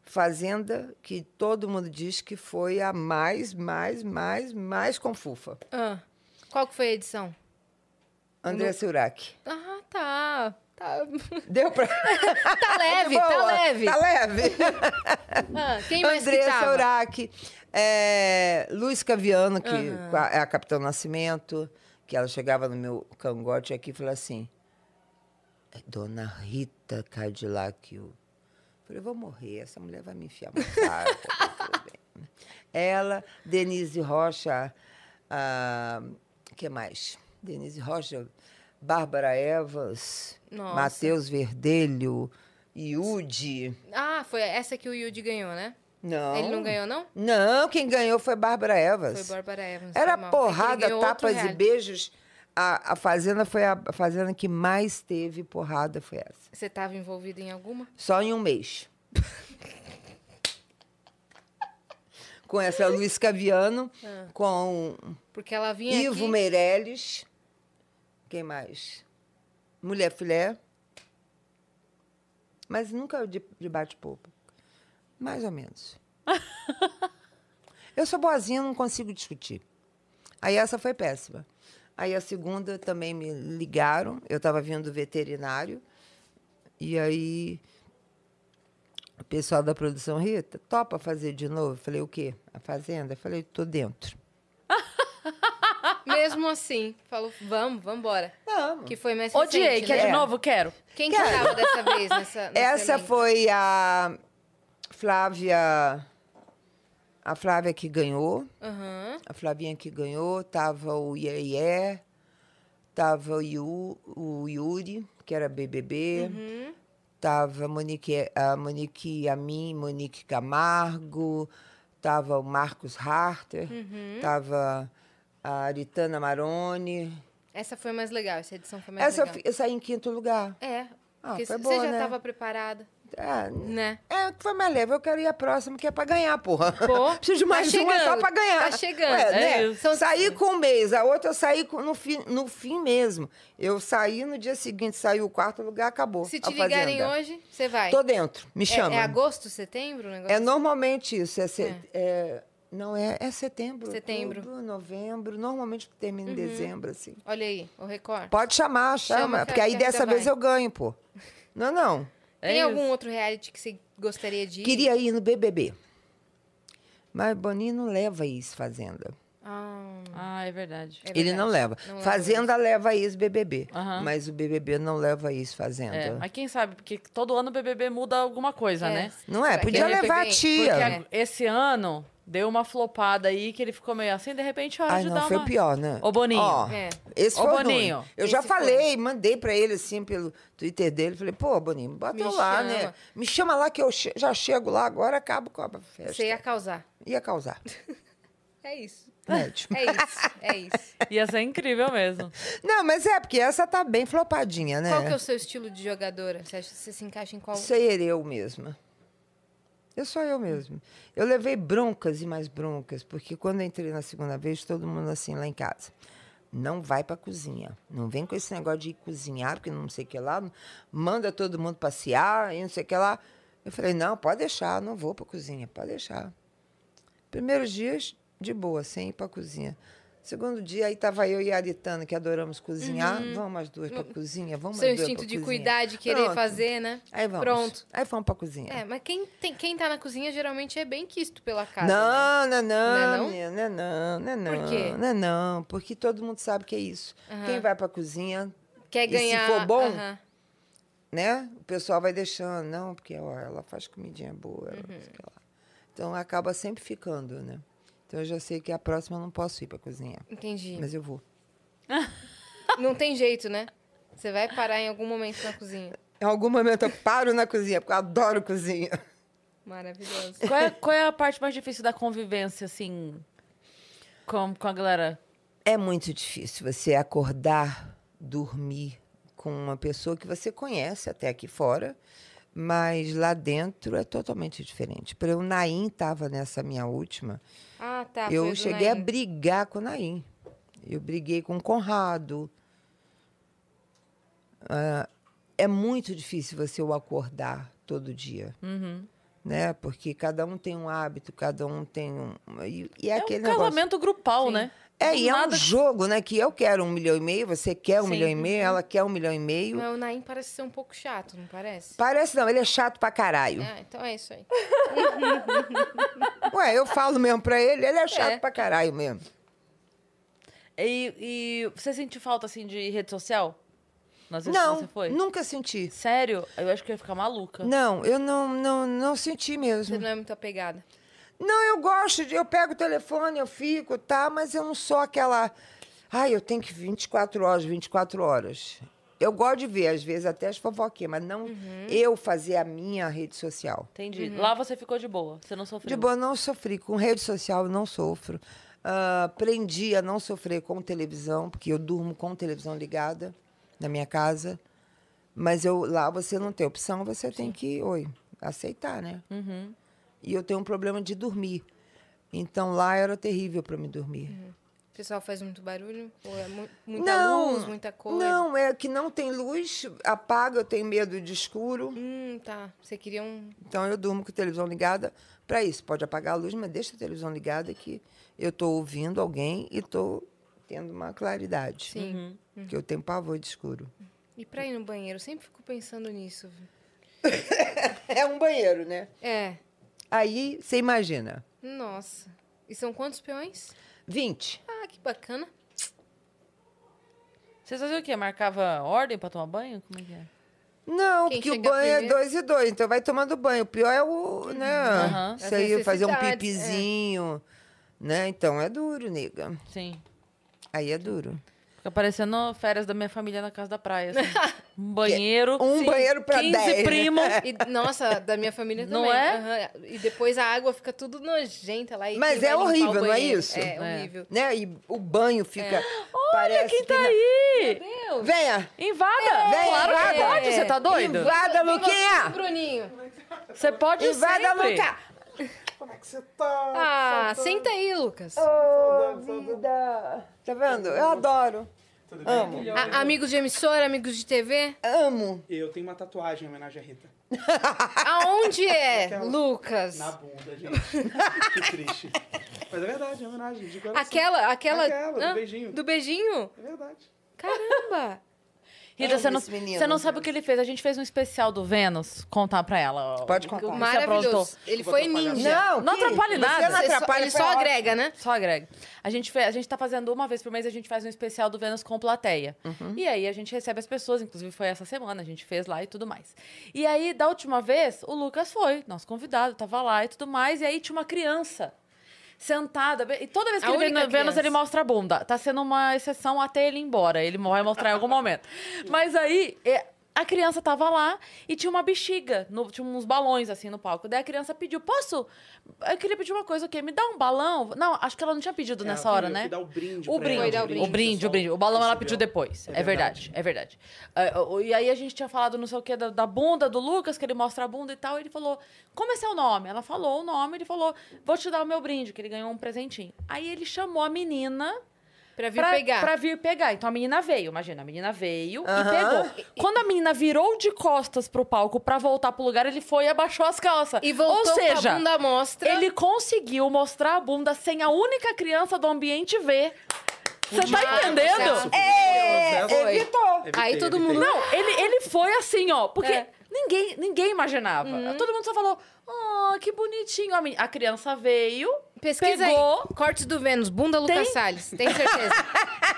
C: fazenda que todo mundo diz que foi a mais, mais, mais, mais confufa.
B: Ah, qual que foi a edição?
C: André Surak.
B: Ah, tá. Tá,
C: Deu pra.
B: tá leve,
C: Boa,
B: tá leve.
C: Tá leve.
B: Ah, quem mais que
C: André
B: tava?
C: Surak, é, Luiz Caviano, que
B: Aham.
C: qua- é a Capitão Nascimento, que ela chegava no meu cangote aqui e falava assim: "É Dona Rita Cadillac. Eu falei: vou morrer, essa mulher vai me enfiar no saco. tudo bem. ela, Denise Rocha, o que mais? Denise Rocha, Bárbara Evas,
B: Nossa.
C: Matheus Verdelho, Iude.
B: Ah, foi essa que o Yudi ganhou, né?
C: Não.
B: Ele não ganhou, não?
C: Não, quem ganhou foi Bárbara
B: Foi
C: Evas.
B: Bárbara Evans.
C: Era
B: foi mal. É que ele
C: porrada,
B: ganhou outro
C: tapas e
B: reality.
C: beijos. A, a Fazenda foi a, a Fazenda que mais teve porrada, foi essa.
B: Você tava envolvida em alguma?
C: Só em um mês. com essa Luiz Caviano,
B: Ah.
C: com
B: Porque ela vinha
C: Ivo
B: aqui...
C: Meirelles. Quem mais? Mulher Filé. Mas nunca de, de bate-pouco. Mais ou menos. eu sou boazinha, não consigo discutir. Aí essa foi péssima. Aí a segunda também me ligaram. Eu estava vindo do veterinário. E aí o pessoal da produção, Rita, topa fazer de novo? Eu falei, o quê? A fazenda? Eu falei, tô dentro.
B: Mesmo assim, falou, vamos, vamos embora.
C: Vamos.
B: Que foi mais recente,
A: Odiei,
B: né?
A: quer de
C: É.
A: novo? Quero.
B: Quem que tava dessa vez nessa nesse
C: Essa
B: elenco?
C: foi a Flávia. A Flávia que ganhou.
B: Aham.
C: A Flavinha que ganhou. Tava o Iê, Tava o, Yu- o Yuri, que era BBB.
B: Uhum.
C: Tava Monique, a Monique Amin, Monique Camargo. Tava o Marcos Harter.
B: Uhum.
C: Tava a Aritana Maroni.
B: Essa foi mais legal, essa edição foi mais
C: Essa eu,
B: legal.
C: fi- eu saí em quinto lugar.
B: É.
C: Ah,
B: porque
C: foi
B: c-
C: boa,
B: já
C: né?
B: tava preparada,
C: É,
B: né?
C: É, que foi mais leve. Eu quero ir a próxima, que é pra ganhar, porra.
B: Pô,
C: Preciso de
B: tá
C: mais uma só
B: chegando,
C: pra ganhar.
B: tá chegando,
C: Ué,
B: é
C: né?
B: isso. São-
C: Saí com um mês, a outra eu saí com- no, fim, no fim mesmo. Eu saí no dia seguinte, saiu o quarto lugar, acabou.
B: Se
C: a
B: te ligarem
C: fazenda.
B: hoje, você vai.
C: Tô dentro, me
B: é,
C: chama.
B: é agosto, setembro, o negócio?
C: É normalmente isso. É, se- é- não, é, é setembro.
B: Setembro.
C: outubro, novembro. Normalmente termina em dezembro, assim.
B: Olha aí, o Record.
C: Pode chamar, chama.
B: Chama, que
C: porque aí
B: a gente
C: dessa
B: vai.
C: vez eu ganho, pô. Não, é não.
A: É
B: Tem
A: isso.
B: algum outro reality que você gostaria de ir?
C: Queria ir no BBB. Mas Boninho não leva isso, Fazenda.
B: Ah,
A: Ah, é verdade.
B: é
C: Ele não
B: verdade.
C: leva.
B: Não leva
C: fazenda leva isso, BBB.
A: Aham.
C: Mas o BBB não leva isso, Fazenda.
A: É, mas quem sabe, porque todo ano o BBB muda alguma coisa,
B: É.
A: né?
C: Não é?
B: Será que
C: Podia
B: ele
C: levar a
B: vem?
C: tia.
B: Porque
A: Porque a- esse ano Deu uma flopada aí que ele ficou meio assim, de repente, hora
C: Ai,
A: de
C: não,
A: dar
C: foi
A: uma...
C: pior, né?
A: Ô, Boninho.
C: Ó,
B: É.
C: Esse
A: Ô,
C: foi o
A: Boninho,
C: Boninho. Eu
B: esse
C: já
B: foi.
C: falei, mandei pra ele, assim, pelo Twitter dele. Falei, pô, Boninho, bota
B: Me
C: eu lá,
B: chama.
C: né? Me chama lá que eu che- já chego lá, agora acabo com a
B: É.
C: festa.
B: Você ia causar.
C: Ia causar.
B: É isso.
C: Médio.
B: É isso. É isso.
A: Ia ser incrível mesmo.
C: Não, mas é, porque essa tá bem flopadinha, né?
B: Qual que é o seu estilo de jogadora? Você, acha, você se encaixa em qual?
C: Ser eu mesma. Eu sou eu mesma. Eu levei broncas e mais broncas, porque quando eu entrei na segunda vez, todo mundo assim lá em casa. Não vai pra cozinha. Não vem com esse negócio de ir cozinhar, porque não sei o que lá. Manda todo mundo passear e não sei o que lá. Eu falei, não, pode deixar, não vou pra cozinha, pode deixar. Primeiros dias, de boa, sem ir pra cozinha. Segundo dia, aí tava eu e a Aritana, que adoramos cozinhar. Vamos as duas pra cozinha, vamos
B: Uhum. Hum. Seu
C: as duas pra
B: instinto de
C: cozinha.
B: cuidar, de querer
C: Pronto.
B: fazer, né?
C: Aí vamos.
B: Pronto.
C: Aí vamos pra cozinha.
B: É, mas quem, tem, quem tá na cozinha geralmente é bem quisto pela casa. né?
C: Não, não,
B: é não?
C: não, menina, não, não, não, não, é
B: Por quê?
C: não, não, porque todo mundo sabe que é isso.
B: Aham.
C: Quem vai pra cozinha,
B: Quer
C: E se
B: ganhar.
C: for bom,
B: aham.
C: né? O pessoal vai deixando, não, porque ó, ela faz comidinha boa,
B: Uhum.
C: ela não sei o que lá. Então acaba sempre ficando, né? Então eu já sei que a próxima eu não posso ir pra cozinha,
B: Entendi.
C: mas eu vou.
B: Não tem jeito, né? Você vai parar em algum momento na cozinha.
C: Em algum momento eu paro na cozinha, porque eu adoro cozinha.
B: Maravilhoso.
A: Qual é, qual é a parte mais difícil da convivência, assim, com, com a galera?
C: É muito difícil você acordar, dormir com uma pessoa que você conhece até aqui fora, mas lá dentro é totalmente diferente. Por exemplo, o Naim estava nessa minha última.
B: Ah, tá. foi
C: eu
B: do
C: cheguei a
B: Naim.
C: brigar com o Naim. Eu briguei com o Conrado. Ah, é muito difícil você o acordar todo dia.
A: Uhum.
C: Né? Porque cada um tem um hábito, cada um tem um. E, e
A: É,
C: é,
A: um
C: aquele negócio.
A: casamento grupal, né?
C: É,
A: Do
C: e é um
A: nada-
C: jogo, né? Que eu quero um milhão e meio, você quer um
A: Sim.
C: milhão e meio, ela quer um milhão e meio.
B: Mas o Naim parece ser um pouco chato, não parece?
C: Parece não, ele é chato pra caralho.
B: Ah, então é isso aí.
C: Ué, eu falo mesmo pra ele, ele é chato
B: É.
C: pra caralho mesmo.
A: E, e você sente falta, assim, de rede social? Nas vezes que
C: Não,
A: você foi?
C: nunca senti.
A: Sério? Eu acho que eu ia ficar maluca.
C: Não, eu não, não, não senti
B: Você
C: mesmo.
B: não é muito apegada.
C: Não, eu gosto, de, eu pego o telefone, eu fico, tá, mas eu não sou aquela. Ai, eu tenho que 24 horas, 24 horas. Eu gosto de ver, às vezes, até as fofoquinhas, mas não
A: Uhum.
C: eu fazer a minha rede social.
A: Entendi. Lá você ficou de boa, você não sofreu.
C: Uhum. De boa, não sofri. Com rede social, eu não sofro. Ah, aprendi a não sofrer com televisão, porque eu durmo com televisão ligada na minha casa. Mas eu, lá você não tem opção, você tem que oi, aceitar, né?
A: Uhum.
C: E eu tenho um problema de dormir. Então lá era terrível para me dormir.
B: O pessoal faz muito barulho? Ou é mu- muita luz, muita coisa?
C: Não, é que não tem luz, apaga, eu tenho medo de escuro.
B: Hum, tá. Você queria um...
C: Então eu durmo com a televisão ligada para isso. Pode apagar a luz, mas deixa a televisão ligada que eu estou ouvindo alguém e estou tendo uma claridade.
B: Sim.
C: Que eu tenho pavor de escuro.
B: E pra ir no banheiro? Eu sempre fico pensando nisso. viu?
C: É um banheiro, né?
B: É.
C: Aí você imagina.
B: Nossa. E são quantos peões?
C: 20.
B: Ah, que bacana.
A: Vocês faziam o quê? Marcava ordem pra tomar banho? Como é que é?
C: Não,
B: Quem
C: porque o
B: chega
C: banho é
B: primeiro?
C: dois e dois, então vai tomando banho. O pior é o, né?
A: Aham.
C: Isso
B: As
C: aí, fazer um
B: necessidades,
C: pipizinho, né? Então é duro, nega.
A: Sim.
C: Aí é duro.
A: Fica parecendo férias da minha família na casa da praia. assim. Um banheiro.
C: Um
A: sim,
C: banheiro pra
A: 15
C: 10, né?
A: primo.
B: E, nossa, da minha família também.
A: Não é?
B: Aham. E depois a água fica tudo nojenta lá. E
C: Mas
B: quem vai limpar
C: é
B: o
C: horrível, não é
B: banheiro?
C: isso?
B: É,
A: É.
B: horrível.
C: Né? E o banho fica. Olha
A: Quem tá
C: não...
A: aí?
B: Deus!
C: Venha!
A: Invada!
C: É. Vem,
A: claro que
C: invada.
A: pode, você tá doido?
B: Vem
C: Invada,
B: você,
C: Luquinha!
B: Bruninho!
A: Você pode
C: Invada,
A: sempre.
C: Luca!
D: Como é que você tá?
B: Ah, senta aí, Lucas.
C: Ô, vida! Tá vendo? Eu adoro.
D: Tudo bem?
C: Amo.
B: A- amigos de emissora, amigos de TV.
C: Amo.
D: Eu tenho uma tatuagem em homenagem à Rita.
B: Aonde é,
D: Aquela-
B: Lucas?
D: Na bunda, gente. que triste. Mas é verdade, é homenagem. De coração.
B: Aquela, aquela.
D: Aquela, do
B: Hã?
D: beijinho.
B: Do beijinho?
D: É verdade.
B: Caramba!
A: Rita,
C: Amo
A: você não,
C: esse menino.
A: você não sabe o que ele fez. A gente fez um especial do Vênus. Contar pra ela. ó,
C: Pode
A: o que
C: contar.
A: você aprontou.
B: Maravilhoso. Ele foi
D: atrapalhar.
B: ninja.
A: Não
C: que-
A: atrapalhe nada.
C: Você
A: Você
C: não
B: só-
C: atrapalha,
B: ele
C: foi
B: só
C: ótimo.
B: agrega, né?
A: Só agrega. A gente, fe- a gente tá fazendo uma vez por mês, a gente faz um especial do Vênus com plateia.
B: Uhum.
A: E aí a gente recebe as pessoas, inclusive foi essa semana, a gente fez lá e tudo mais. E aí, da última vez, o Lucas foi, nosso convidado, tava lá e tudo mais, e aí tinha uma criança. sentada. E toda vez que
B: A
A: ele vem
B: única
A: no Vênus,
B: criança.
A: ele mostra a bunda. Tá sendo uma exceção até ele ir embora. Ele vai mostrar em algum momento. Mas aí. é, A criança tava lá e tinha uma bexiga, no- tinha uns balões assim no palco. Daí a criança pediu: Posso? Eu queria pedir uma coisa, o quê? Me dá um balão? Não, acho que ela não tinha pedido nessa hora, né?
D: Dá É, o brinde.
A: O
D: pra
A: brinde,
D: ela,
B: Foi dar o
A: o brinde, o brinde. O balão ela pediu depois. É,
D: É
A: verdade,
D: verdade.
A: é verdade. Ah, o- e aí a gente tinha falado não sei o que da, da bunda do Lucas, que ele mostra a bunda e tal. E ele falou: Como é seu nome? Ela falou o nome, ele falou: Vou te dar o meu brinde, que ele ganhou um presentinho. Aí ele chamou a menina
B: Pra vir
A: pra,
B: pegar.
A: pra vir pegar. Então a menina veio, imagina, a menina veio
C: Aham.
A: e pegou. Quando a menina virou de costas pro palco pra voltar pro lugar, ele foi e abaixou as calças.
B: E voltou
A: Ou
B: com a
A: seja,
B: bunda à mostra.
A: ele conseguiu mostrar a bunda sem a única criança do ambiente ver. Você tá
B: Fudido.
A: entendendo?
B: É.
C: É,
B: Foi.
C: evitou.
B: Aí todo mundo-
A: Não, ele, ele foi assim, ó, porque
B: É. Uhum.
A: ninguém, ninguém imaginava. Todo mundo só falou, oh, que bonitinho. A, meni- a criança veio,
B: Pesquisa
A: pegou.
B: aí. Cortes do Vênus, bunda Lucas
A: Tem?
B: Salles. Tem certeza.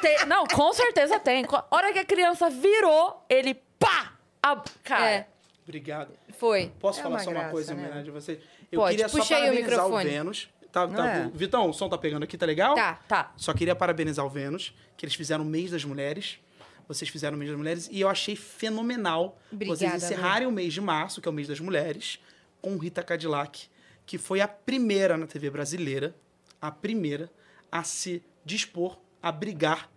A: Tem- não, com certeza tem. Co- A hora que a criança virou, ele pá! A, cara,
B: É,
D: Obrigado.
B: foi.
D: Posso
C: É
D: falar
C: uma
D: só
C: graça,
D: uma coisa em
C: né?
D: homenagem a vocês? Eu
B: Pode,
D: queria só
B: puxa aí o
D: parabenizar o
B: microfone.
D: Vênus. Tá, tá,
C: É.
D: Vitão, o som tá pegando aqui, tá legal?
B: Tá.
A: tá.
D: Só queria parabenizar o Vênus, que eles fizeram o mês das mulheres. Vocês fizeram o mês das mulheres e eu achei fenomenal
B: Obrigada,
D: vocês encerrarem o mês de março, que é o mês das mulheres, com Rita Cadillac, que foi a primeira na TV brasileira, a primeira a se dispor, a brigar,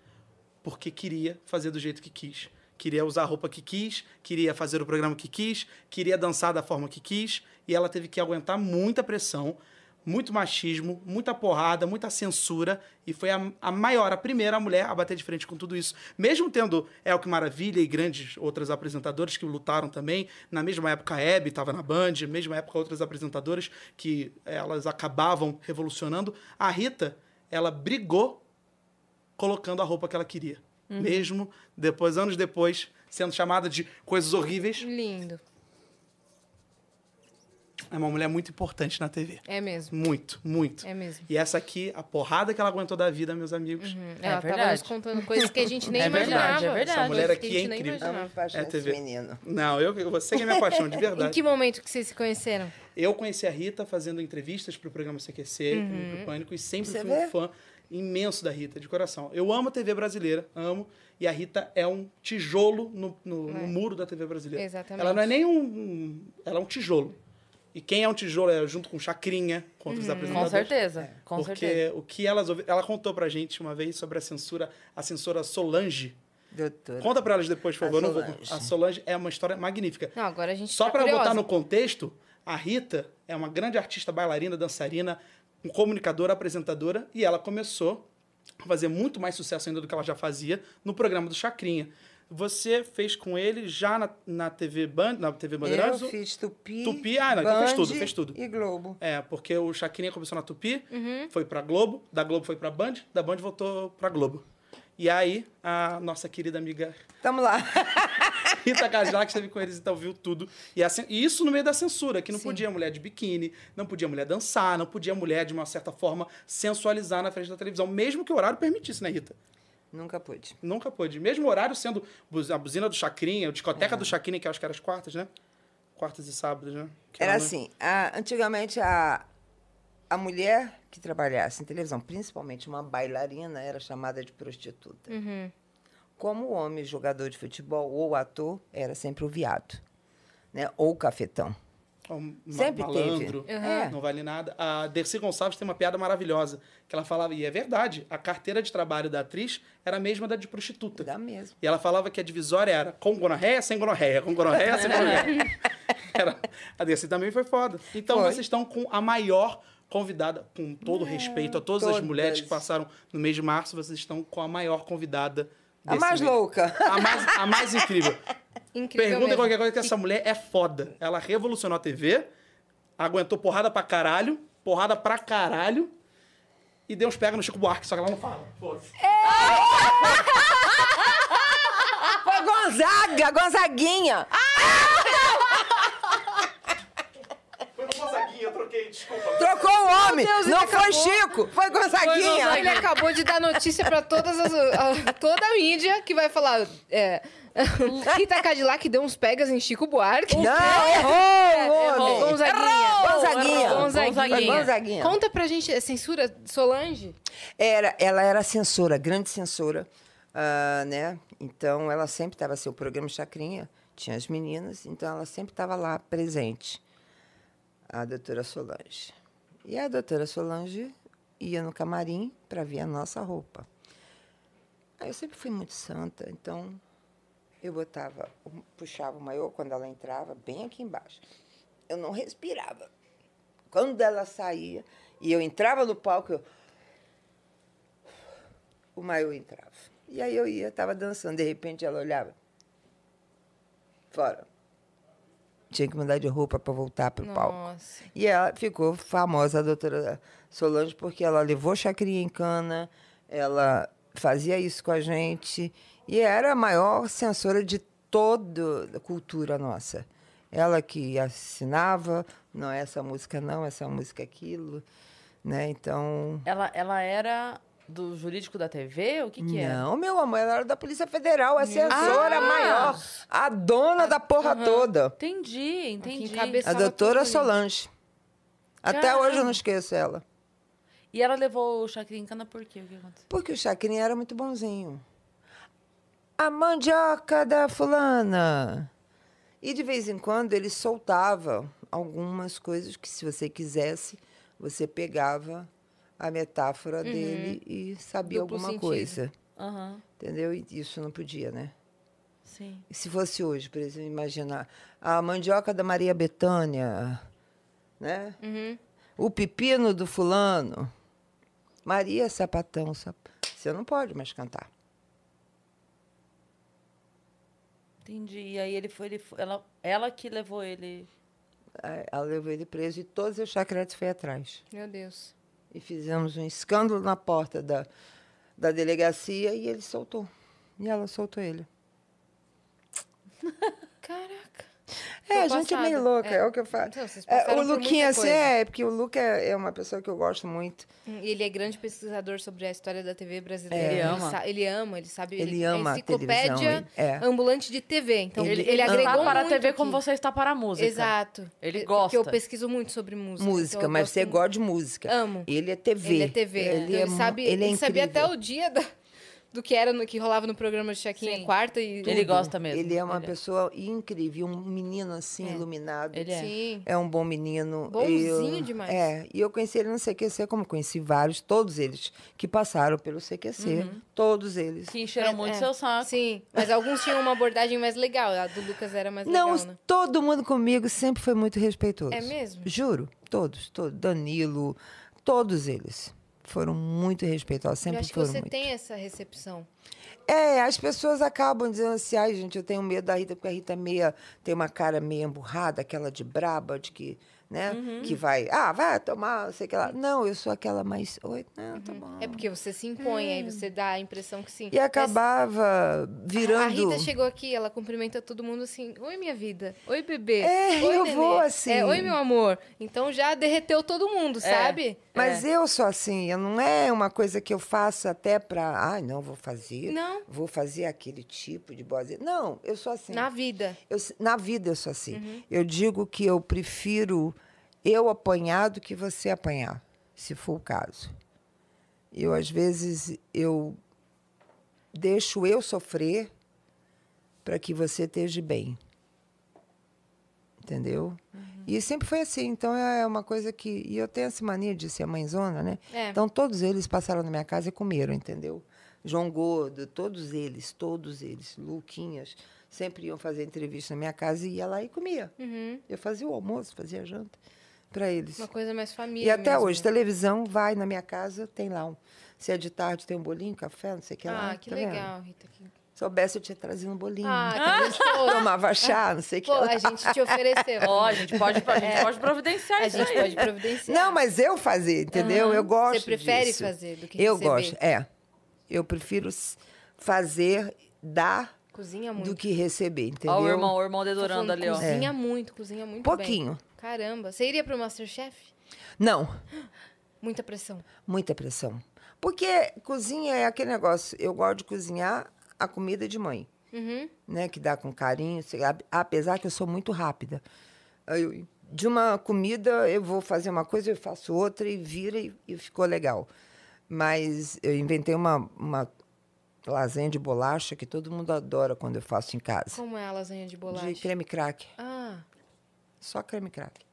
D: porque queria fazer do jeito que quis. Queria usar a roupa que quis, queria fazer o programa que quis, queria dançar da forma que quis, e ela teve que aguentar muita pressão muito machismo, muita porrada, muita censura, e foi a, a maior, a primeira mulher a bater de frente com tudo isso. Mesmo tendo El que Maravilha e grandes outras apresentadoras que lutaram também, na mesma época a Hebe estava na Band, na mesma época outras apresentadoras que eh, elas acabavam revolucionando, a Rita, ela brigou colocando a roupa que ela queria. Mesmo depois, anos depois, sendo chamada de coisas horríveis,
B: Lindo.
D: é uma mulher muito importante na TV.
B: É mesmo.
D: Muito, muito.
B: É mesmo. Uhum.
D: E essa aqui, a porrada que ela aguentou da vida, meus amigos.
A: É
B: Ela tava nos
A: verdade.
B: contando coisas que a gente nem
A: É verdade,
B: imaginava.
A: é verdade.
D: Essa mulher
B: Coisas
D: aqui
B: que a gente
D: é
B: nem
D: incrível.
B: imaginava.
C: Amo paixão
D: É
C: esse
D: TV.
C: menino.
D: Não, eu, você que é minha paixão, de
B: Em
D: verdade.
B: que momento que vocês se conheceram?
D: Eu conheci a Rita fazendo entrevistas pro programa CQC,
B: Uhum.
D: também pro Pânico, e sempre
C: Você
D: fui
C: vê?
D: um fã imenso da Rita, de coração. Eu amo a TV brasileira, amo. E a Rita é um tijolo no, no- no muro da TV brasileira.
B: É. Exatamente.
D: Ela não é nem um, um- Ela é um tijolo. E quem é um tijolo é junto com Chacrinha, com
B: Uhum.
D: outros
A: Com
D: apresentadores.
A: certeve- certeza, com
D: Porque
A: certeza.
D: o que elas ouvi- Ela contou pra gente uma vez sobre a censura, a censora Solange.
C: Doutora.
D: Conta pra elas depois, por
C: A
D: favor. eu Não vou...
C: Solange.
D: A Solange é uma história magnífica.
B: Não, agora a gente
D: Só
B: tá
D: pra
B: curiosa.
D: botar no contexto, a Rita é uma grande artista, bailarina, dançarina, um comunicadora, apresentadora, e ela começou a fazer muito mais sucesso ainda do que ela já fazia no programa do Chacrinha. Você fez com ele já na, na TV Band, na TV Bandeirantes?
C: Eu fiz Tupi.
D: Tupi, ah, não, então fez tudo,
C: Band
D: fez tudo.
C: E Globo.
D: É, porque o Chacrinha começou na Tupi, foi pra Globo, da Globo foi pra Band, da Band voltou pra Globo. E aí, a nossa querida amiga
C: Tamo lá.
D: Rita Cadillac esteve com eles, então viu tudo. E, assim- e isso no meio da censura, que não podia mulher de biquíni, não podia mulher dançar, não podia mulher, de uma certa forma, sensualizar na frente da televisão, mesmo que o horário permitisse, né, Rita?
C: Nunca pude.
D: Nunca pôde. Mesmo horário sendo bu- a buzina do Chacrinha, a discoteca do Chacrinha, que acho que era as quartas, né? Quartas e sábados, né? Que
C: Era
D: no-
C: assim, a- antigamente a, a mulher que trabalhasse em televisão, principalmente uma bailarina, era chamada de prostituta. Como o homem jogador de futebol ou ator, era sempre o viado, né? Ou o cafetão.
D: Um ma-
C: Sempre
D: malandro, É.
C: teve. Uhum.
D: não vale nada. A Dercy Gonçalves tem uma piada maravilhosa, que ela falava, e é verdade, a carteira de trabalho da atriz era a mesma da de prostituta.
C: Dá mesmo.
D: E ela falava que a divisória era com gonorreia, sem gonorreia, com gonorreia, sem gonorreia. Era, a Dercy também foi foda. Então
C: Foi. Ah,
D: vocês estão com a maior convidada, com todo respeito a todas, as
C: todas.
D: mulheres que passaram no mês de março, vocês estão com a maior convidada
C: A
D: desse
C: mais
D: mês.
C: louca.
D: A mais, a mais incrível.
B: Incrível
D: Pergunta
B: mesmo.
D: qualquer coisa que essa mulher é foda. Ela revolucionou a TV, aguentou porrada pra caralho, porrada pra caralho, e deu uns pega no Chico Buarque, só que ela não fala. Foda-se.
C: Foi a Gonzaga, a Gonzaguinha.
D: Foi uma moçaguinha, eu troquei.
E: troquei, desculpa.
C: Trocou o homem!
B: Deus, ele
C: não foi
B: acabou.
C: Chico, foi Gonzaguinha!
B: Ele acabou de dar notícia pra todas as, a- toda a mídia que vai falar. É, Rita Cadillac deu uns pegas em Chico Buarque.
C: não, errou o
A: errou.
C: homem!
B: Gonzaguinha.
C: Gonzaguinha.
A: Errou.
C: Foi
B: Gonzaguinha.
C: Gonzaguinha.
B: Conta pra gente, é censura Solange?
C: Era, ela era censora, grande censora, ah, né? Então ela sempre estava assim, o programa Chacrinha tinha as meninas, então ela sempre estava lá presente, a doutora Solange. E a doutora Solange ia no camarim para ver a nossa roupa. Aí eu sempre fui muito santa, então eu botava, o- puxava o maiô quando ela entrava, bem aqui embaixo. Eu não respirava. Quando ela saía e eu entrava no palco, eu o maiô entrava. E aí eu ia, estava dançando, de repente ela olhava. Fora. Tinha que mudar de roupa para voltar para o palco.
B: Nossa.
C: E ela ficou famosa, a doutora Solange, porque ela levou chacrinha em cana, ela fazia isso com a gente. E era a maior censora de toda a cultura nossa. Ela que assinava, não essa música não, essa música é aquilo. Né? Então,
A: Ela, ela era do jurídico da TV? O que é? que era?
C: não, meu amor, ela era da Polícia Federal, a censora
A: Ah!
C: maior, a dona da porra toda,
A: Entendi, entendi.
B: encabeça-
C: a
B: Estava
C: doutora
B: tudo ali.
C: Solange. Até
A: Caramba.
C: hoje eu não esqueço ela.
A: E ela levou o Chacrinha em cana por quê? O que aconteceu?
C: Porque o Chacrinha era muito bonzinho. A mandioca da fulana. E de vez em quando ele soltava algumas coisas que, se você quisesse, você pegava a metáfora dele e sabia
B: Uhum. Duplo
C: alguma
B: sentido.
C: coisa.
A: Aham,
C: Entendeu? E isso não podia, né?
A: sim.
C: E Se fosse hoje, por exemplo, imaginar a mandioca da Maria Betânia, né?
B: Uhum.
C: O pepino do fulano. Maria Sapatão, sap... você não pode mais cantar.
A: Entendi. E aí ele foi, ele foi- ela, ela que levou ele.
C: Aí É, Ela levou ele preso e todos os chacretes foi atrás.
B: Meu Deus.
C: E fizemos um escândalo na porta da, da delegacia e ele soltou. E ela soltou ele.
B: Caraca.
C: É, a
B: Tô
C: gente é
B: passada.
C: meio louca,
B: É.
C: é, o que eu falo.
B: Então, vocês
C: É,
B: passaram
C: o
B: por
C: Luquinha,
B: muita
C: assim,
B: coisa.
C: é, porque o Luca é é uma pessoa que eu gosto muito.
B: E Ele é grande pesquisador sobre a história da TV brasileira.
A: É. Ele ama.
B: sa- ele ama, ele sabe.
C: Ele ama
B: é
C: a
B: enciclopédia
C: televisão, é.
B: ambulante de TV. Então, ele,
C: Ele-
B: ele
C: ama.
B: agregou
A: está para
B: muito
A: a TV
B: aqui.
A: como você está tá para a música.
B: Exato.
A: Ele
B: Eu- Porque
A: gosta.
B: eu pesquiso muito sobre música.
C: Música,
B: então eu
C: mas
B: gosto
C: você
B: muito.
C: gosta de música.
B: Amo.
C: Ele é TV.
B: Ele é TV. Ele,
C: Ele, é,
B: ele
C: mu-
B: sabe, ele
C: é
B: sabia até
C: incrível.
B: o dia da- do que era no que rolava no programa de Chequinha
A: Sim.
B: quarta e
A: Ele gosta mesmo.
C: Ele é uma pessoa incrível, um menino assim,
B: É.
C: iluminado.
A: Ele é.
B: Sim.
C: É um bom menino.
B: Bonzinho
C: Eu-
B: demais.
C: É, e eu conheci ele no CQC, como conheci vários, todos eles que passaram pelo CQC.
B: Uhum.
C: Todos eles.
A: Que encheram muito
B: é.
A: seu saco.
B: Sim, mas alguns tinham uma abordagem mais legal. A do Lucas era mais
C: Não,
B: legal, né?
C: todo mundo comigo sempre foi muito respeitoso.
B: É mesmo?
C: Juro, todos, todos. Danilo, todos eles foram muito respeitosos,
B: Eu
C: sempre
B: acho que
C: foram
B: você
C: muito.
B: tem essa recepção.
C: É, as pessoas acabam dizendo assim, ai, gente, eu tenho medo da Rita, porque a Rita é meia, tem uma cara meio emburrada, aquela de braba, de que, né,
B: Uhum.
C: que vai, ah, vai tomar, não sei o que lá. Não, eu sou aquela mais, oi, não, tá bom.
B: É porque você se impõe, aí
A: Hum.
B: você dá a impressão que sim.
C: E acabava virando...
B: A Rita chegou aqui, ela cumprimenta todo mundo assim: Oi, minha vida. Oi, bebê.
C: É,
B: Oi,
C: eu
B: nenê."
C: vou assim.
B: É, Oi, meu amor. Então já derreteu todo mundo,
A: É.
B: sabe?
C: Mas
B: É.
C: eu sou assim, eu não é uma coisa que eu faço até pra, ai, não, vou fazer,
B: Não.
C: vou fazer aquele tipo de boazinha. Não, eu sou assim.
B: Na vida.
C: Eu se- na vida eu sou assim. Eu digo que eu prefiro eu apanhar do que você apanhar, se for o caso. Eu às vezes eu deixo eu sofrer para que você esteja bem. Entendeu? E sempre foi assim, então é uma coisa que. E eu tenho essa mania de ser mãezona, né?
B: É.
C: Então todos eles passaram na minha casa e comeram, entendeu? João Gordo, todos eles, todos eles, Luquinhas, sempre iam fazer entrevista na minha casa e ia lá e comia. Eu fazia o almoço, fazia a janta para eles.
B: uhum. Uma coisa mais família.
C: E até
B: mesmo,
C: hoje,
B: né?
C: televisão vai na minha casa, tem lá um. Se é de tarde, tem um bolinho, café, não sei o que lá.
B: Ah, que
C: tá vendo?
B: legal, Rita. que-
C: Soubesse, eu tinha trazido um bolinho.
B: Ah, que gostoso.
C: Tomava chá, não sei o é que
B: Pô,
C: lá.
B: a gente te ofereceu.
A: Ó, a gente pode, a gente pode providenciar
B: É. a
A: isso
B: gente
A: aí.
B: pode providenciar.
C: Não, mas eu fazer, entendeu? Eu gosto
B: é Você prefere
C: disso.
B: fazer do que
C: Eu
B: receber?
C: gosto, é. Eu prefiro s- fazer, dar,
B: Cozinha
C: do
B: muito.
C: que receber, entendeu?
A: Ó, o irmão, o irmão
B: Tô
A: dedurando
B: falando,
A: ali, ó.
B: Cozinha muito, cozinha muito bem.
C: Pouquinho.
B: Caramba. Você iria pro Masterchef?
C: Não,
B: Muita pressão.
C: muita pressão. Porque cozinha é aquele negócio. Eu gosto de cozinhar a comida de mãe.
B: Uhum.
C: né, que dá com carinho, sei lá, apesar que eu sou muito rápida. Aí eu- de uma comida eu vou fazer uma coisa, eu faço outra e vira e, e ficou legal. Mas eu inventei uma, uma lasanha de bolacha que todo mundo adora quando eu faço em casa.
B: Como é a lasanha de bolacha?
C: De creme crack,
B: Ah,
C: só creme crack.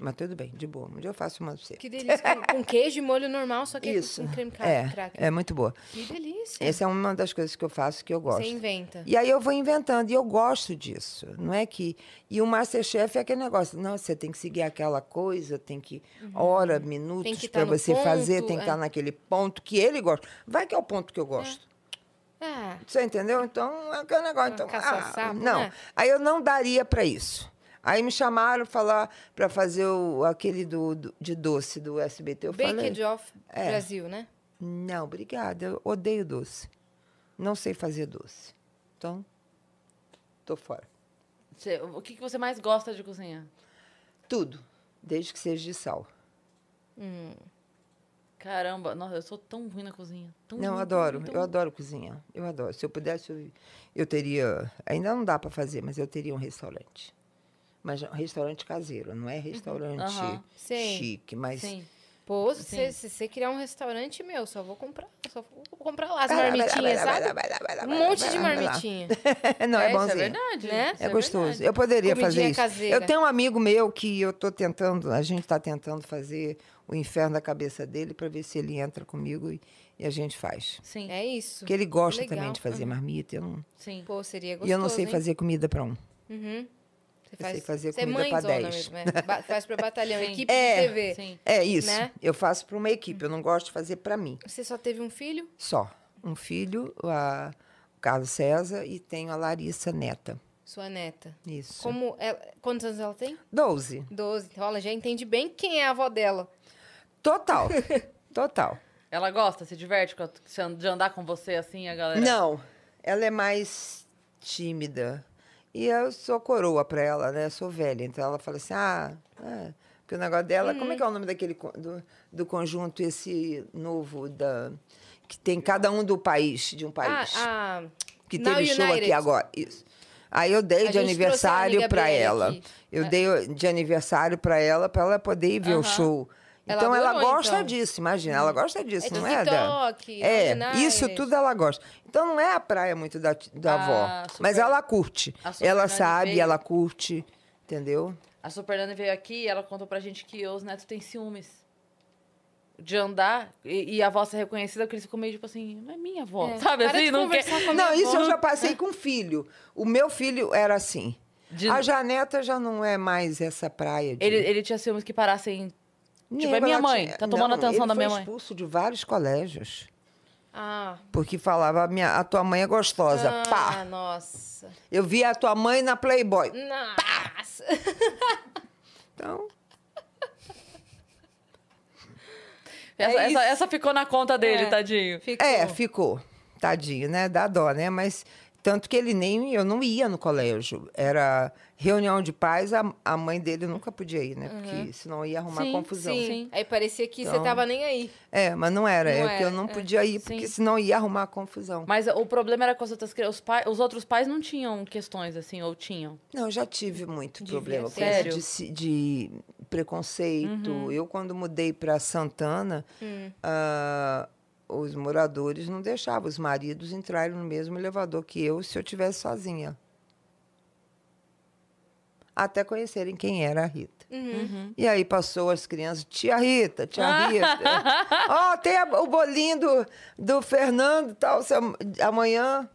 C: Mas tudo bem, de boa. Um dia eu faço uma pra você.
B: que delícia. com, com queijo e molho normal, só que é com-
C: Isso.
B: com creme cra-
C: é,
B: cracker.
C: é muito boa.
B: Que delícia.
C: Essa é uma das coisas que eu faço que eu gosto.
B: Você inventa.
C: E aí eu vou inventando, e eu gosto disso. Não é que. E o Masterchef é aquele negócio. Não, você tem que seguir aquela coisa, tem que. Hora, minutos
B: Uhum. que tá
C: para
B: no
C: você fazer,
B: ponto,
C: tem que
B: é.
C: estar naquele ponto que ele gosta. Vai que é o ponto que eu gosto.
B: Ah,
C: Você entendeu? Então, é aquele negócio. Então, ah,
B: caça-sapo,
C: não.
B: né?
C: Aí eu não daria para isso. Aí me chamaram falar para fazer o, aquele do, do- de doce do SBT. Eu falei.
B: Baked Off
C: É.
B: Brasil, né?
C: Não, obrigada. Eu odeio doce. Não sei fazer doce. Então, tô fora. É.
A: Você- o que, que você mais gosta de cozinhar?
C: Tudo, desde que seja de sal.
A: Caramba, nossa, eu sou tão ruim na cozinha. Tão
C: Não, eu
A: ruim,
C: adoro.
A: tão ruim,
C: Eu
B: um
A: tão
C: adoro cozinhar. Eu adoro. Se eu pudesse, eu, eu teria. Ainda não dá para fazer, mas eu teria um restaurante. Mas é um restaurante caseiro, não é restaurante
A: Aham.
B: Uhum, Sim.
C: chique, mas.
A: Sim.
B: Pô, se você-
A: Sim.
B: se você criar um restaurante, meu, só vou comprar. Só vou comprar lá as
C: Vai lá, vai lá, vai
B: marmitinhas,
C: lá, vai lá,
B: sabe?
C: vai lá, vai lá,
B: Um
C: vai lá,
B: monte
C: vai
B: de
C: lá, vai lá.
B: marmitinha.
C: não, é,
A: É, isso é
C: bonzinho.
A: verdade,
B: Né?
A: isso
C: É gostoso.
A: verdade.
C: Eu poderia
B: Comidinha
C: fazer isso.
B: caseira.
C: Eu tenho um amigo meu que eu tô tentando, a gente está tentando fazer o inferno da cabeça dele para ver se ele entra comigo e, e a gente faz.
A: Sim,
B: É isso.
C: Porque ele gosta
B: Legal.
C: também de fazer
B: Uhum.
C: marmita. Eu não,
A: sim.
B: Pô, seria gostoso,
C: e eu não sei
B: hein?
C: fazer comida para um.
B: Uhum. Você
C: Eu sei fazer
B: você
C: comida
B: é
C: pra
B: mãezona
C: 10.
B: mesmo, é. Ba- Faz pra batalhão,
A: Sim.
B: equipe
C: É.
B: de TV.
A: Sim.
C: É isso.
B: Né?
C: Eu faço para uma equipe. Eu não gosto de fazer para mim
B: Você só teve um filho?
C: só. Um filho, a- o Carlos César, e tenho a Larissa Neta.
B: Sua neta.
C: Isso.
B: Como ela, quantos anos ela tem?
C: 12.
B: 12. Então ela já entende bem quem é a avó dela.
C: Total. Total.
A: Ela gosta, se diverte com a- se an- de andar com você assim, a
B: É.
A: galera.
C: Não, ela é mais tímida. E eu sou coroa pra ela, né? Eu sou velha. Então ela fala assim: ah, é. porque o negócio dela. Como é que é o nome daquele co- do, do conjunto, esse novo da. Que tem cada um do país, de um país.
B: Ah, ah,
C: que
B: Now
C: teve show
B: United.
C: aqui agora. Isso. Aí eu dei
B: A gente
C: de
B: trouxe a Ana
C: aniversário pra
B: Gabriele
C: ela.
B: aqui. É.
C: Eu dei de aniversário pra ela, pra ela poder ir ver o
A: Aham.
C: show.
B: Ela
C: Então ela,
B: adorou,
C: gosta
B: então.
C: disso, imagina, ela gosta disso,
B: É
C: não é? Dan?
B: TikTok,
C: É,
B: Now
C: isso
B: United.
C: tudo ela gosta. Então não é a praia muito da, da
A: Ah,
C: avó,
A: super-
C: mas ela curte.
A: a super
C: Ela
A: Nani
C: sabe,
A: veio.
C: ela curte, entendeu?
A: A Supernani veio aqui e ela contou pra gente que os netos têm ciúmes. De andar e, e a avó ser reconhecida, porque eles ficam meio tipo assim, não é minha avó.
B: É.
A: Sabe
B: Para
A: assim?
B: de
A: Não quer.
B: conversar com a minha
C: Não, isso
B: avó.
C: eu já passei com filho. O meu filho era assim.
A: De-
C: A Janeta já não é mais essa praia de
A: Ele, ele tinha ciúmes que parassem. Tipo, é
C: Nego,
A: minha
C: ela
A: mãe,
C: tinha-
A: tá tomando
C: Não,
A: atenção
C: ele
A: da
C: foi
A: minha mãe.
C: expulso de vários colégios.
B: Ah,
C: Porque falava, "A minha, a tua mãe é gostosa.
B: ah
C: Pá!
B: nossa.
C: Eu via a tua mãe na Playboy.
B: Nossa.
C: Então,
A: Essa,
B: É
A: essa,
B: isso.
A: essa ficou na conta dele,
B: É.
A: tadinho.
B: Ficou.
C: é, ficou. Tadinho, né? Dá dó, né? Mas tanto que ele nem... Eu não ia no colégio. Era reunião de pais, a, a mãe dele nunca podia ir, né? Porque senão ia arrumar
A: Uhum. Sim,
C: confusão.
B: Sim.
A: Sim.
B: Aí parecia que você
C: Então-
B: tava nem aí.
C: É, mas não era.
B: Não
C: é porque eu
B: era,
C: não
B: é.
C: podia ir, porque
A: Sim.
C: senão ia arrumar confusão.
A: Mas o problema era com as outras crianças. Os, pai- os outros pais não tinham questões assim, ou tinham.
C: Não, eu já tive muito
B: Devia
C: problema
B: ser. Uhum.
C: com isso
A: Sério?
C: de, se- de preconceito. Eu, quando mudei para Santana,
B: Hum.
C: ah, os moradores não deixavam os maridos entrarem no mesmo elevador que eu se eu estivesse sozinha. Até conhecerem quem era a Rita.
B: Uhum.
C: E aí passou as crianças, tia Rita, tia
B: Ah.
C: Rita. Ó, tem a- o bolinho do, do Fernando e tal, se am- amanhã.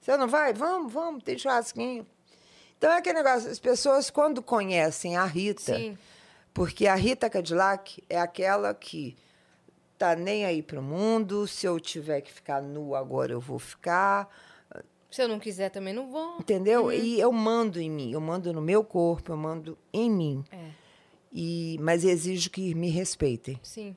C: Você não vai? Vamos, vamos, tem churrasquinho. Então é aquele negócio, as pessoas quando conhecem a Rita,
B: Sim.
C: porque a Rita Cadillac é aquela que tá nem aí pro mundo, se eu tiver que ficar nua agora eu vou ficar,
B: Se eu não quiser, também não vou.
C: entendeu? E eu mando em mim, eu mando no meu corpo, eu mando em mim.
B: É,
C: E mas exijo que me respeitem.
B: sim.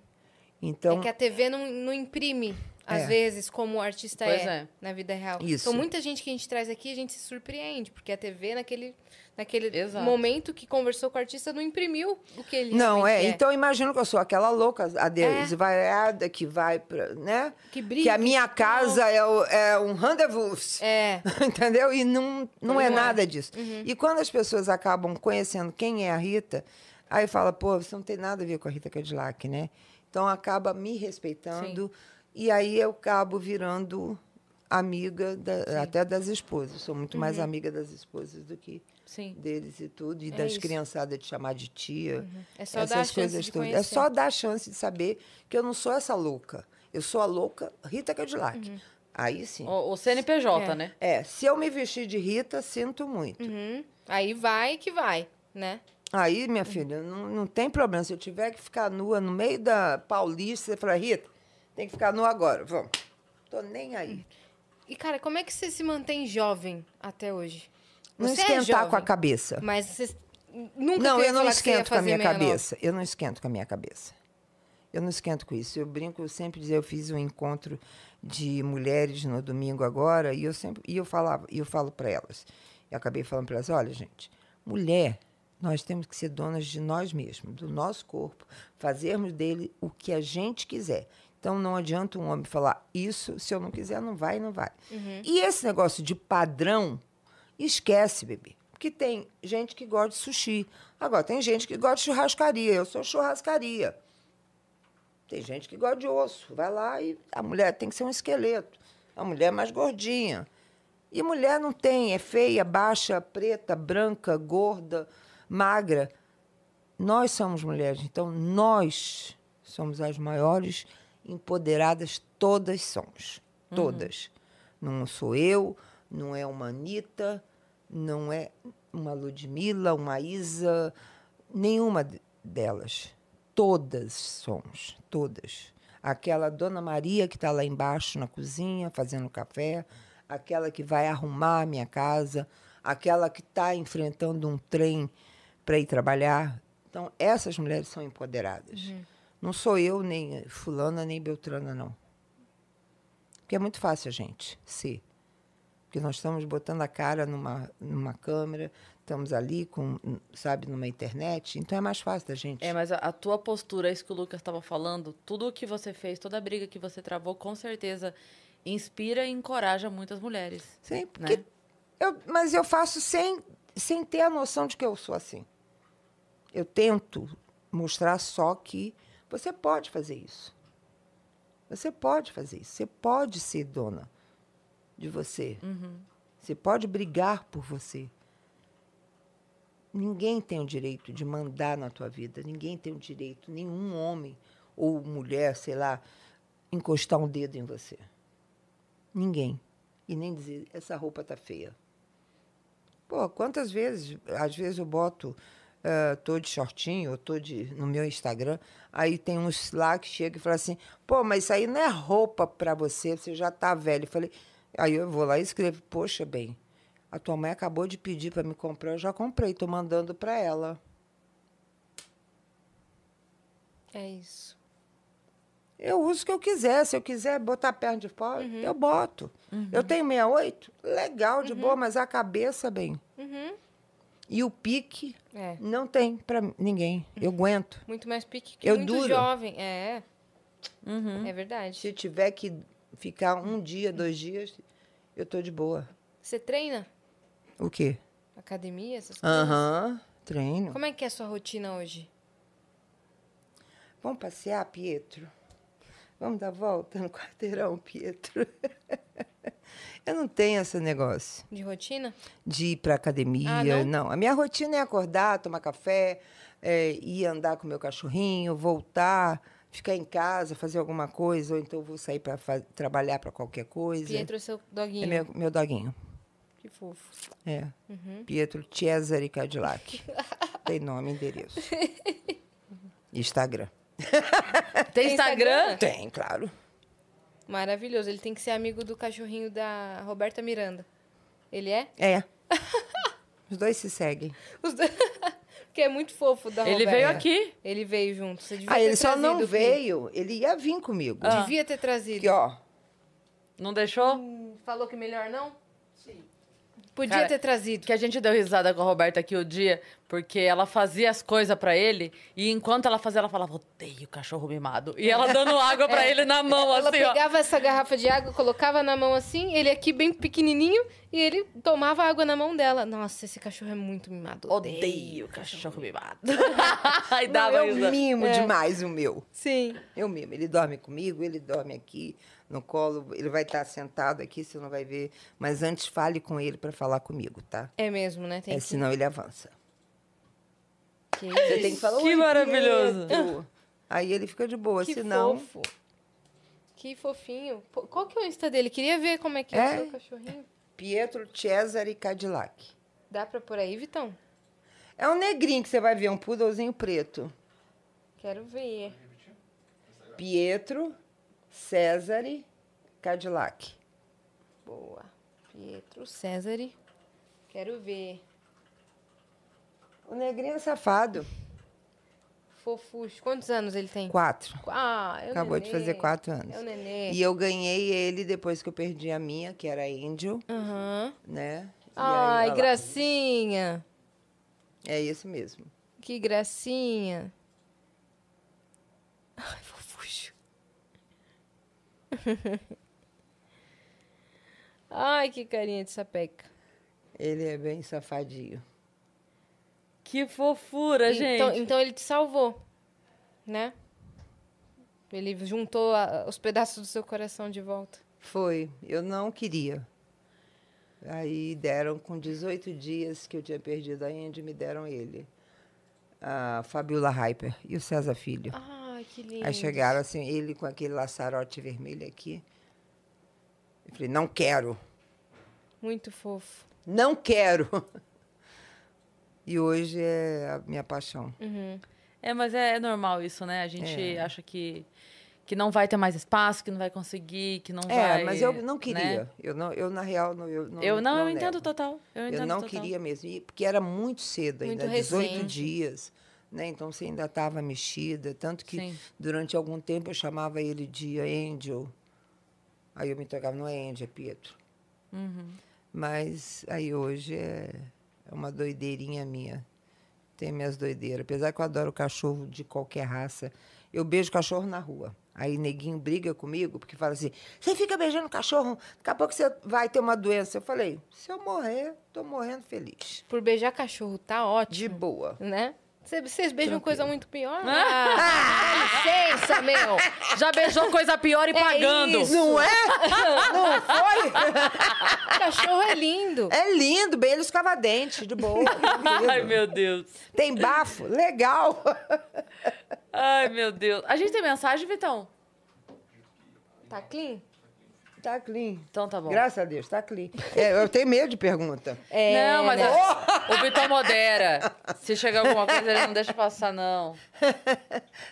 C: Então
B: É que a TV não, não imprime às
C: É.
B: vezes, como o artista
A: Pois
B: é,
A: é.
B: na vida real.
C: Isso.
B: Então, muita gente que a gente traz aqui, a gente se surpreende, porque a TV, naquele, naquele
A: Exato.
B: momento que conversou com o artista, não imprimiu o que ele
C: Não, é.
B: realmente
C: Então, imagino que eu sou aquela louca,
B: É.
C: a desvaiada que vai pra, né?
B: Que briga,
C: Que a minha
B: que tal.
C: casa é, o- é um rendezvous.
B: É,
C: Entendeu? E não, não
B: Não
C: é,
B: é.
C: nada disso. E quando as pessoas acabam conhecendo quem é a Rita, aí fala, pô, você não tem nada a ver com a Rita Cadillac, né? Então acaba me respeitando e aí eu acabo virando amiga da- até das esposas. Sou muito mais amiga das esposas do que
A: Sim.
C: deles e tudo, e
B: Uhum. É
C: das
B: isso.
C: criançadas de chamar de tia.
B: é só dar a chance de conhecer.
C: É só dar a chance de saber que eu não sou essa louca. Eu sou a louca Rita Cadillac.
B: Uhum.
C: Aí sim.
A: O, o CNPJ,
B: É.
A: né?
C: É, se eu me vestir de Rita, sinto muito.
B: Uhum. Aí vai que vai, né?
C: Aí, minha filha, não, não tem problema. Se eu tiver que ficar nua no meio da Paulista, você fala, Rita, tem que ficar nua agora, vamos. Tô nem
B: Uhum.
C: aí.
B: E, cara, como é que você se mantém jovem até hoje?
C: Não
B: Você é
C: esquentar
B: jovem,
C: com a cabeça.
B: Mas você nunca
C: não,
B: queria
C: eu não
B: falar que você ia
C: esquento com a
B: fazer
C: minha
B: 69.
C: cabeça. Eu não esquento com a minha cabeça. Eu não esquento com isso. Eu brinco, eu sempre dizia, eu fiz um encontro de mulheres no domingo agora e eu sempre e eu falava, e eu falo para elas. Eu acabei falando para elas, olha, gente, mulher, nós temos que ser donas de nós mesmos, do nosso corpo, fazermos dele o que a gente quiser. Então não adianta um homem falar isso, se eu não quiser, não vai, não vai. E esse negócio de padrão, Esquece, bebê. Porque tem gente que gosta de sushi. Agora, tem gente que gosta de churrascaria. Eu sou churrascaria. Tem gente que gosta de osso. Vai lá e a mulher tem que ser um esqueleto. A mulher é mais gordinha. E mulher não tem. É feia, baixa, preta, branca, gorda, magra. Nós somos mulheres. Então, nós somos as maiores empoderadas. Todas somos. Todas. Não sou eu, não é uma Anitta, não é uma Ludmilla, uma Isa, nenhuma de- delas. Todas somos, todas. Aquela Dona Maria que está lá embaixo na cozinha fazendo café, aquela que vai arrumar a minha casa, aquela que está enfrentando um trem para ir trabalhar. Então, essas mulheres são empoderadas. Não sou eu, nem Fulana, nem Beltrana, não. Porque é muito fácil a gente ser. Porque nós estamos botando a cara numa, numa câmera, estamos ali, com, sabe, numa internet. Então é mais fácil da gente.
A: É, mas a, a tua postura, isso que o Lucas estava falando, tudo o que você fez, toda a briga que você travou, com certeza inspira e encoraja muitas mulheres.
C: Sim, porque
A: Né?
C: eu, mas eu faço sem, sem ter a noção de que eu sou assim. Eu tento mostrar só que você pode fazer isso. Você pode fazer isso. Você pode ser dona de você. Você pode brigar por você. Ninguém tem o direito de mandar na tua vida. Ninguém tem o direito, nenhum homem ou mulher, sei lá, encostar um dedo em você. Ninguém. E nem dizer, essa roupa tá feia. Pô, quantas vezes, às vezes eu boto, eh, tô de shortinho, eu tô de, no meu Instagram, aí tem uns lá que chega e fala assim, pô, mas isso aí não é roupa pra você, você já tá velho. Eu falei, aí eu vou lá e escrevo, poxa, bem, a tua mãe acabou de pedir pra me comprar, eu já comprei, tô mandando pra ela.
B: É isso.
C: Eu uso o que eu quiser. Se eu quiser botar a perna de fora, eu boto. Eu tenho 68? Legal, de boa, mas a cabeça, bem. E o pique,
B: É.
C: não tem pra ninguém. Eu aguento.
B: Muito mais pique que
C: Eu
B: muito
C: duro. Hum?
B: jovem. É,
A: Uhum.
B: é verdade.
C: Se tiver que ficar um dia, dois dias, eu tô de boa.
B: Você treina?
C: O quê?
B: Academia, essas coisas?
C: Aham, treino.
B: Como é que é a sua rotina hoje?
C: Vamos passear, Pietro? Vamos dar volta no quarteirão, Pietro? eu não tenho esse negócio.
B: De rotina?
C: de ir para academia,
B: Ah, não?
C: não? A minha rotina é acordar, tomar café, é, ir andar com meu cachorrinho, voltar, ficar em casa, fazer alguma coisa, ou então vou sair para trabalhar para qualquer coisa.
B: Pietro é seu doguinho.
C: É meu, meu doguinho.
B: Que fofo. Uhum.
C: É. Pietro Cesare Cadillac. Tem nome e endereço. Instagram.
A: É, Tem Instagram?
C: Tem, claro.
B: Maravilhoso. Ele tem que ser amigo do cachorrinho da Roberta Miranda. Ele é?
C: É. Os dois se seguem.
B: Os dois- Porque é muito fofo da
A: Ele
B: Roberta.
A: veio aqui.
B: Ele veio junto. Você devia
C: Ah,
B: ter
C: ele só
B: trazido, Ah.
C: não
B: Pri.
C: veio. Ele ia vir comigo.
B: Devia ter trazido.
C: Aqui, ó.
A: Não deixou?
B: Falou que melhor não?
E: Sim.
B: Podia
A: Cara,
B: ter trazido.
A: Que a gente deu risada com a Roberta aqui o dia, porque ela fazia as coisas pra ele, e enquanto ela fazia, ela falava, odeio cachorro mimado. E ela dando água pra ele na mão,
B: Ela
A: assim, ó.
B: pegava essa garrafa de água, colocava na mão assim, ele aqui bem pequenininho, e ele tomava água na mão dela. Nossa, esse cachorro é muito mimado.
A: Odeio cachorro mimado. Aí dava
C: eu
A: risada.
C: É mimo demais o meu.
B: Sim.
C: Eu mesmo. Ele dorme comigo, ele dorme aqui no colo. Ele vai estar sentado aqui, você não vai ver. Mas antes fale com ele para falar comigo, tá?
B: É mesmo, né? Tem
C: É,
B: que...
C: senão ele avança.
B: que-
C: Você tem que falar.
A: Que
C: "Oi,
A: maravilhoso."
C: Pietro." Aí ele fica de boa,
B: Que
C: senão.
B: fofo. Que fofinho. Pô, Qual que é o Insta dele? Queria ver como é que é,
C: É?
B: o seu cachorrinho.
C: Pietro Cesare Cadillac.
B: Dá pra por aí, Vitão?
C: É um negrinho que você vai ver, um poodlezinho preto.
B: Quero ver.
C: Pietro Cesare Cadillac.
B: Boa. Pietro Césari. Quero ver.
C: O negrinho é safado.
B: Fofuxo. Quantos anos ele tem?
C: Quatro.
B: Ah, é o
C: Acabou de
B: nenê.
C: fazer quatro anos.
B: É o nenê.
C: E eu ganhei ele depois que eu perdi a minha, que era a Angel,
B: Aham.
C: né? E aí, olha
B: Ai,
C: lá.
B: gracinha.
C: É isso mesmo.
B: Que gracinha. Ai, fofuxo. Ai, que carinha de sapeca.
C: Ele é bem safadinho.
A: Que fofura, gente.
B: Então, então ele te salvou, né? Ele juntou a- os pedaços do seu coração de volta.
C: Foi, eu não queria. Aí deram, com 18 dias que eu tinha perdido a Andy, me deram ele. A Fabiola Hyper e o César Filho.
B: Ai, que lindo.
C: Aí chegaram assim, ele com aquele laçarote vermelho aqui. Eu falei, não quero,
B: Muito fofo.
C: não quero. E hoje é a minha paixão.
A: É, mas é, é normal isso, né? A gente acha que, que não vai ter mais espaço, que não vai conseguir, que não
C: É,
A: vai...
C: mas eu não
A: né?
C: queria. Eu, não, eu, na real, não. Eu não,
A: Eu não, eu
C: nego.
A: entendo total. Eu,
C: Eu
A: entendo
C: não
A: total.
C: queria mesmo, e- porque era muito cedo ainda,
B: Muito
C: 18
B: recente.
C: dias, né? Então você ainda estava mexida, tanto que
A: Sim.
C: durante algum tempo eu chamava ele de Angel. Aí eu me tocava, não é Angel, é Pietro. Mas aí hoje é é uma doideirinha minha. Tem minhas doideiras. Apesar que eu adoro cachorro de qualquer raça. Eu beijo cachorro na rua. Aí neguinho briga comigo, porque fala assim: você fica beijando cachorro, daqui a pouco você vai ter uma doença. Eu falei: se eu morrer, tô morrendo feliz.
B: Por beijar cachorro, tá
C: De
B: ótimo,
C: boa.
B: né? Cê- Vocês beijam
C: Tranquilo.
B: coisa muito pior? Ah, dá licença, meu.
A: Já beijou coisa pior e
B: É
A: pagando.
B: isso.
C: Não é? Não foi?
B: Cachorro é lindo.
C: É lindo, bem ele escava dente, de boa.
A: Ai,
C: tranquilo.
A: meu Deus.
C: Tem bafo? Legal.
A: Ai, meu Deus. A gente tem mensagem, Vitão?
B: Tá clean?
C: Tá clean.
A: Então tá bom.
C: Graças a Deus, tá clean. É, eu tenho medo de pergunta.
B: É,
A: não,
B: né?
A: mas a- o Vitão modera. Se chegar alguma coisa, ele não deixa passar, não.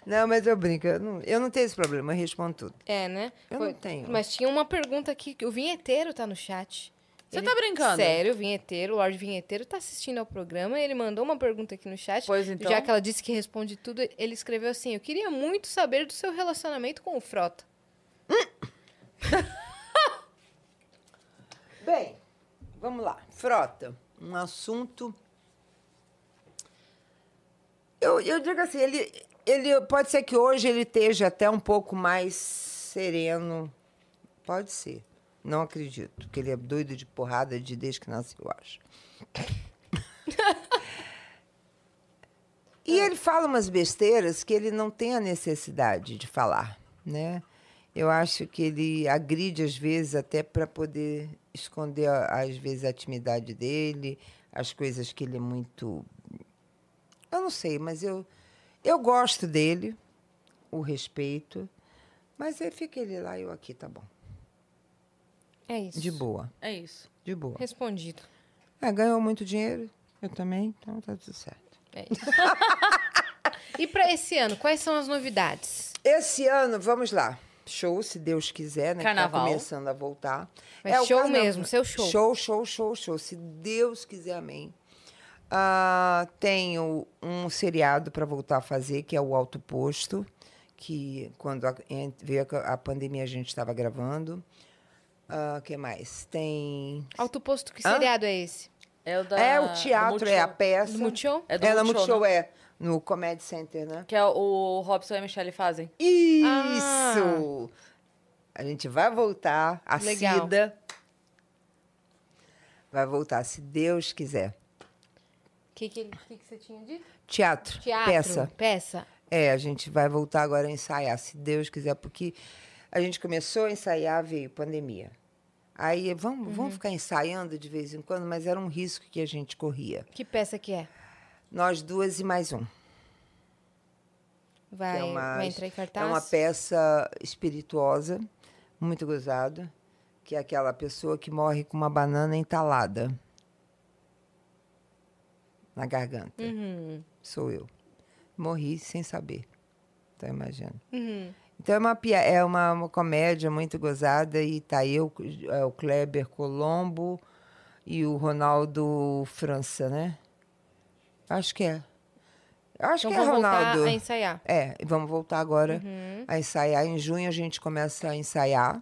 C: Não, mas eu brinco. Eu não, eu não tenho esse problema, eu respondo tudo.
B: É, né?
C: Eu não tenho.
B: Mas tinha uma pergunta aqui. que O vinheteiro tá no chat.
A: Você tá brincando?
B: Sério, o vinheteiro, o Lorde Vinheteiro tá assistindo ao programa. Ele mandou uma pergunta aqui no chat.
A: Pois então.
B: Já que ela disse que responde tudo, ele escreveu assim: Eu queria muito saber do seu relacionamento com o Frota.
C: Bem, vamos lá. Frota, um assunto. Eu, eu digo assim, ele, ele pode ser que hoje ele esteja até um pouco mais sereno. Pode ser. Não acredito, que ele é doido de porrada de desde que nasceu, eu acho. E ele fala umas besteiras que ele não tem a necessidade de falar, né? Eu acho que ele agride às vezes até para poder esconder a- às vezes a timidade dele, as coisas que ele é muito Eu não sei, mas eu eu gosto dele, o respeito, mas aí fica ele lá e eu aqui, tá bom.
B: É isso.
C: De boa,
A: É isso.
C: de boa.
B: Respondido.
C: É, ganhou muito dinheiro, eu também, então tá tudo certo.
B: É isso. e pra esse ano, quais são as novidades?
C: Esse ano, vamos lá. Show, se Deus quiser, né? que
A: Carnaval.
C: Tá começando a voltar. É
B: Mas
C: o
B: show mesmo, seu show.
C: Show, show, show, show. Se Deus quiser, amém. Ah, tenho um seriado para voltar a fazer, que é o Alto Posto, que quando a- en- veio a, a pandemia a gente estava gravando. O que mais? Tem.
B: Autoposto, que
C: Hã?
B: seriado é esse?
A: É o, da,
C: é o
A: do
C: teatro, é a
A: Multishow.
C: peça.
B: Do Multishow?
A: É do
C: Ela
A: Multishow,
C: Multishow
A: né?
C: é no Comedy Center, né?
A: Que é o Robson e a Michelle fazem.
C: Isso! A gente vai voltar, a
B: Ah. Legal.
C: Cida. Vai voltar, se Deus quiser.
B: O que, que, ele- que, que você tinha dito?
C: Teatro,
B: Teatro.
C: peça.
B: Peça.
C: É, a gente vai voltar agora a ensaiar, se Deus quiser, porque a gente começou a ensaiar, veio pandemia. Aí vamos,
B: Uhum.
C: vamos ficar ensaiando de vez em quando, mas era um risco que a gente corria.
B: Que peça que é?
C: Nós duas e mais um.
B: Vai,
C: é uma-
B: vai entrar em cartaz?
C: É uma peça espirituosa, muito gozada, que é aquela pessoa que morre com uma banana entalada na garganta.
B: Uhum.
C: Sou eu. Morri sem saber. Então imagina.
B: Uhum.
C: Então é uma pia- é uma, uma comédia muito gozada e tá eu, é, o Kleber Colombo e o Ronaldo França, né? Acho que é. Acho
B: Então
C: que é
B: vou voltar
C: Ronaldo.
B: a ensaiar.
C: É, e vamos voltar agora
B: Uhum.
C: a ensaiar. Em junho a gente começa a ensaiar,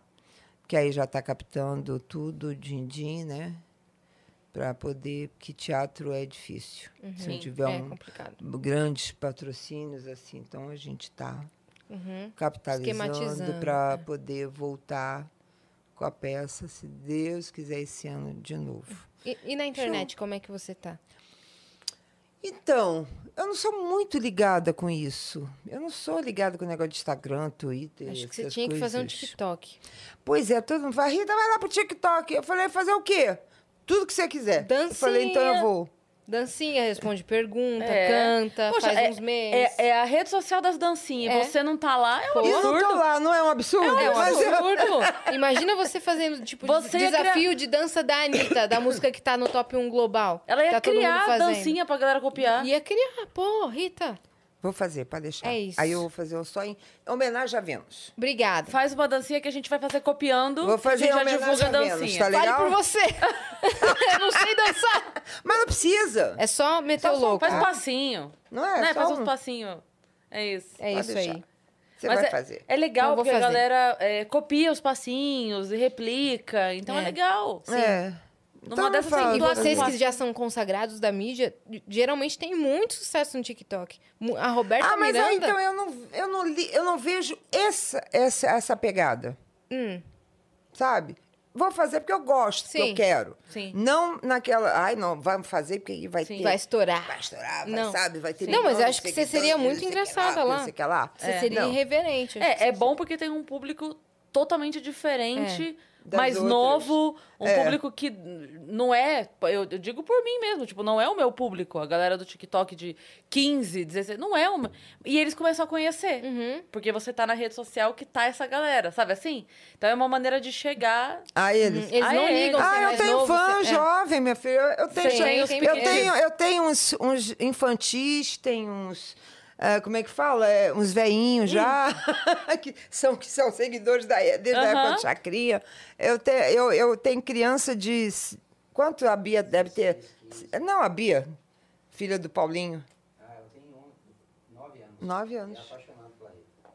C: que aí já está captando tudo, din-din, né? Para poder. Porque teatro é difícil. Se não
A: Sim,
C: tiver
B: é
C: um-
B: complicado.
C: grandes patrocínios, assim. Então a gente está
B: Uhum.
C: capitalizando
B: Esquematizando, é.
C: para poder voltar com a peça, se Deus quiser, esse ano de novo.
B: E, e na internet, como é que você tá?
C: Então, eu não sou muito ligada com isso. Eu não sou ligada com o negócio de Instagram, Twitter.
B: Acho que você
C: essas
B: tinha que fazer um
C: coisas.
B: TikTok.
C: Pois é, todo mundo fala, Rita, vai lá pro TikTok. Eu falei, fazer o quê? Tudo que você quiser. Eu falei, então eu
B: Dancinha.
C: vou.
B: Dancinha, responde pergunta,
A: É.
B: canta,
A: Poxa,
B: faz
A: é-
B: uns memes.
A: É, é a rede social das dancinhas.
B: É.
A: Você não tá lá, é um
B: Pô.
C: E eu não tô
A: absurdo.
C: lá, não é um absurdo?
A: É um
C: Mas eu-
A: absurdo.
B: Imagina você fazendo, tipo,
A: Você ia
B: desafio de dança da Anitta, da música que tá no top 1 global.
A: Ela ia
B: tá todo mundo
A: criar
B: fazendo.
A: dancinha pra galera copiar.
B: Ia criar, pô, Rita.
C: Vou fazer, pode deixar.
B: É isso.
C: Aí eu vou fazer um só em homenagem a Vênus.
B: Obrigada.
A: Faz uma dancinha que a gente vai fazer copiando.
C: Vou
A: que
C: fazer
A: a gente já
C: homenagem
A: divulga
C: a
A: a
C: Vênus,
A: dancinha.
C: tá legal?
B: Fale por você. Eu não sei dançar.
C: Mas não precisa,
B: É só meter
A: Só-
B: o louco.
A: Faz passinho.
C: não é?
A: né?
C: Só
A: Faz
C: um-
A: uns passinhos. É isso.
B: É
C: Pode
B: isso
C: deixar.
B: aí.
C: Você
A: Mas
C: vai
A: é,
C: fazer.
A: É legal
B: Então, vou
A: porque a
B: fazer.
A: galera é, copia os passinhos e replica. Então é,
B: É.
A: legal.
C: É.
A: Numa
C: eu
A: dessas
C: falo,
A: tem
B: E
C: vou
A: duas-
B: vocês
C: fazer.
B: que já são consagrados da mídia, geralmente tem muito sucesso no TikTok. Mu- A Roberta
C: Ah, mas
B: Miranda...
C: aí então eu não, eu não, li, eu não vejo essa, essa, essa pegada,
B: Hum,
C: sabe? Vou fazer porque eu gosto, porque
B: Sim.
C: eu quero.
A: Sim.
C: Não naquela, ai não, vamos fazer porque vai
A: Sim.
C: ter...
B: vai estourar.
C: vai estourar, vai,
B: Não.
C: sabe? Vai ter
B: Não, mas eu acho que
C: milhões de
B: você seria
C: seguidores,
B: muito
C: não sei o que
B: engraçada lá.
C: Não sei o que lá. É.
B: Você seria
C: Não.
B: irreverente. acho que
A: É, é
B: você-
A: bom porque tem um público totalmente diferente,
B: É.
C: Das
A: mais
C: outras.
A: novo, um
C: É.
A: público que não é. Eu, eu digo por mim mesmo, tipo, não é o meu público. A galera do TikTok de 15, 16, não é uma. E eles começam a conhecer.
B: Uhum.
A: Porque você tá na rede social que tá essa galera, sabe assim? Então é uma maneira de chegar.
C: Aí eles...
B: Eles
A: Ah,
B: não
A: é,
B: ligam.
A: eles-
B: você é
C: Ah, eu
B: mais
C: tenho
B: novo,
C: fã
B: você- é.
C: jovem, minha filha. Eu, eu tenho,
A: Sim, tem os
C: eu
A: pequenos.
C: tenho, eu tenho uns, uns infantis, tem uns. ah, como é que fala? É, uns veinhos
B: Hum.
C: já, que, são, que são seguidores da, desde a
A: Aham.
C: época de Chacria. Eu, te, eu, eu tenho criança de. s- Quanto a Bia deve ter? Não, a Bia, filha do Paulinho.
E: Ah, eu tenho on- nove anos.
C: Nove
E: E
C: anos.
E: apaixonado pela Rita.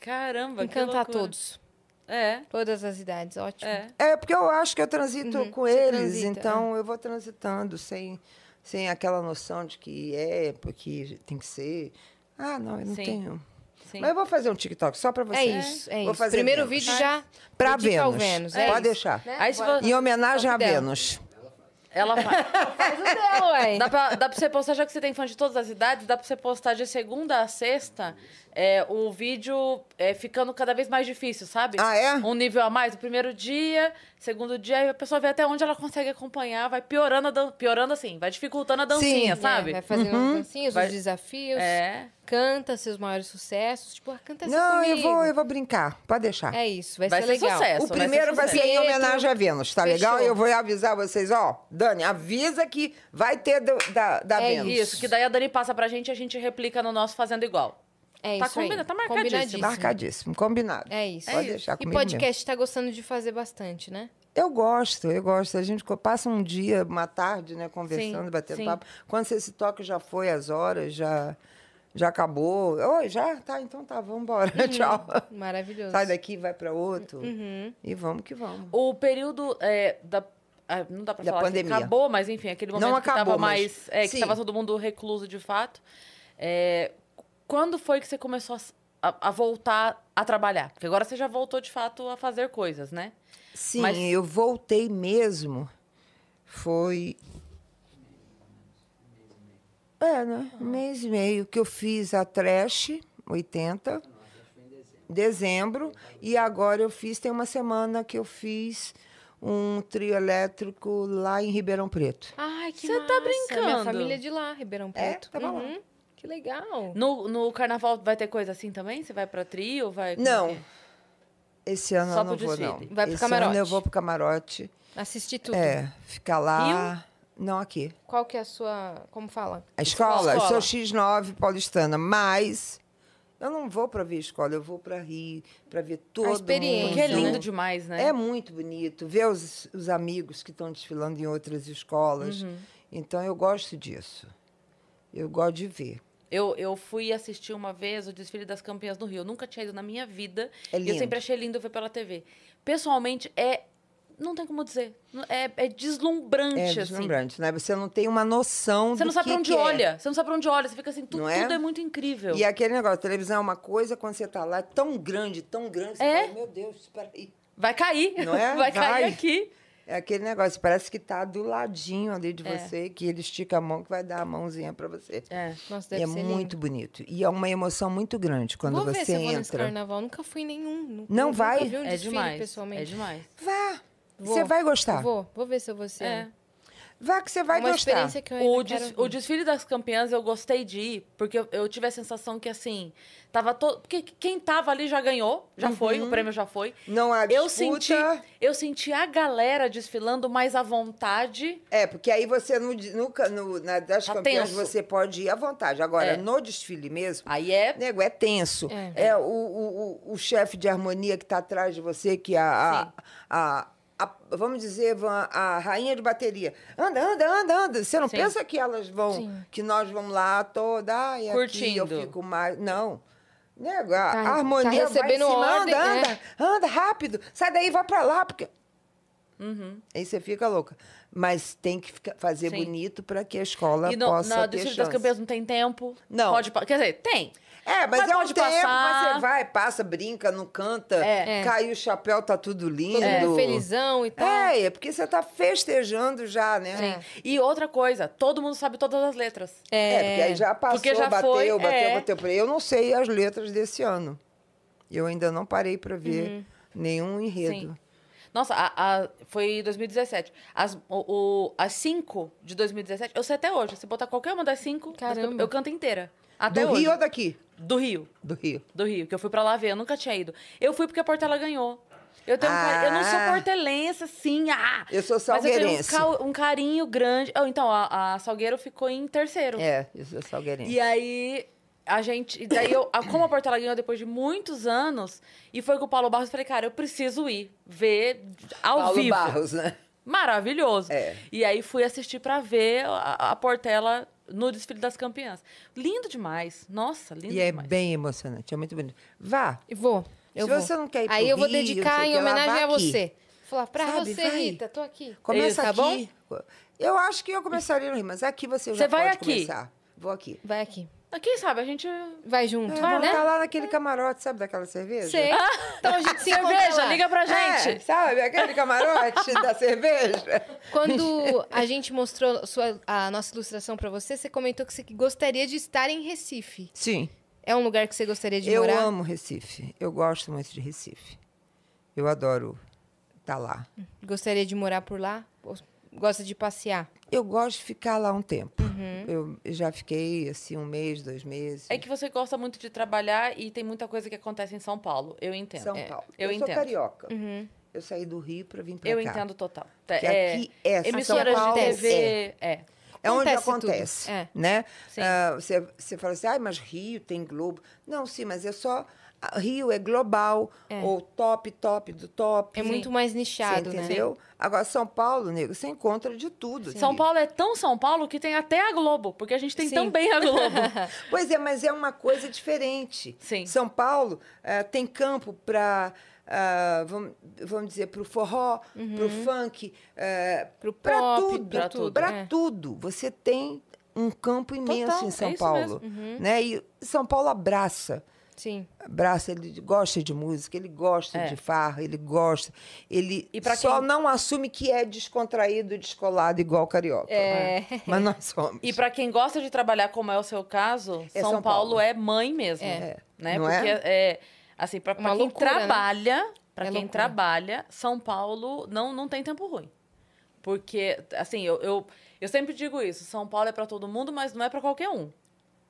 A: Caramba,
B: Encantar
A: que loucura.
B: é, todos.
A: É,
B: Todas as idades, ótimo.
A: é.
C: É, porque eu acho que eu transito com
B: Uhum. você
C: eles,
B: transita, é.
C: então eu vou transitando sem, sem aquela noção de que é, porque tem que ser. Ah, não, eu não
A: Sim,
C: tenho.
A: Sim.
C: Mas eu vou fazer um TikTok só pra você.
B: É isso, é
C: Vou
B: isso.
C: fazer
B: Primeiro
C: Vênus.
B: vídeo já
C: Pra
B: dedica ao
C: Vênus.
B: Vênus, é
C: Pode
B: isso.
C: deixar.
B: Né?
A: Aí se
B: Bora.
A: vo-
C: Em homenagem
B: Top
C: à
B: dela.
C: Vênus.
A: Ela faz.
B: Faz o dela, ué.
A: Dá pra, dá pra você postar, já que você tem fã de todas as idades, dá pra você postar de segunda a sexta é, o vídeo é, ficando cada vez mais difícil, sabe?
C: Ah, é?
A: Um nível a mais. O primeiro dia, segundo dia, aí a pessoa vê até onde ela consegue acompanhar, vai piorando, a dan- piorando assim, vai dificultando a dancinha,
C: Sim, Uhum.
A: sabe?
B: É, vai fazendo as dancinhas,
A: Vai-
B: os desafios,
A: É.
B: canta seus maiores sucessos. Tipo, ah, canta essa
C: Não, eu
B: comigo.
C: vou, eu vou brincar. Pode deixar.
B: É isso, vai,
A: Vai
B: ser,
A: ser
B: legal.
A: sucesso.
C: o
A: vai ser
C: primeiro vai ser, em
B: sucesso.
C: homenagem à Vênus, tá
B: Fechou.
C: legal? E eu vou avisar vocês, ó, Dani, avisa que vai ter do- da, da
B: É
C: Vênus.
A: Isso, que daí a Dani passa pra gente e a gente replica no nosso fazendo igual.
B: É
A: Tá
B: isso aí.
A: combina- tá marcadíssimo.
C: Marcadíssimo, combinado.
B: É isso.
C: Pode deixar
B: e
C: comigo mesmo.
B: podcast tá gostando de fazer bastante, né?
C: Eu gosto, eu gosto. A gente co- passa um dia, uma tarde, né, conversando,
A: Sim,
C: batendo
A: sim.
C: papo. Quando você se toca, já foi as horas, já Já acabou? Oi, já? Tá, então tá, vamos embora. Tchau.
B: Maravilhoso.
C: Sai daqui, vai para outro.
B: Uhum.
C: E vamos que vamos.
A: O período é, da. ah, Não dá pra
C: Da
A: falar que
C: pandemia.
A: acabou, mas enfim, aquele
C: Não
A: momento que
C: acabou,
A: tava
C: mas-
A: mais. É, que
C: sim.
A: tava todo mundo recluso de fato. É, quando foi que você começou a, a- a voltar a trabalhar? Porque agora você já voltou de fato a fazer coisas, né?
C: Sim,
A: Mas-
C: eu voltei mesmo. Foi. É, né? Um mês e meio que eu fiz a trash, 80. Dezembro. E agora eu fiz, tem uma semana que eu fiz um trio elétrico lá em Ribeirão Preto.
B: Ai, que
A: Você
B: massa.
A: tá
B: Minha
A: brincando?
B: família é de lá, Ribeirão Preto.
C: tava lá.
B: Uhum. Que legal.
A: No, no carnaval vai ter coisa assim também? Você vai pra trio? Vai... como
C: Não.
A: que é?
C: Esse ano
A: Só
C: eu não
A: pro
C: vou, não.
A: desfile.
B: Vai pro
C: Esse
B: camarote.
C: ano eu vou pro camarote.
B: Assisti tudo.
C: É, ficar lá. Não aqui.
B: Qual que é a sua... Como fala?
C: A
B: Escola.
C: escola? Eu sou X9 paulistana, mas eu não vou para ver a escola, eu vou para rir, para ver todo
B: experiência,
C: mundo.
A: Porque é lindo
B: né?
A: demais, né?
C: É muito bonito ver os, os amigos que estão desfilando em outras escolas.
A: Uhum.
C: Então eu gosto disso. Eu gosto de ver.
A: Eu, eu fui assistir uma vez o desfile das campeãs no Rio. Eu nunca tinha ido na minha vida.
C: É
A: E eu
C: lindo.
A: sempre achei lindo ver pela TV. Pessoalmente, é. Não tem como dizer. Não- É, é deslumbrante,
C: É
A: assim.
C: deslumbrante, né? Você não tem uma noção
A: Você
C: do
A: não sabe
C: que
A: pra onde
C: que é.
A: olha. Você não sabe pra onde olha. Você fica assim, tu-
C: Não
A: tudo
C: é?
A: é muito incrível.
C: E aquele negócio, a televisão é uma coisa, quando você tá lá, é tão grande, tão grande, você
A: É?
C: fala, meu Deus, espera aí.
A: Vai cair.
C: Não é?
A: Vai cair
C: Vai.
A: aqui.
C: É aquele negócio, parece que tá do ladinho ali de
B: É.
C: você, que ele estica a mão, que vai dar a mãozinha para você.
A: É.
B: Nossa,
C: E
B: deve
C: é
B: ser
C: muito bonito. E é uma emoção muito grande quando
B: Vou
C: você
B: ver se eu vou nesse
C: entra.
B: carnaval. Nunca fui em nenhum. Nunca,
C: Não
B: nunca
C: vai?
B: vi um
A: É
B: desfile,
A: demais.
B: pessoalmente.
A: É demais.
C: Vá!
B: Vou.
C: Você vai gostar.
B: Vou, vou ver se eu vou ser. É
A: É.
C: Vá que você vai
B: uma
C: gostar.
B: experiência que eu ainda
A: O,
B: quero
A: des-
B: ver.
A: o desfile das campeãs eu gostei de ir, porque eu, eu tive a sensação que, assim, tava todo. Porque quem tava ali já ganhou, já foi,
C: Uhum.
A: o prêmio já foi.
C: Não há disputa.
A: Eu senti, eu senti a galera desfilando mais à vontade.
C: É, porque aí você no, de- no, ca- no, na, das
A: Tá
C: campeãs
A: tenso.
C: você pode ir à vontade. Agora,
A: É.
C: no desfile mesmo,
A: Aí é.
C: nego, é tenso.
B: É.
C: É, o, o, o, o chefe de harmonia que está atrás de você, que é a.
A: Sim.
C: a, a a- vamos dizer, van- a rainha de bateria. Anda, anda, anda, anda. Você não
A: Sim.
C: pensa que elas vão,
B: Sim.
C: que nós vamos lá toda, ai, aqui eu
A: Curtindo.
C: fico mais. Não. Nego, a
B: Tá-
C: a harmonia
B: tá recebendo
C: vai em cima,
B: ordem,
C: anda,
B: né?
A: é.
C: anda, anda, rápido. Sai daí, vai pra lá, porque...
A: Uhum.
C: Aí você fica louca. Mas tem que fica- fazer
A: Sim.
C: bonito para que a escola
A: E no,
C: possa
A: na
C: ter
A: desfile
C: chance.
A: das campeãs não tem tempo.
C: Não.
A: Pode, pa- quer dizer, tem.
C: É, mas,
A: Mas
C: é um
A: pode
C: tempo,
A: passar.
C: mas você vai, passa, brinca, não canta,
A: É.
B: É.
C: cai o chapéu, tá tudo lindo.
B: Todo mundo felizão e tal.
C: É, é porque você tá festejando já, né?
B: Sim.
A: E outra coisa, todo mundo sabe todas as letras.
C: É, porque aí já passou,
A: Porque já
C: bateu,
A: foi,
C: bateu,
A: é.
C: bateu, bateu. Eu não sei as letras desse ano. Eu ainda não parei para ver nenhum enredo.
A: Sim. Nossa, a, a, foi 2017. As, o, o- as cinco de 2017, eu sei até hoje. Se botar qualquer uma das cinco, das
B: Caramba.
A: campe- eu canto inteira.
C: Do
A: Até hoje.
C: Rio ou daqui?
A: Do Rio.
C: Do Rio.
A: Do Rio, que eu fui pra lá ver, eu nunca tinha ido. Eu fui porque a Portela ganhou. Eu, tenho um cari- eu não sou
C: Ah.
A: portelense, assim, ah!
C: Eu sou
A: Mas
C: salgueirense.
A: eu tenho um, cau- um carinho grande. Oh, então, a, a Salgueiro ficou em terceiro.
C: É, eu sou salgueirense.
A: E aí, a gente... e Daí, eu, a- como a Portela ganhou depois de muitos anos, e foi com o Paulo Barros, eu falei, cara, eu preciso ir ver ao
C: Paulo
A: vivo.
C: Barros, né?
A: Maravilhoso.
C: É.
A: E aí, fui assistir pra ver a, a Portela no Desfile das Campeãs. Lindo demais. Nossa, lindo
C: E é
A: demais.
C: bem emocionante, é muito bonito. Vá,
B: E Vou. Eu
C: Se
B: vou.
C: você não quer ir pro
B: Aí eu vou
C: Rio, não
B: dedicar
C: sei
B: em
C: o que lá,
B: homenagem a
C: vá aqui.
B: você. Falar, pra
C: Sabe,
B: você,
C: vai.
B: Rita, tô aqui.
C: Começa
A: Isso,
C: aqui.
A: tá bom?
C: Eu acho que eu começaria no Rio, mas é aqui você já
A: Você vai
C: pode
A: aqui?
C: começar. Vou aqui.
B: Vai aqui.
A: Quem sabe, a gente...
B: Vai junto,
C: É,
B: vai,
C: vamos
B: né?
C: estar lá naquele camarote, sabe, daquela cerveja?
B: Sei. Então a gente se encontra
A: Cerveja,
B: lá.
A: liga pra
C: É,
A: gente.
C: sabe, aquele camarote da cerveja.
B: Quando a gente mostrou sua- a nossa ilustração pra você, você comentou que você gostaria de estar em Recife.
C: Sim,
B: É um lugar que você gostaria de
C: eu
B: morar?
C: amo Recife. Eu gosto muito de Recife. Eu adoro estar lá.
B: Gostaria de morar por lá? Ou Gosta de passear?
C: Eu gosto de ficar lá um tempo. Eu já fiquei, assim, um mês, dois meses.
A: É que você gosta muito de trabalhar e tem muita coisa que acontece em São Paulo. Eu entendo.
C: São
A: É,
C: Paulo.
A: eu,
C: sou
A: entendo.
C: carioca. Eu saí do Rio para vir para cá.
A: Eu entendo total.
C: Que aqui é São
A: emissoras
B: Paulo,
A: de TV. É.
C: É onde
B: Acontece tudo.
C: acontece,
B: É.
C: né?
A: Sim.
C: Ah, você, você fala assim, ah, mas Rio tem Globo. Não, sim, mas é só... a- Rio é global,
B: É.
C: ou top, top do top.
B: É muito mais nichado,
C: Você
B: né?
C: entendeu? Agora, São Paulo, nego, você encontra de tudo. aqui.
A: São Paulo é tão São Paulo que tem até a Globo, porque a gente tem
B: Sim.
A: também a Globo.
C: Pois é, mas é uma coisa diferente.
A: Sim.
C: São Paulo eh, tem campo para, vamos, vamos dizer, para o forró,
A: Uhum.
C: para o funk,
B: Pro
C: para
B: pop,
C: tudo.
B: pra tudo,
C: pra
B: é.
C: tudo. Você tem um campo imenso
A: Total,
C: em São
A: é isso
C: Paulo. Né? E São Paulo abraça
B: Sim.
C: abraça, ele gosta de música, ele gosta
A: É.
C: de farra, ele gosta. Ele
A: E pra
C: só
A: quem-
C: não assume que é descontraído, descolado, igual carioca.
B: É.
C: Mas nós somos.
A: E pra quem gosta de trabalhar, como é o seu caso,
C: É
A: São,
C: São
A: Paulo.
C: Paulo.
A: é mãe mesmo.
B: É.
A: Né?
C: Não é?
A: Porque, é, assim, pra, pra
B: Uma
A: quem
B: loucura, né?
A: trabalha, pra
B: É
A: quem
B: loucura.
A: trabalha, São Paulo não, não tem tempo ruim. Porque, assim, eu, eu, eu sempre digo isso: São Paulo é pra todo mundo, mas não é pra qualquer um.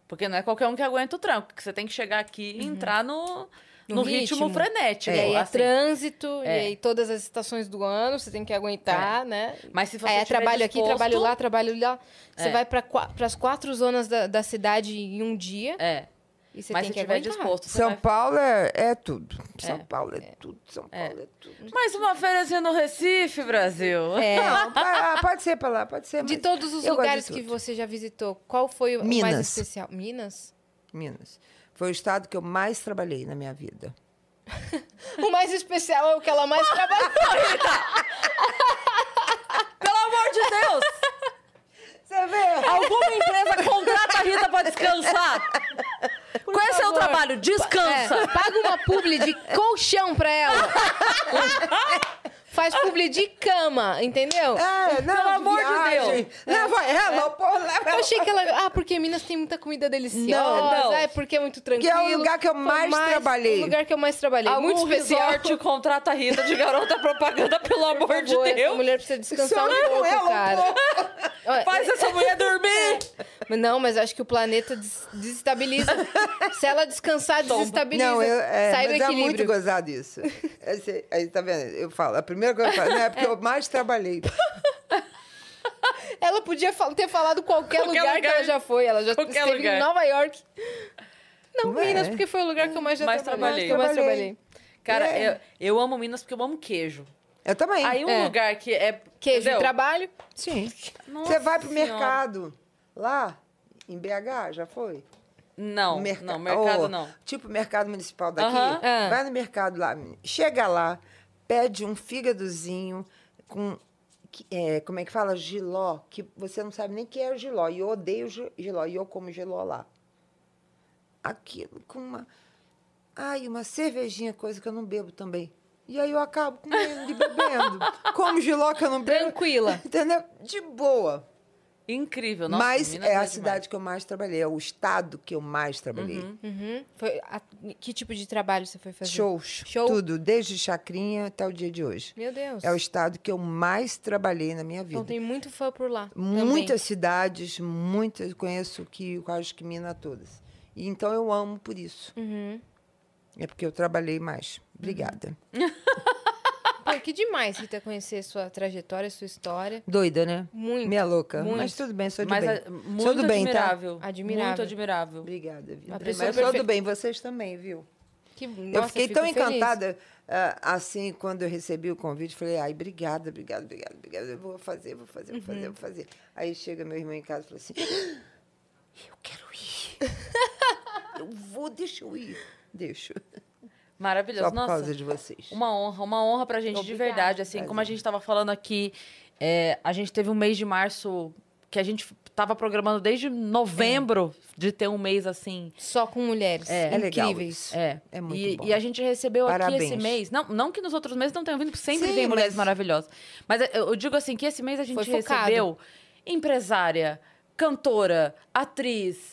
A: Porque não é qualquer um que aguenta o tranco, que você tem que chegar aqui e entrar no,
B: No
A: no, ritmo,
B: ritmo.
A: frenético.
B: e aí é
A: assim.
B: trânsito,
A: É.
B: e aí todas as estações do ano, você tem que aguentar, né?
A: Mas se você
B: Aí é
A: tiver
B: trabalho aqui,
A: disposto-
B: trabalho lá, trabalho lá. Você
A: É.
B: vai para as quatro zonas da, da cidade em um dia
A: É,
B: e você
A: mas
B: tem
A: se
B: que
A: tiver
B: aguentar.
A: disposto, você
C: São
A: vai
C: Paulo é, é tudo. São
A: Tipo, né? É.
C: Paulo é, tudo. São Paulo é, tudo.
A: Mais uma fériazinha no Recife, Brasil.
B: É.
C: Não, pa- ah, pode ser pra lá, pode ser.
B: De
C: mas
B: todos os
C: eu gosto de
B: lugares que
C: tudo.
B: você já visitou, qual foi o mais
C: Minas.
B: especial? Minas?
C: Minas. Foi o estado que eu mais trabalhei na minha vida.
B: O mais especial é o que ela mais trabalha.
A: Pelo amor de Deus!
C: Você vê?
A: Alguma empresa contrata a Rita pra descansar? Qual é seu
B: favor.
A: trabalho? Descansa!
B: É, paga uma publi de colchão pra ela. Faz publi de cama, entendeu?
C: É, não,
A: Pelo amor de
C: viagem. Leva ela, pô, leva
B: Eu
C: ela.
B: achei que ela. Ah, porque Minas tem muita comida deliciosa.
A: Não, não.
B: Ah, é porque é muito tranquilo.
C: Que é o lugar que eu
B: Foi
C: mais trabalhei.
B: O lugar que eu mais trabalhei.
A: Algum
B: muito especial.
A: é resort contrata a Rita de garota propaganda, pelo
B: Por
A: amor de
B: favor, essa
A: Deus! é
B: mulher precisa descansar
C: Só
B: um pouco,
C: ela, um
B: cara. Olha,
A: Faz essa mulher
C: É.
A: dormir!
B: mas Não, mas eu acho que o planeta des- desestabiliza. Se ela descansar, desestabiliza.
C: Não, eu, é,
B: sai do
C: mas é
B: equilíbrio.
C: muito gozado isso. Aí, você- aí, tá vendo? Eu falo, a primeira coisa que eu falo, não, é porque eu mais trabalhei.
B: Ela podia fal- ter falado qualquer,
A: Qualquer
B: lugar, que
A: lugar.
B: ela já foi. Ela já
A: Qualquer
B: esteve em
A: lugar.
B: Nova York. Não,
C: Ué.
B: Minas, porque foi o lugar que eu mais já
A: Mais trabalhei.
B: trabalhei. que eu mais trabalhei.
C: é. Trabalhei.
A: Cara,
C: É.
A: eu, eu amo Minas porque eu amo queijo.
C: Eu também.
A: Aí um
B: É.
A: lugar que é.
B: Queijo de
A: entendeu?
B: trabalho.
C: Sim.
A: Nossa
C: Você vai pro
A: Senhora.
C: mercado lá, em BH, já foi?
A: Não,
C: Merca-
A: não, mercado
C: ou,
A: não.
C: Tipo mercado municipal daqui.
A: Aham,
B: é.
C: Vai no mercado lá, menina. chega lá, pede um fígadozinho com. que- é, como é que fala? Giló, que você não sabe nem que é o giló. E eu odeio gi- giló, e eu como giló lá. Aquilo com uma. Ai, uma cervejinha, coisa que eu não bebo também. E aí eu acabo comendo e bebendo. Como giló que eu não bebo.
B: Tranquila.
C: Entendeu? De boa.
A: Incrível, nossa.
C: Mas
A: Minas
C: é a
A: demais.
C: cidade que eu mais trabalhei, é o estado que eu mais trabalhei.
B: Uhum. Foi a- Que tipo de trabalho você foi fazer?
C: Shows,
B: Show.
C: tudo, desde chacrinha até o dia de hoje.
B: Meu Deus.
C: É o estado que eu mais trabalhei na minha vida.
B: Então tem muito fã por lá.
C: muitas cidades, muitas, conheço que quase que mina todas. E então eu amo por isso.
B: Uhum.
C: É porque eu trabalhei mais. Obrigada.
B: Pô, que demais, Rita, conhecer sua trajetória, sua história.
C: Doida, né?
B: Muito.
C: Minha louca.
B: muito.
C: Mas tudo bem, sou de
A: Mas
C: bem.
A: é muito
C: do bem, tá?
A: admirável.
B: Admirável.
A: Muito admirável.
C: Obrigada, vida.
B: Uma
C: Mas
B: pessoa
C: eu sou
B: perfe-
C: do bem, vocês também, viu?
B: Que,
C: eu
B: nossa,
C: fiquei tão
B: fico feliz.
C: encantada ah, assim quando eu recebi o convite, falei, ai, obrigada, obrigada, obrigada, obrigada. Eu vou fazer, vou fazer, vou fazer, vou fazer. Aí chega meu irmão em casa e fala assim: Eu quero ir. eu vou, deixa eu ir. Deixo.
A: Maravilhoso.
C: Só por
A: nossa.
C: causa de vocês.
A: Uma honra, uma honra pra gente, de
B: Obrigada.
A: verdade. Assim, como a gente tava falando aqui, é, a gente teve um mês de março que a gente tava programando desde novembro de ter um mês assim.
B: Só com mulheres.
A: É.
C: É legal
B: incríveis.
C: isso.
A: É,
C: É muito
A: e,
C: bom.
A: e a gente recebeu aqui esse
C: Parabéns.
A: mês. Não, não que nos outros meses não tenham vindo, porque sempre
C: Sim,
A: vem mulheres
C: mas-
A: maravilhosas. Mas é, eu eu digo assim que esse mês a gente
B: Foi focado.
A: recebeu empresária, cantora, atriz,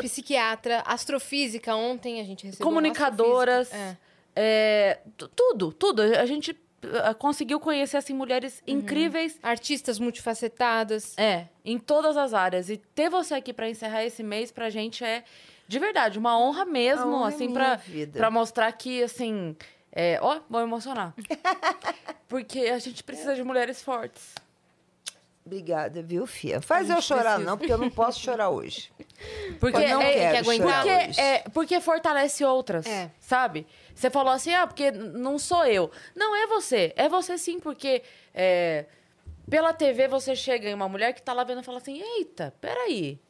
B: Psiquiatra, astrofísica, ontem a gente recebeu. uma
A: comunicadoras,
B: astrofísica.
A: é, tu- tudo, tudo. A gente eh, conseguiu conhecer assim mulheres incríveis
B: É. Artistas multifacetadas.
A: É, em todas as áreas. E ter você aqui pra encerrar esse mês pra gente é de verdade uma honra mesmo,
C: A honra é
A: assim
C: minha
A: para
C: vida.
A: para mostrar que assim, é, ó, vou emocionar. Porque a gente precisa de mulheres fortes.
C: Obrigada, viu, Fia? Faz eu chorar, não, porque eu não posso chorar hoje.
A: Porque,
C: Eu não
A: é,
C: quero
B: que aguentar
C: chorar
A: porque,
C: hoje.
A: é, porque fortalece outras,
B: É.
A: sabe? Você falou assim, ah, porque n- não sou eu. Não é você. É você sim, porque é, pela TV você chega em uma mulher que tá lá vendo e fala assim, eita, peraí.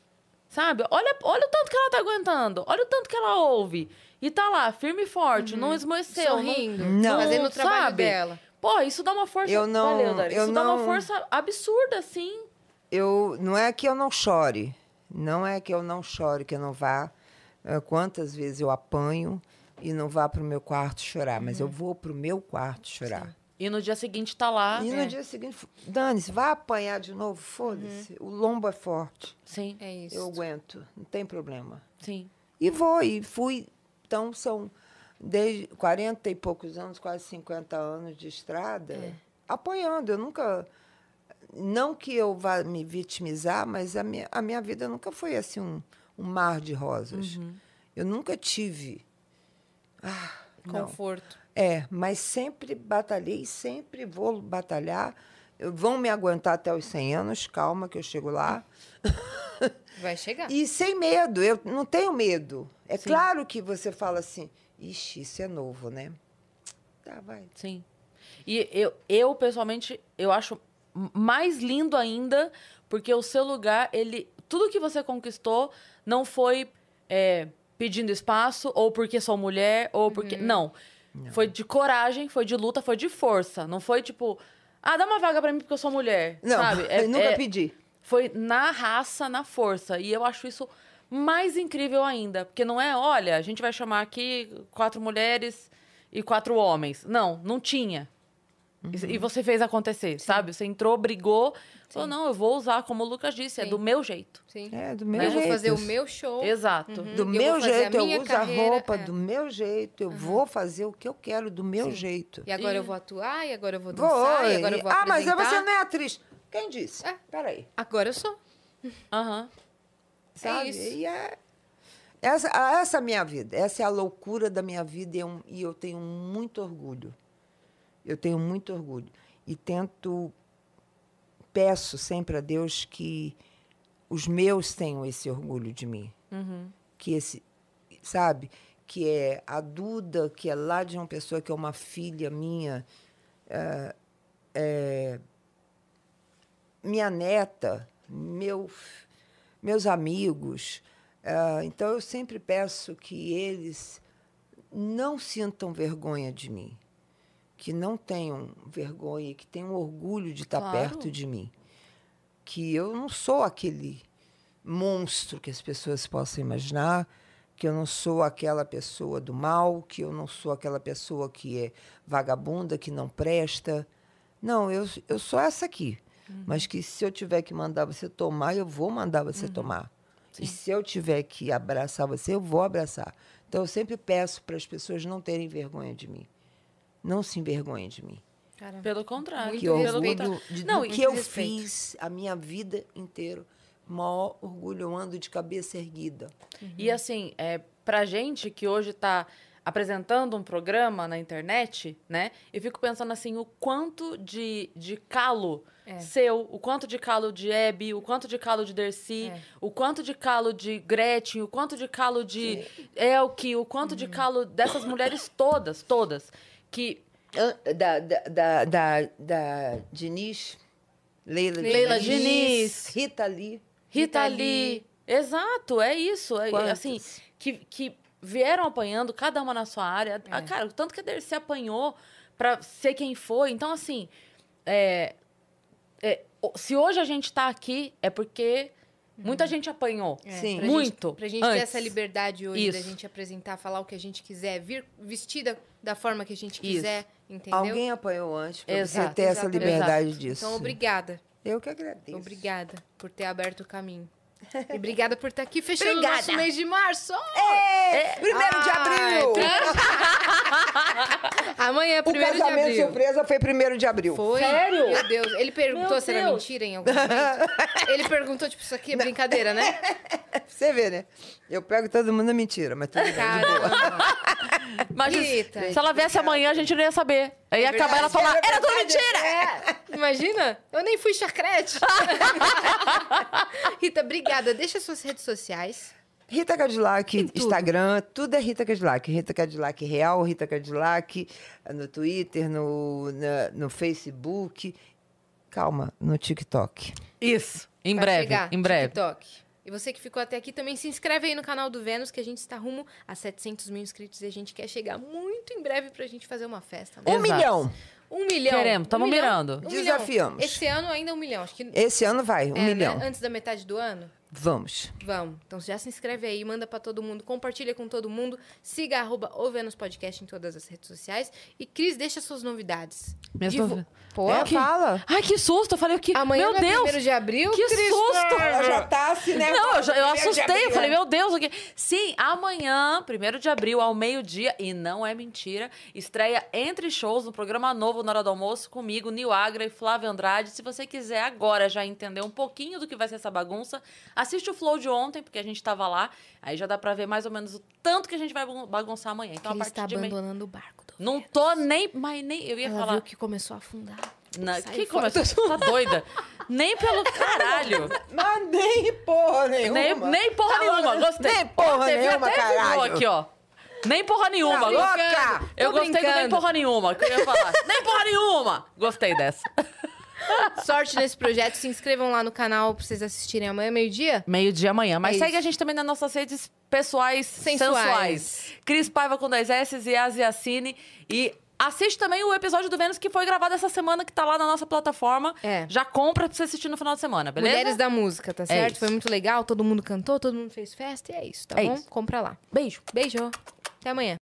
A: Sabe? Olha, olha o tanto que ela tá aguentando. Olha o tanto que ela ouve. E tá lá, firme e forte, não esmoeceu.
B: Uhum. Sorrindo,
A: não,
B: fazendo o
A: não,
B: trabalho
A: sabe?
B: dela.
A: Pô, isso dá uma força...
C: Eu não-
A: Valeu, Dani.
C: eu
A: isso dá uma
C: não-
A: força absurda, sim.
C: eu não é que eu não chore, não é que eu não chore, que eu não vá. eh, Quantas vezes eu apanho e não vá para o meu quarto chorar, mas
B: Uhum.
C: eu vou para o meu quarto chorar.
A: E no dia seguinte tá lá.
C: E no
B: é.
C: dia seguinte, f- dane-se, vá apanhar de novo, foda-se. O lombo é forte,
A: Sim,
B: É Uhum. isso.
C: eu aguento, não tem problema.
A: sim.
C: E vou, e fui. Então, são desde 40 e poucos anos, quase 50 anos de estrada, apoiando. Eu nunca. Não que eu vá me vitimizar, mas a minha, a minha vida nunca foi assim um, um mar de rosas. Eu nunca tive. Ah, não.
B: Conforto.
C: É, mas sempre batalhei, sempre vou batalhar. Eu- Vão me aguentar até os 100 anos, calma que eu chego lá.
B: Vai chegar.
C: E sem medo, eu não tenho medo. É claro que você fala assim, ixi, isso é novo, né? Tá, vai.
A: Sim. E eu, eu, pessoalmente, eu acho m- mais lindo ainda, porque o seu lugar, ele. Tudo que você conquistou não foi é, pedindo espaço, ou porque sou mulher, ou porque.
C: Uhum.
A: Não. Foi de coragem, foi de luta, foi de força. Não foi tipo. Ah, dá uma vaga pra mim porque eu sou mulher.
C: Não,
A: sabe?
B: é,
A: É,
C: eu nunca pedi.
A: Foi na raça, na força. E eu acho isso mais incrível ainda. Porque não é, olha, a gente vai chamar aqui quatro mulheres e quatro homens. Não, não tinha.
B: Uhum.
A: E- E você fez acontecer, sabe? Você entrou, brigou, falou, não, eu vou usar, como o Lucas disse, é
B: Sim. Uhum.
A: do meu jeito.
B: Sim.
C: É, do meu
B: eu
C: jeito.
B: vou fazer o meu show.
A: Exato.
C: Do
B: eu vou
C: meu
B: fazer a
C: jeito, eu
B: minha
C: uso a
B: carreira,
C: roupa
B: é.
C: do meu jeito, eu vou fazer o que eu quero do meu jeito.
B: E agora eu vou atuar, e agora eu vou
C: Vou,
B: dançar, e agora eu
C: e-
B: vou
C: Ah, mas
B: apresentar.
C: você não é atriz. Quem disse?
B: É.
C: Peraí.
B: Agora eu sou.
A: Aham.
C: sabe?
B: isso.
C: E é essa, a- essa é a minha vida, essa é a loucura da minha vida e eu, e eu tenho muito orgulho. Eu tenho muito orgulho e tento peço sempre a Deus que os meus tenham esse orgulho de mim, que esse, sabe, que é a Duda, que é lá de uma pessoa que é uma filha minha, minha neta, meu, f- meus amigos. Ah, então, eu sempre peço que eles não sintam vergonha de mim, que não tenham vergonha, que tenham orgulho de estar
A: Claro.
C: perto de mim, que eu não sou aquele monstro que as pessoas possam imaginar, que eu não sou aquela pessoa do mal, que eu não sou aquela pessoa que é vagabunda, que não presta. Não, eu, eu sou essa aqui. Mas que se eu tiver que mandar você tomar, eu vou mandar você tomar. E se eu tiver que abraçar você, eu vou abraçar. Então eu sempre peço para as pessoas não terem vergonha de mim. Não se envergonhem de mim.
B: Caramba.
A: Pelo contrário.
B: Muito
C: que
A: pelo
C: orgulho
A: contrário.
C: de,
A: Não,
C: do
A: e-
C: que eu
B: respeito.
C: fiz a minha vida inteira. Maior orgulho, eu ando de cabeça erguida.
A: E assim, é, pra gente que hoje tá apresentando um programa na internet, né? Eu fico pensando assim, o quanto de, de calo
B: É.
A: seu, o quanto de calo de Hebe, o quanto de calo de Dercy,
B: É.
A: o quanto de calo de Gretchen, o quanto de calo de Elke, o quanto
B: Uhum.
A: de calo dessas mulheres todas, todas, que...
C: Ah, Da, da, da, da, da Diniz, Leila,
B: Leila
A: Diniz.
C: Rita Lee.
A: Rita
B: Rita
A: Lee.
B: Lee.
A: Exato, é isso. É,
C: Quantas?
A: assim, que, que vieram apanhando, cada uma na sua área.
B: É.
A: Ah, cara, o tanto que a Dercy apanhou pra ser quem foi. Então, assim, é, é, o- se hoje a gente tá aqui, é porque muita gente apanhou.
B: É,
C: Sim.
B: pra
A: Muito
B: Gente, pra gente ter
A: antes.
B: essa liberdade hoje da
A: Isso.
B: gente apresentar, falar o que a gente quiser, vir vestida da forma que a gente
A: Isso.
B: quiser, entendeu?
C: Alguém apanhou antes para você
A: Exato,
C: ter essa
B: exatamente.
C: liberdade
A: Exato.
C: disso.
B: Então, obrigada.
C: Eu que
A: É
C: agradeço.
B: Obrigada por ter aberto o caminho. E obrigada por estar aqui fechando
C: Obrigada.
B: o nosso mês de março.
A: É.
C: É, Primeiro de
B: Ai,
C: abril!
B: Amanhã é
C: O
B: primeiro de
C: casamento
B: abril.
C: surpresa foi primeiro de abril.
B: Foi?
A: Sério?
B: Meu Deus. Ele perguntou
A: Meu
B: se era
A: Deus.
B: mentira em algum momento. Ele perguntou, tipo, isso aqui é brincadeira, né?
C: Você vê, né? Eu pego todo mundo na mentira, mas tudo bem.
B: Caramba.
A: É, Mas
B: Eita.
A: se ela viesse amanhã, a gente não ia saber. Aí ia acabar ela falar, era tudo Tá mentira!
B: É, imagina? Eu nem fui chacrete. Rita, obrigada. Deixa suas redes sociais.
C: Rita Cadillac,
B: Em tudo.
C: Instagram, tudo é Rita Cadillac. Rita Cadillac Real, Rita Cadillac, no Twitter, no, na- no Facebook. Calma, no TikTok.
A: Isso. Em
B: Vai
A: breve,
B: chegar,
A: em breve.
B: TikTok. E você que ficou até aqui também se inscreve aí no canal do Vênus, que a gente está rumo a 700 mil inscritos e a gente quer chegar muito em breve pra gente fazer uma festa. né?
C: Um
A: Exato.
C: milhão.
B: Um milhão.
A: Queremos, tamo
B: um milhão,
A: mirando.
B: um milhão.
C: Desafiamos.
B: Esse ano ainda um milhão. Acho que
C: Esse ano vai, um
B: é, né?
C: milhão.
B: Antes da metade do ano?
C: Vamos.
B: Vamos. Então já se inscreve aí, manda pra todo mundo, compartilha com todo mundo, siga arroba o Vênus Podcast em todas as redes sociais. E Cris, deixa suas novidades.
A: Minhas
B: Divu-
A: novi-
B: Pô,
C: É,
A: que-
C: fala.
A: Ai, que susto! Eu falei o que.
B: amanhã
A: Meu
B: não é
A: Deus!
B: 1 de abril?
A: Que
B: Cris?
A: susto!
C: Ela já tá assim, né?
A: Não, eu, já- eu
C: Primeiro de
A: assustei. Eu
C: abril,
A: falei,
C: né?
A: meu Deus, o quê? Sim, amanhã, 1 de abril, ao meio-dia, e não é mentira, estreia Entre Shows no programa novo na hora do almoço comigo, Nil Agra e Flávio Andrade. Se você quiser agora já entender um pouquinho do que vai ser essa bagunça, assiste o Flow de ontem, porque a gente tava lá. Aí já dá pra ver mais ou menos o tanto que a gente vai bagun- bagunçar amanhã. Então, a
B: Cris
A: partir
B: tá
A: de amanhã.
B: abandonando o barco. Do
A: Não tô nem. Mas nem. Eu ia
B: Ela
A: falar.
B: viu que começou a afundar.
A: Na,
B: Sai
A: que
B: fora.
A: começou? Tá doida? Nem pelo caralho.
C: Mas nem porra nenhuma.
A: nem, nem porra
C: Tá
A: nenhuma,
C: olhando-
A: gostei.
C: Nem porra
A: Teve
C: nenhuma,
A: até vibrou
C: caralho.
A: aqui, ó. Nem porra nenhuma.
C: Tá
A: Gostei-
C: louca?
A: Eu
B: Tô
A: gostei do nem
B: brincando.
A: porra nenhuma, que eu ia falar. nem porra nenhuma! Gostei dessa.
B: Sorte nesse projeto. Se inscrevam lá no canal pra vocês assistirem amanhã, meio-dia.
A: Meio-dia amanhã. Mas
B: É
A: segue
B: isso.
A: a gente também nas nossas redes pessoais sensuais.
B: Sensuais.
A: Cris Paiva com dois S's e Asiacine. E assiste também o episódio do Vênus que foi gravado essa semana, que tá lá na nossa plataforma.
B: É.
A: Já compra pra você assistir no final de semana, beleza?
B: Mulheres da Música, tá certo?
A: isso.
B: Foi muito legal. Todo mundo cantou, todo mundo fez festa e é isso, tá
A: É
B: bom?
A: isso.
B: Compra lá.
A: Beijo.
B: Beijo. Até amanhã.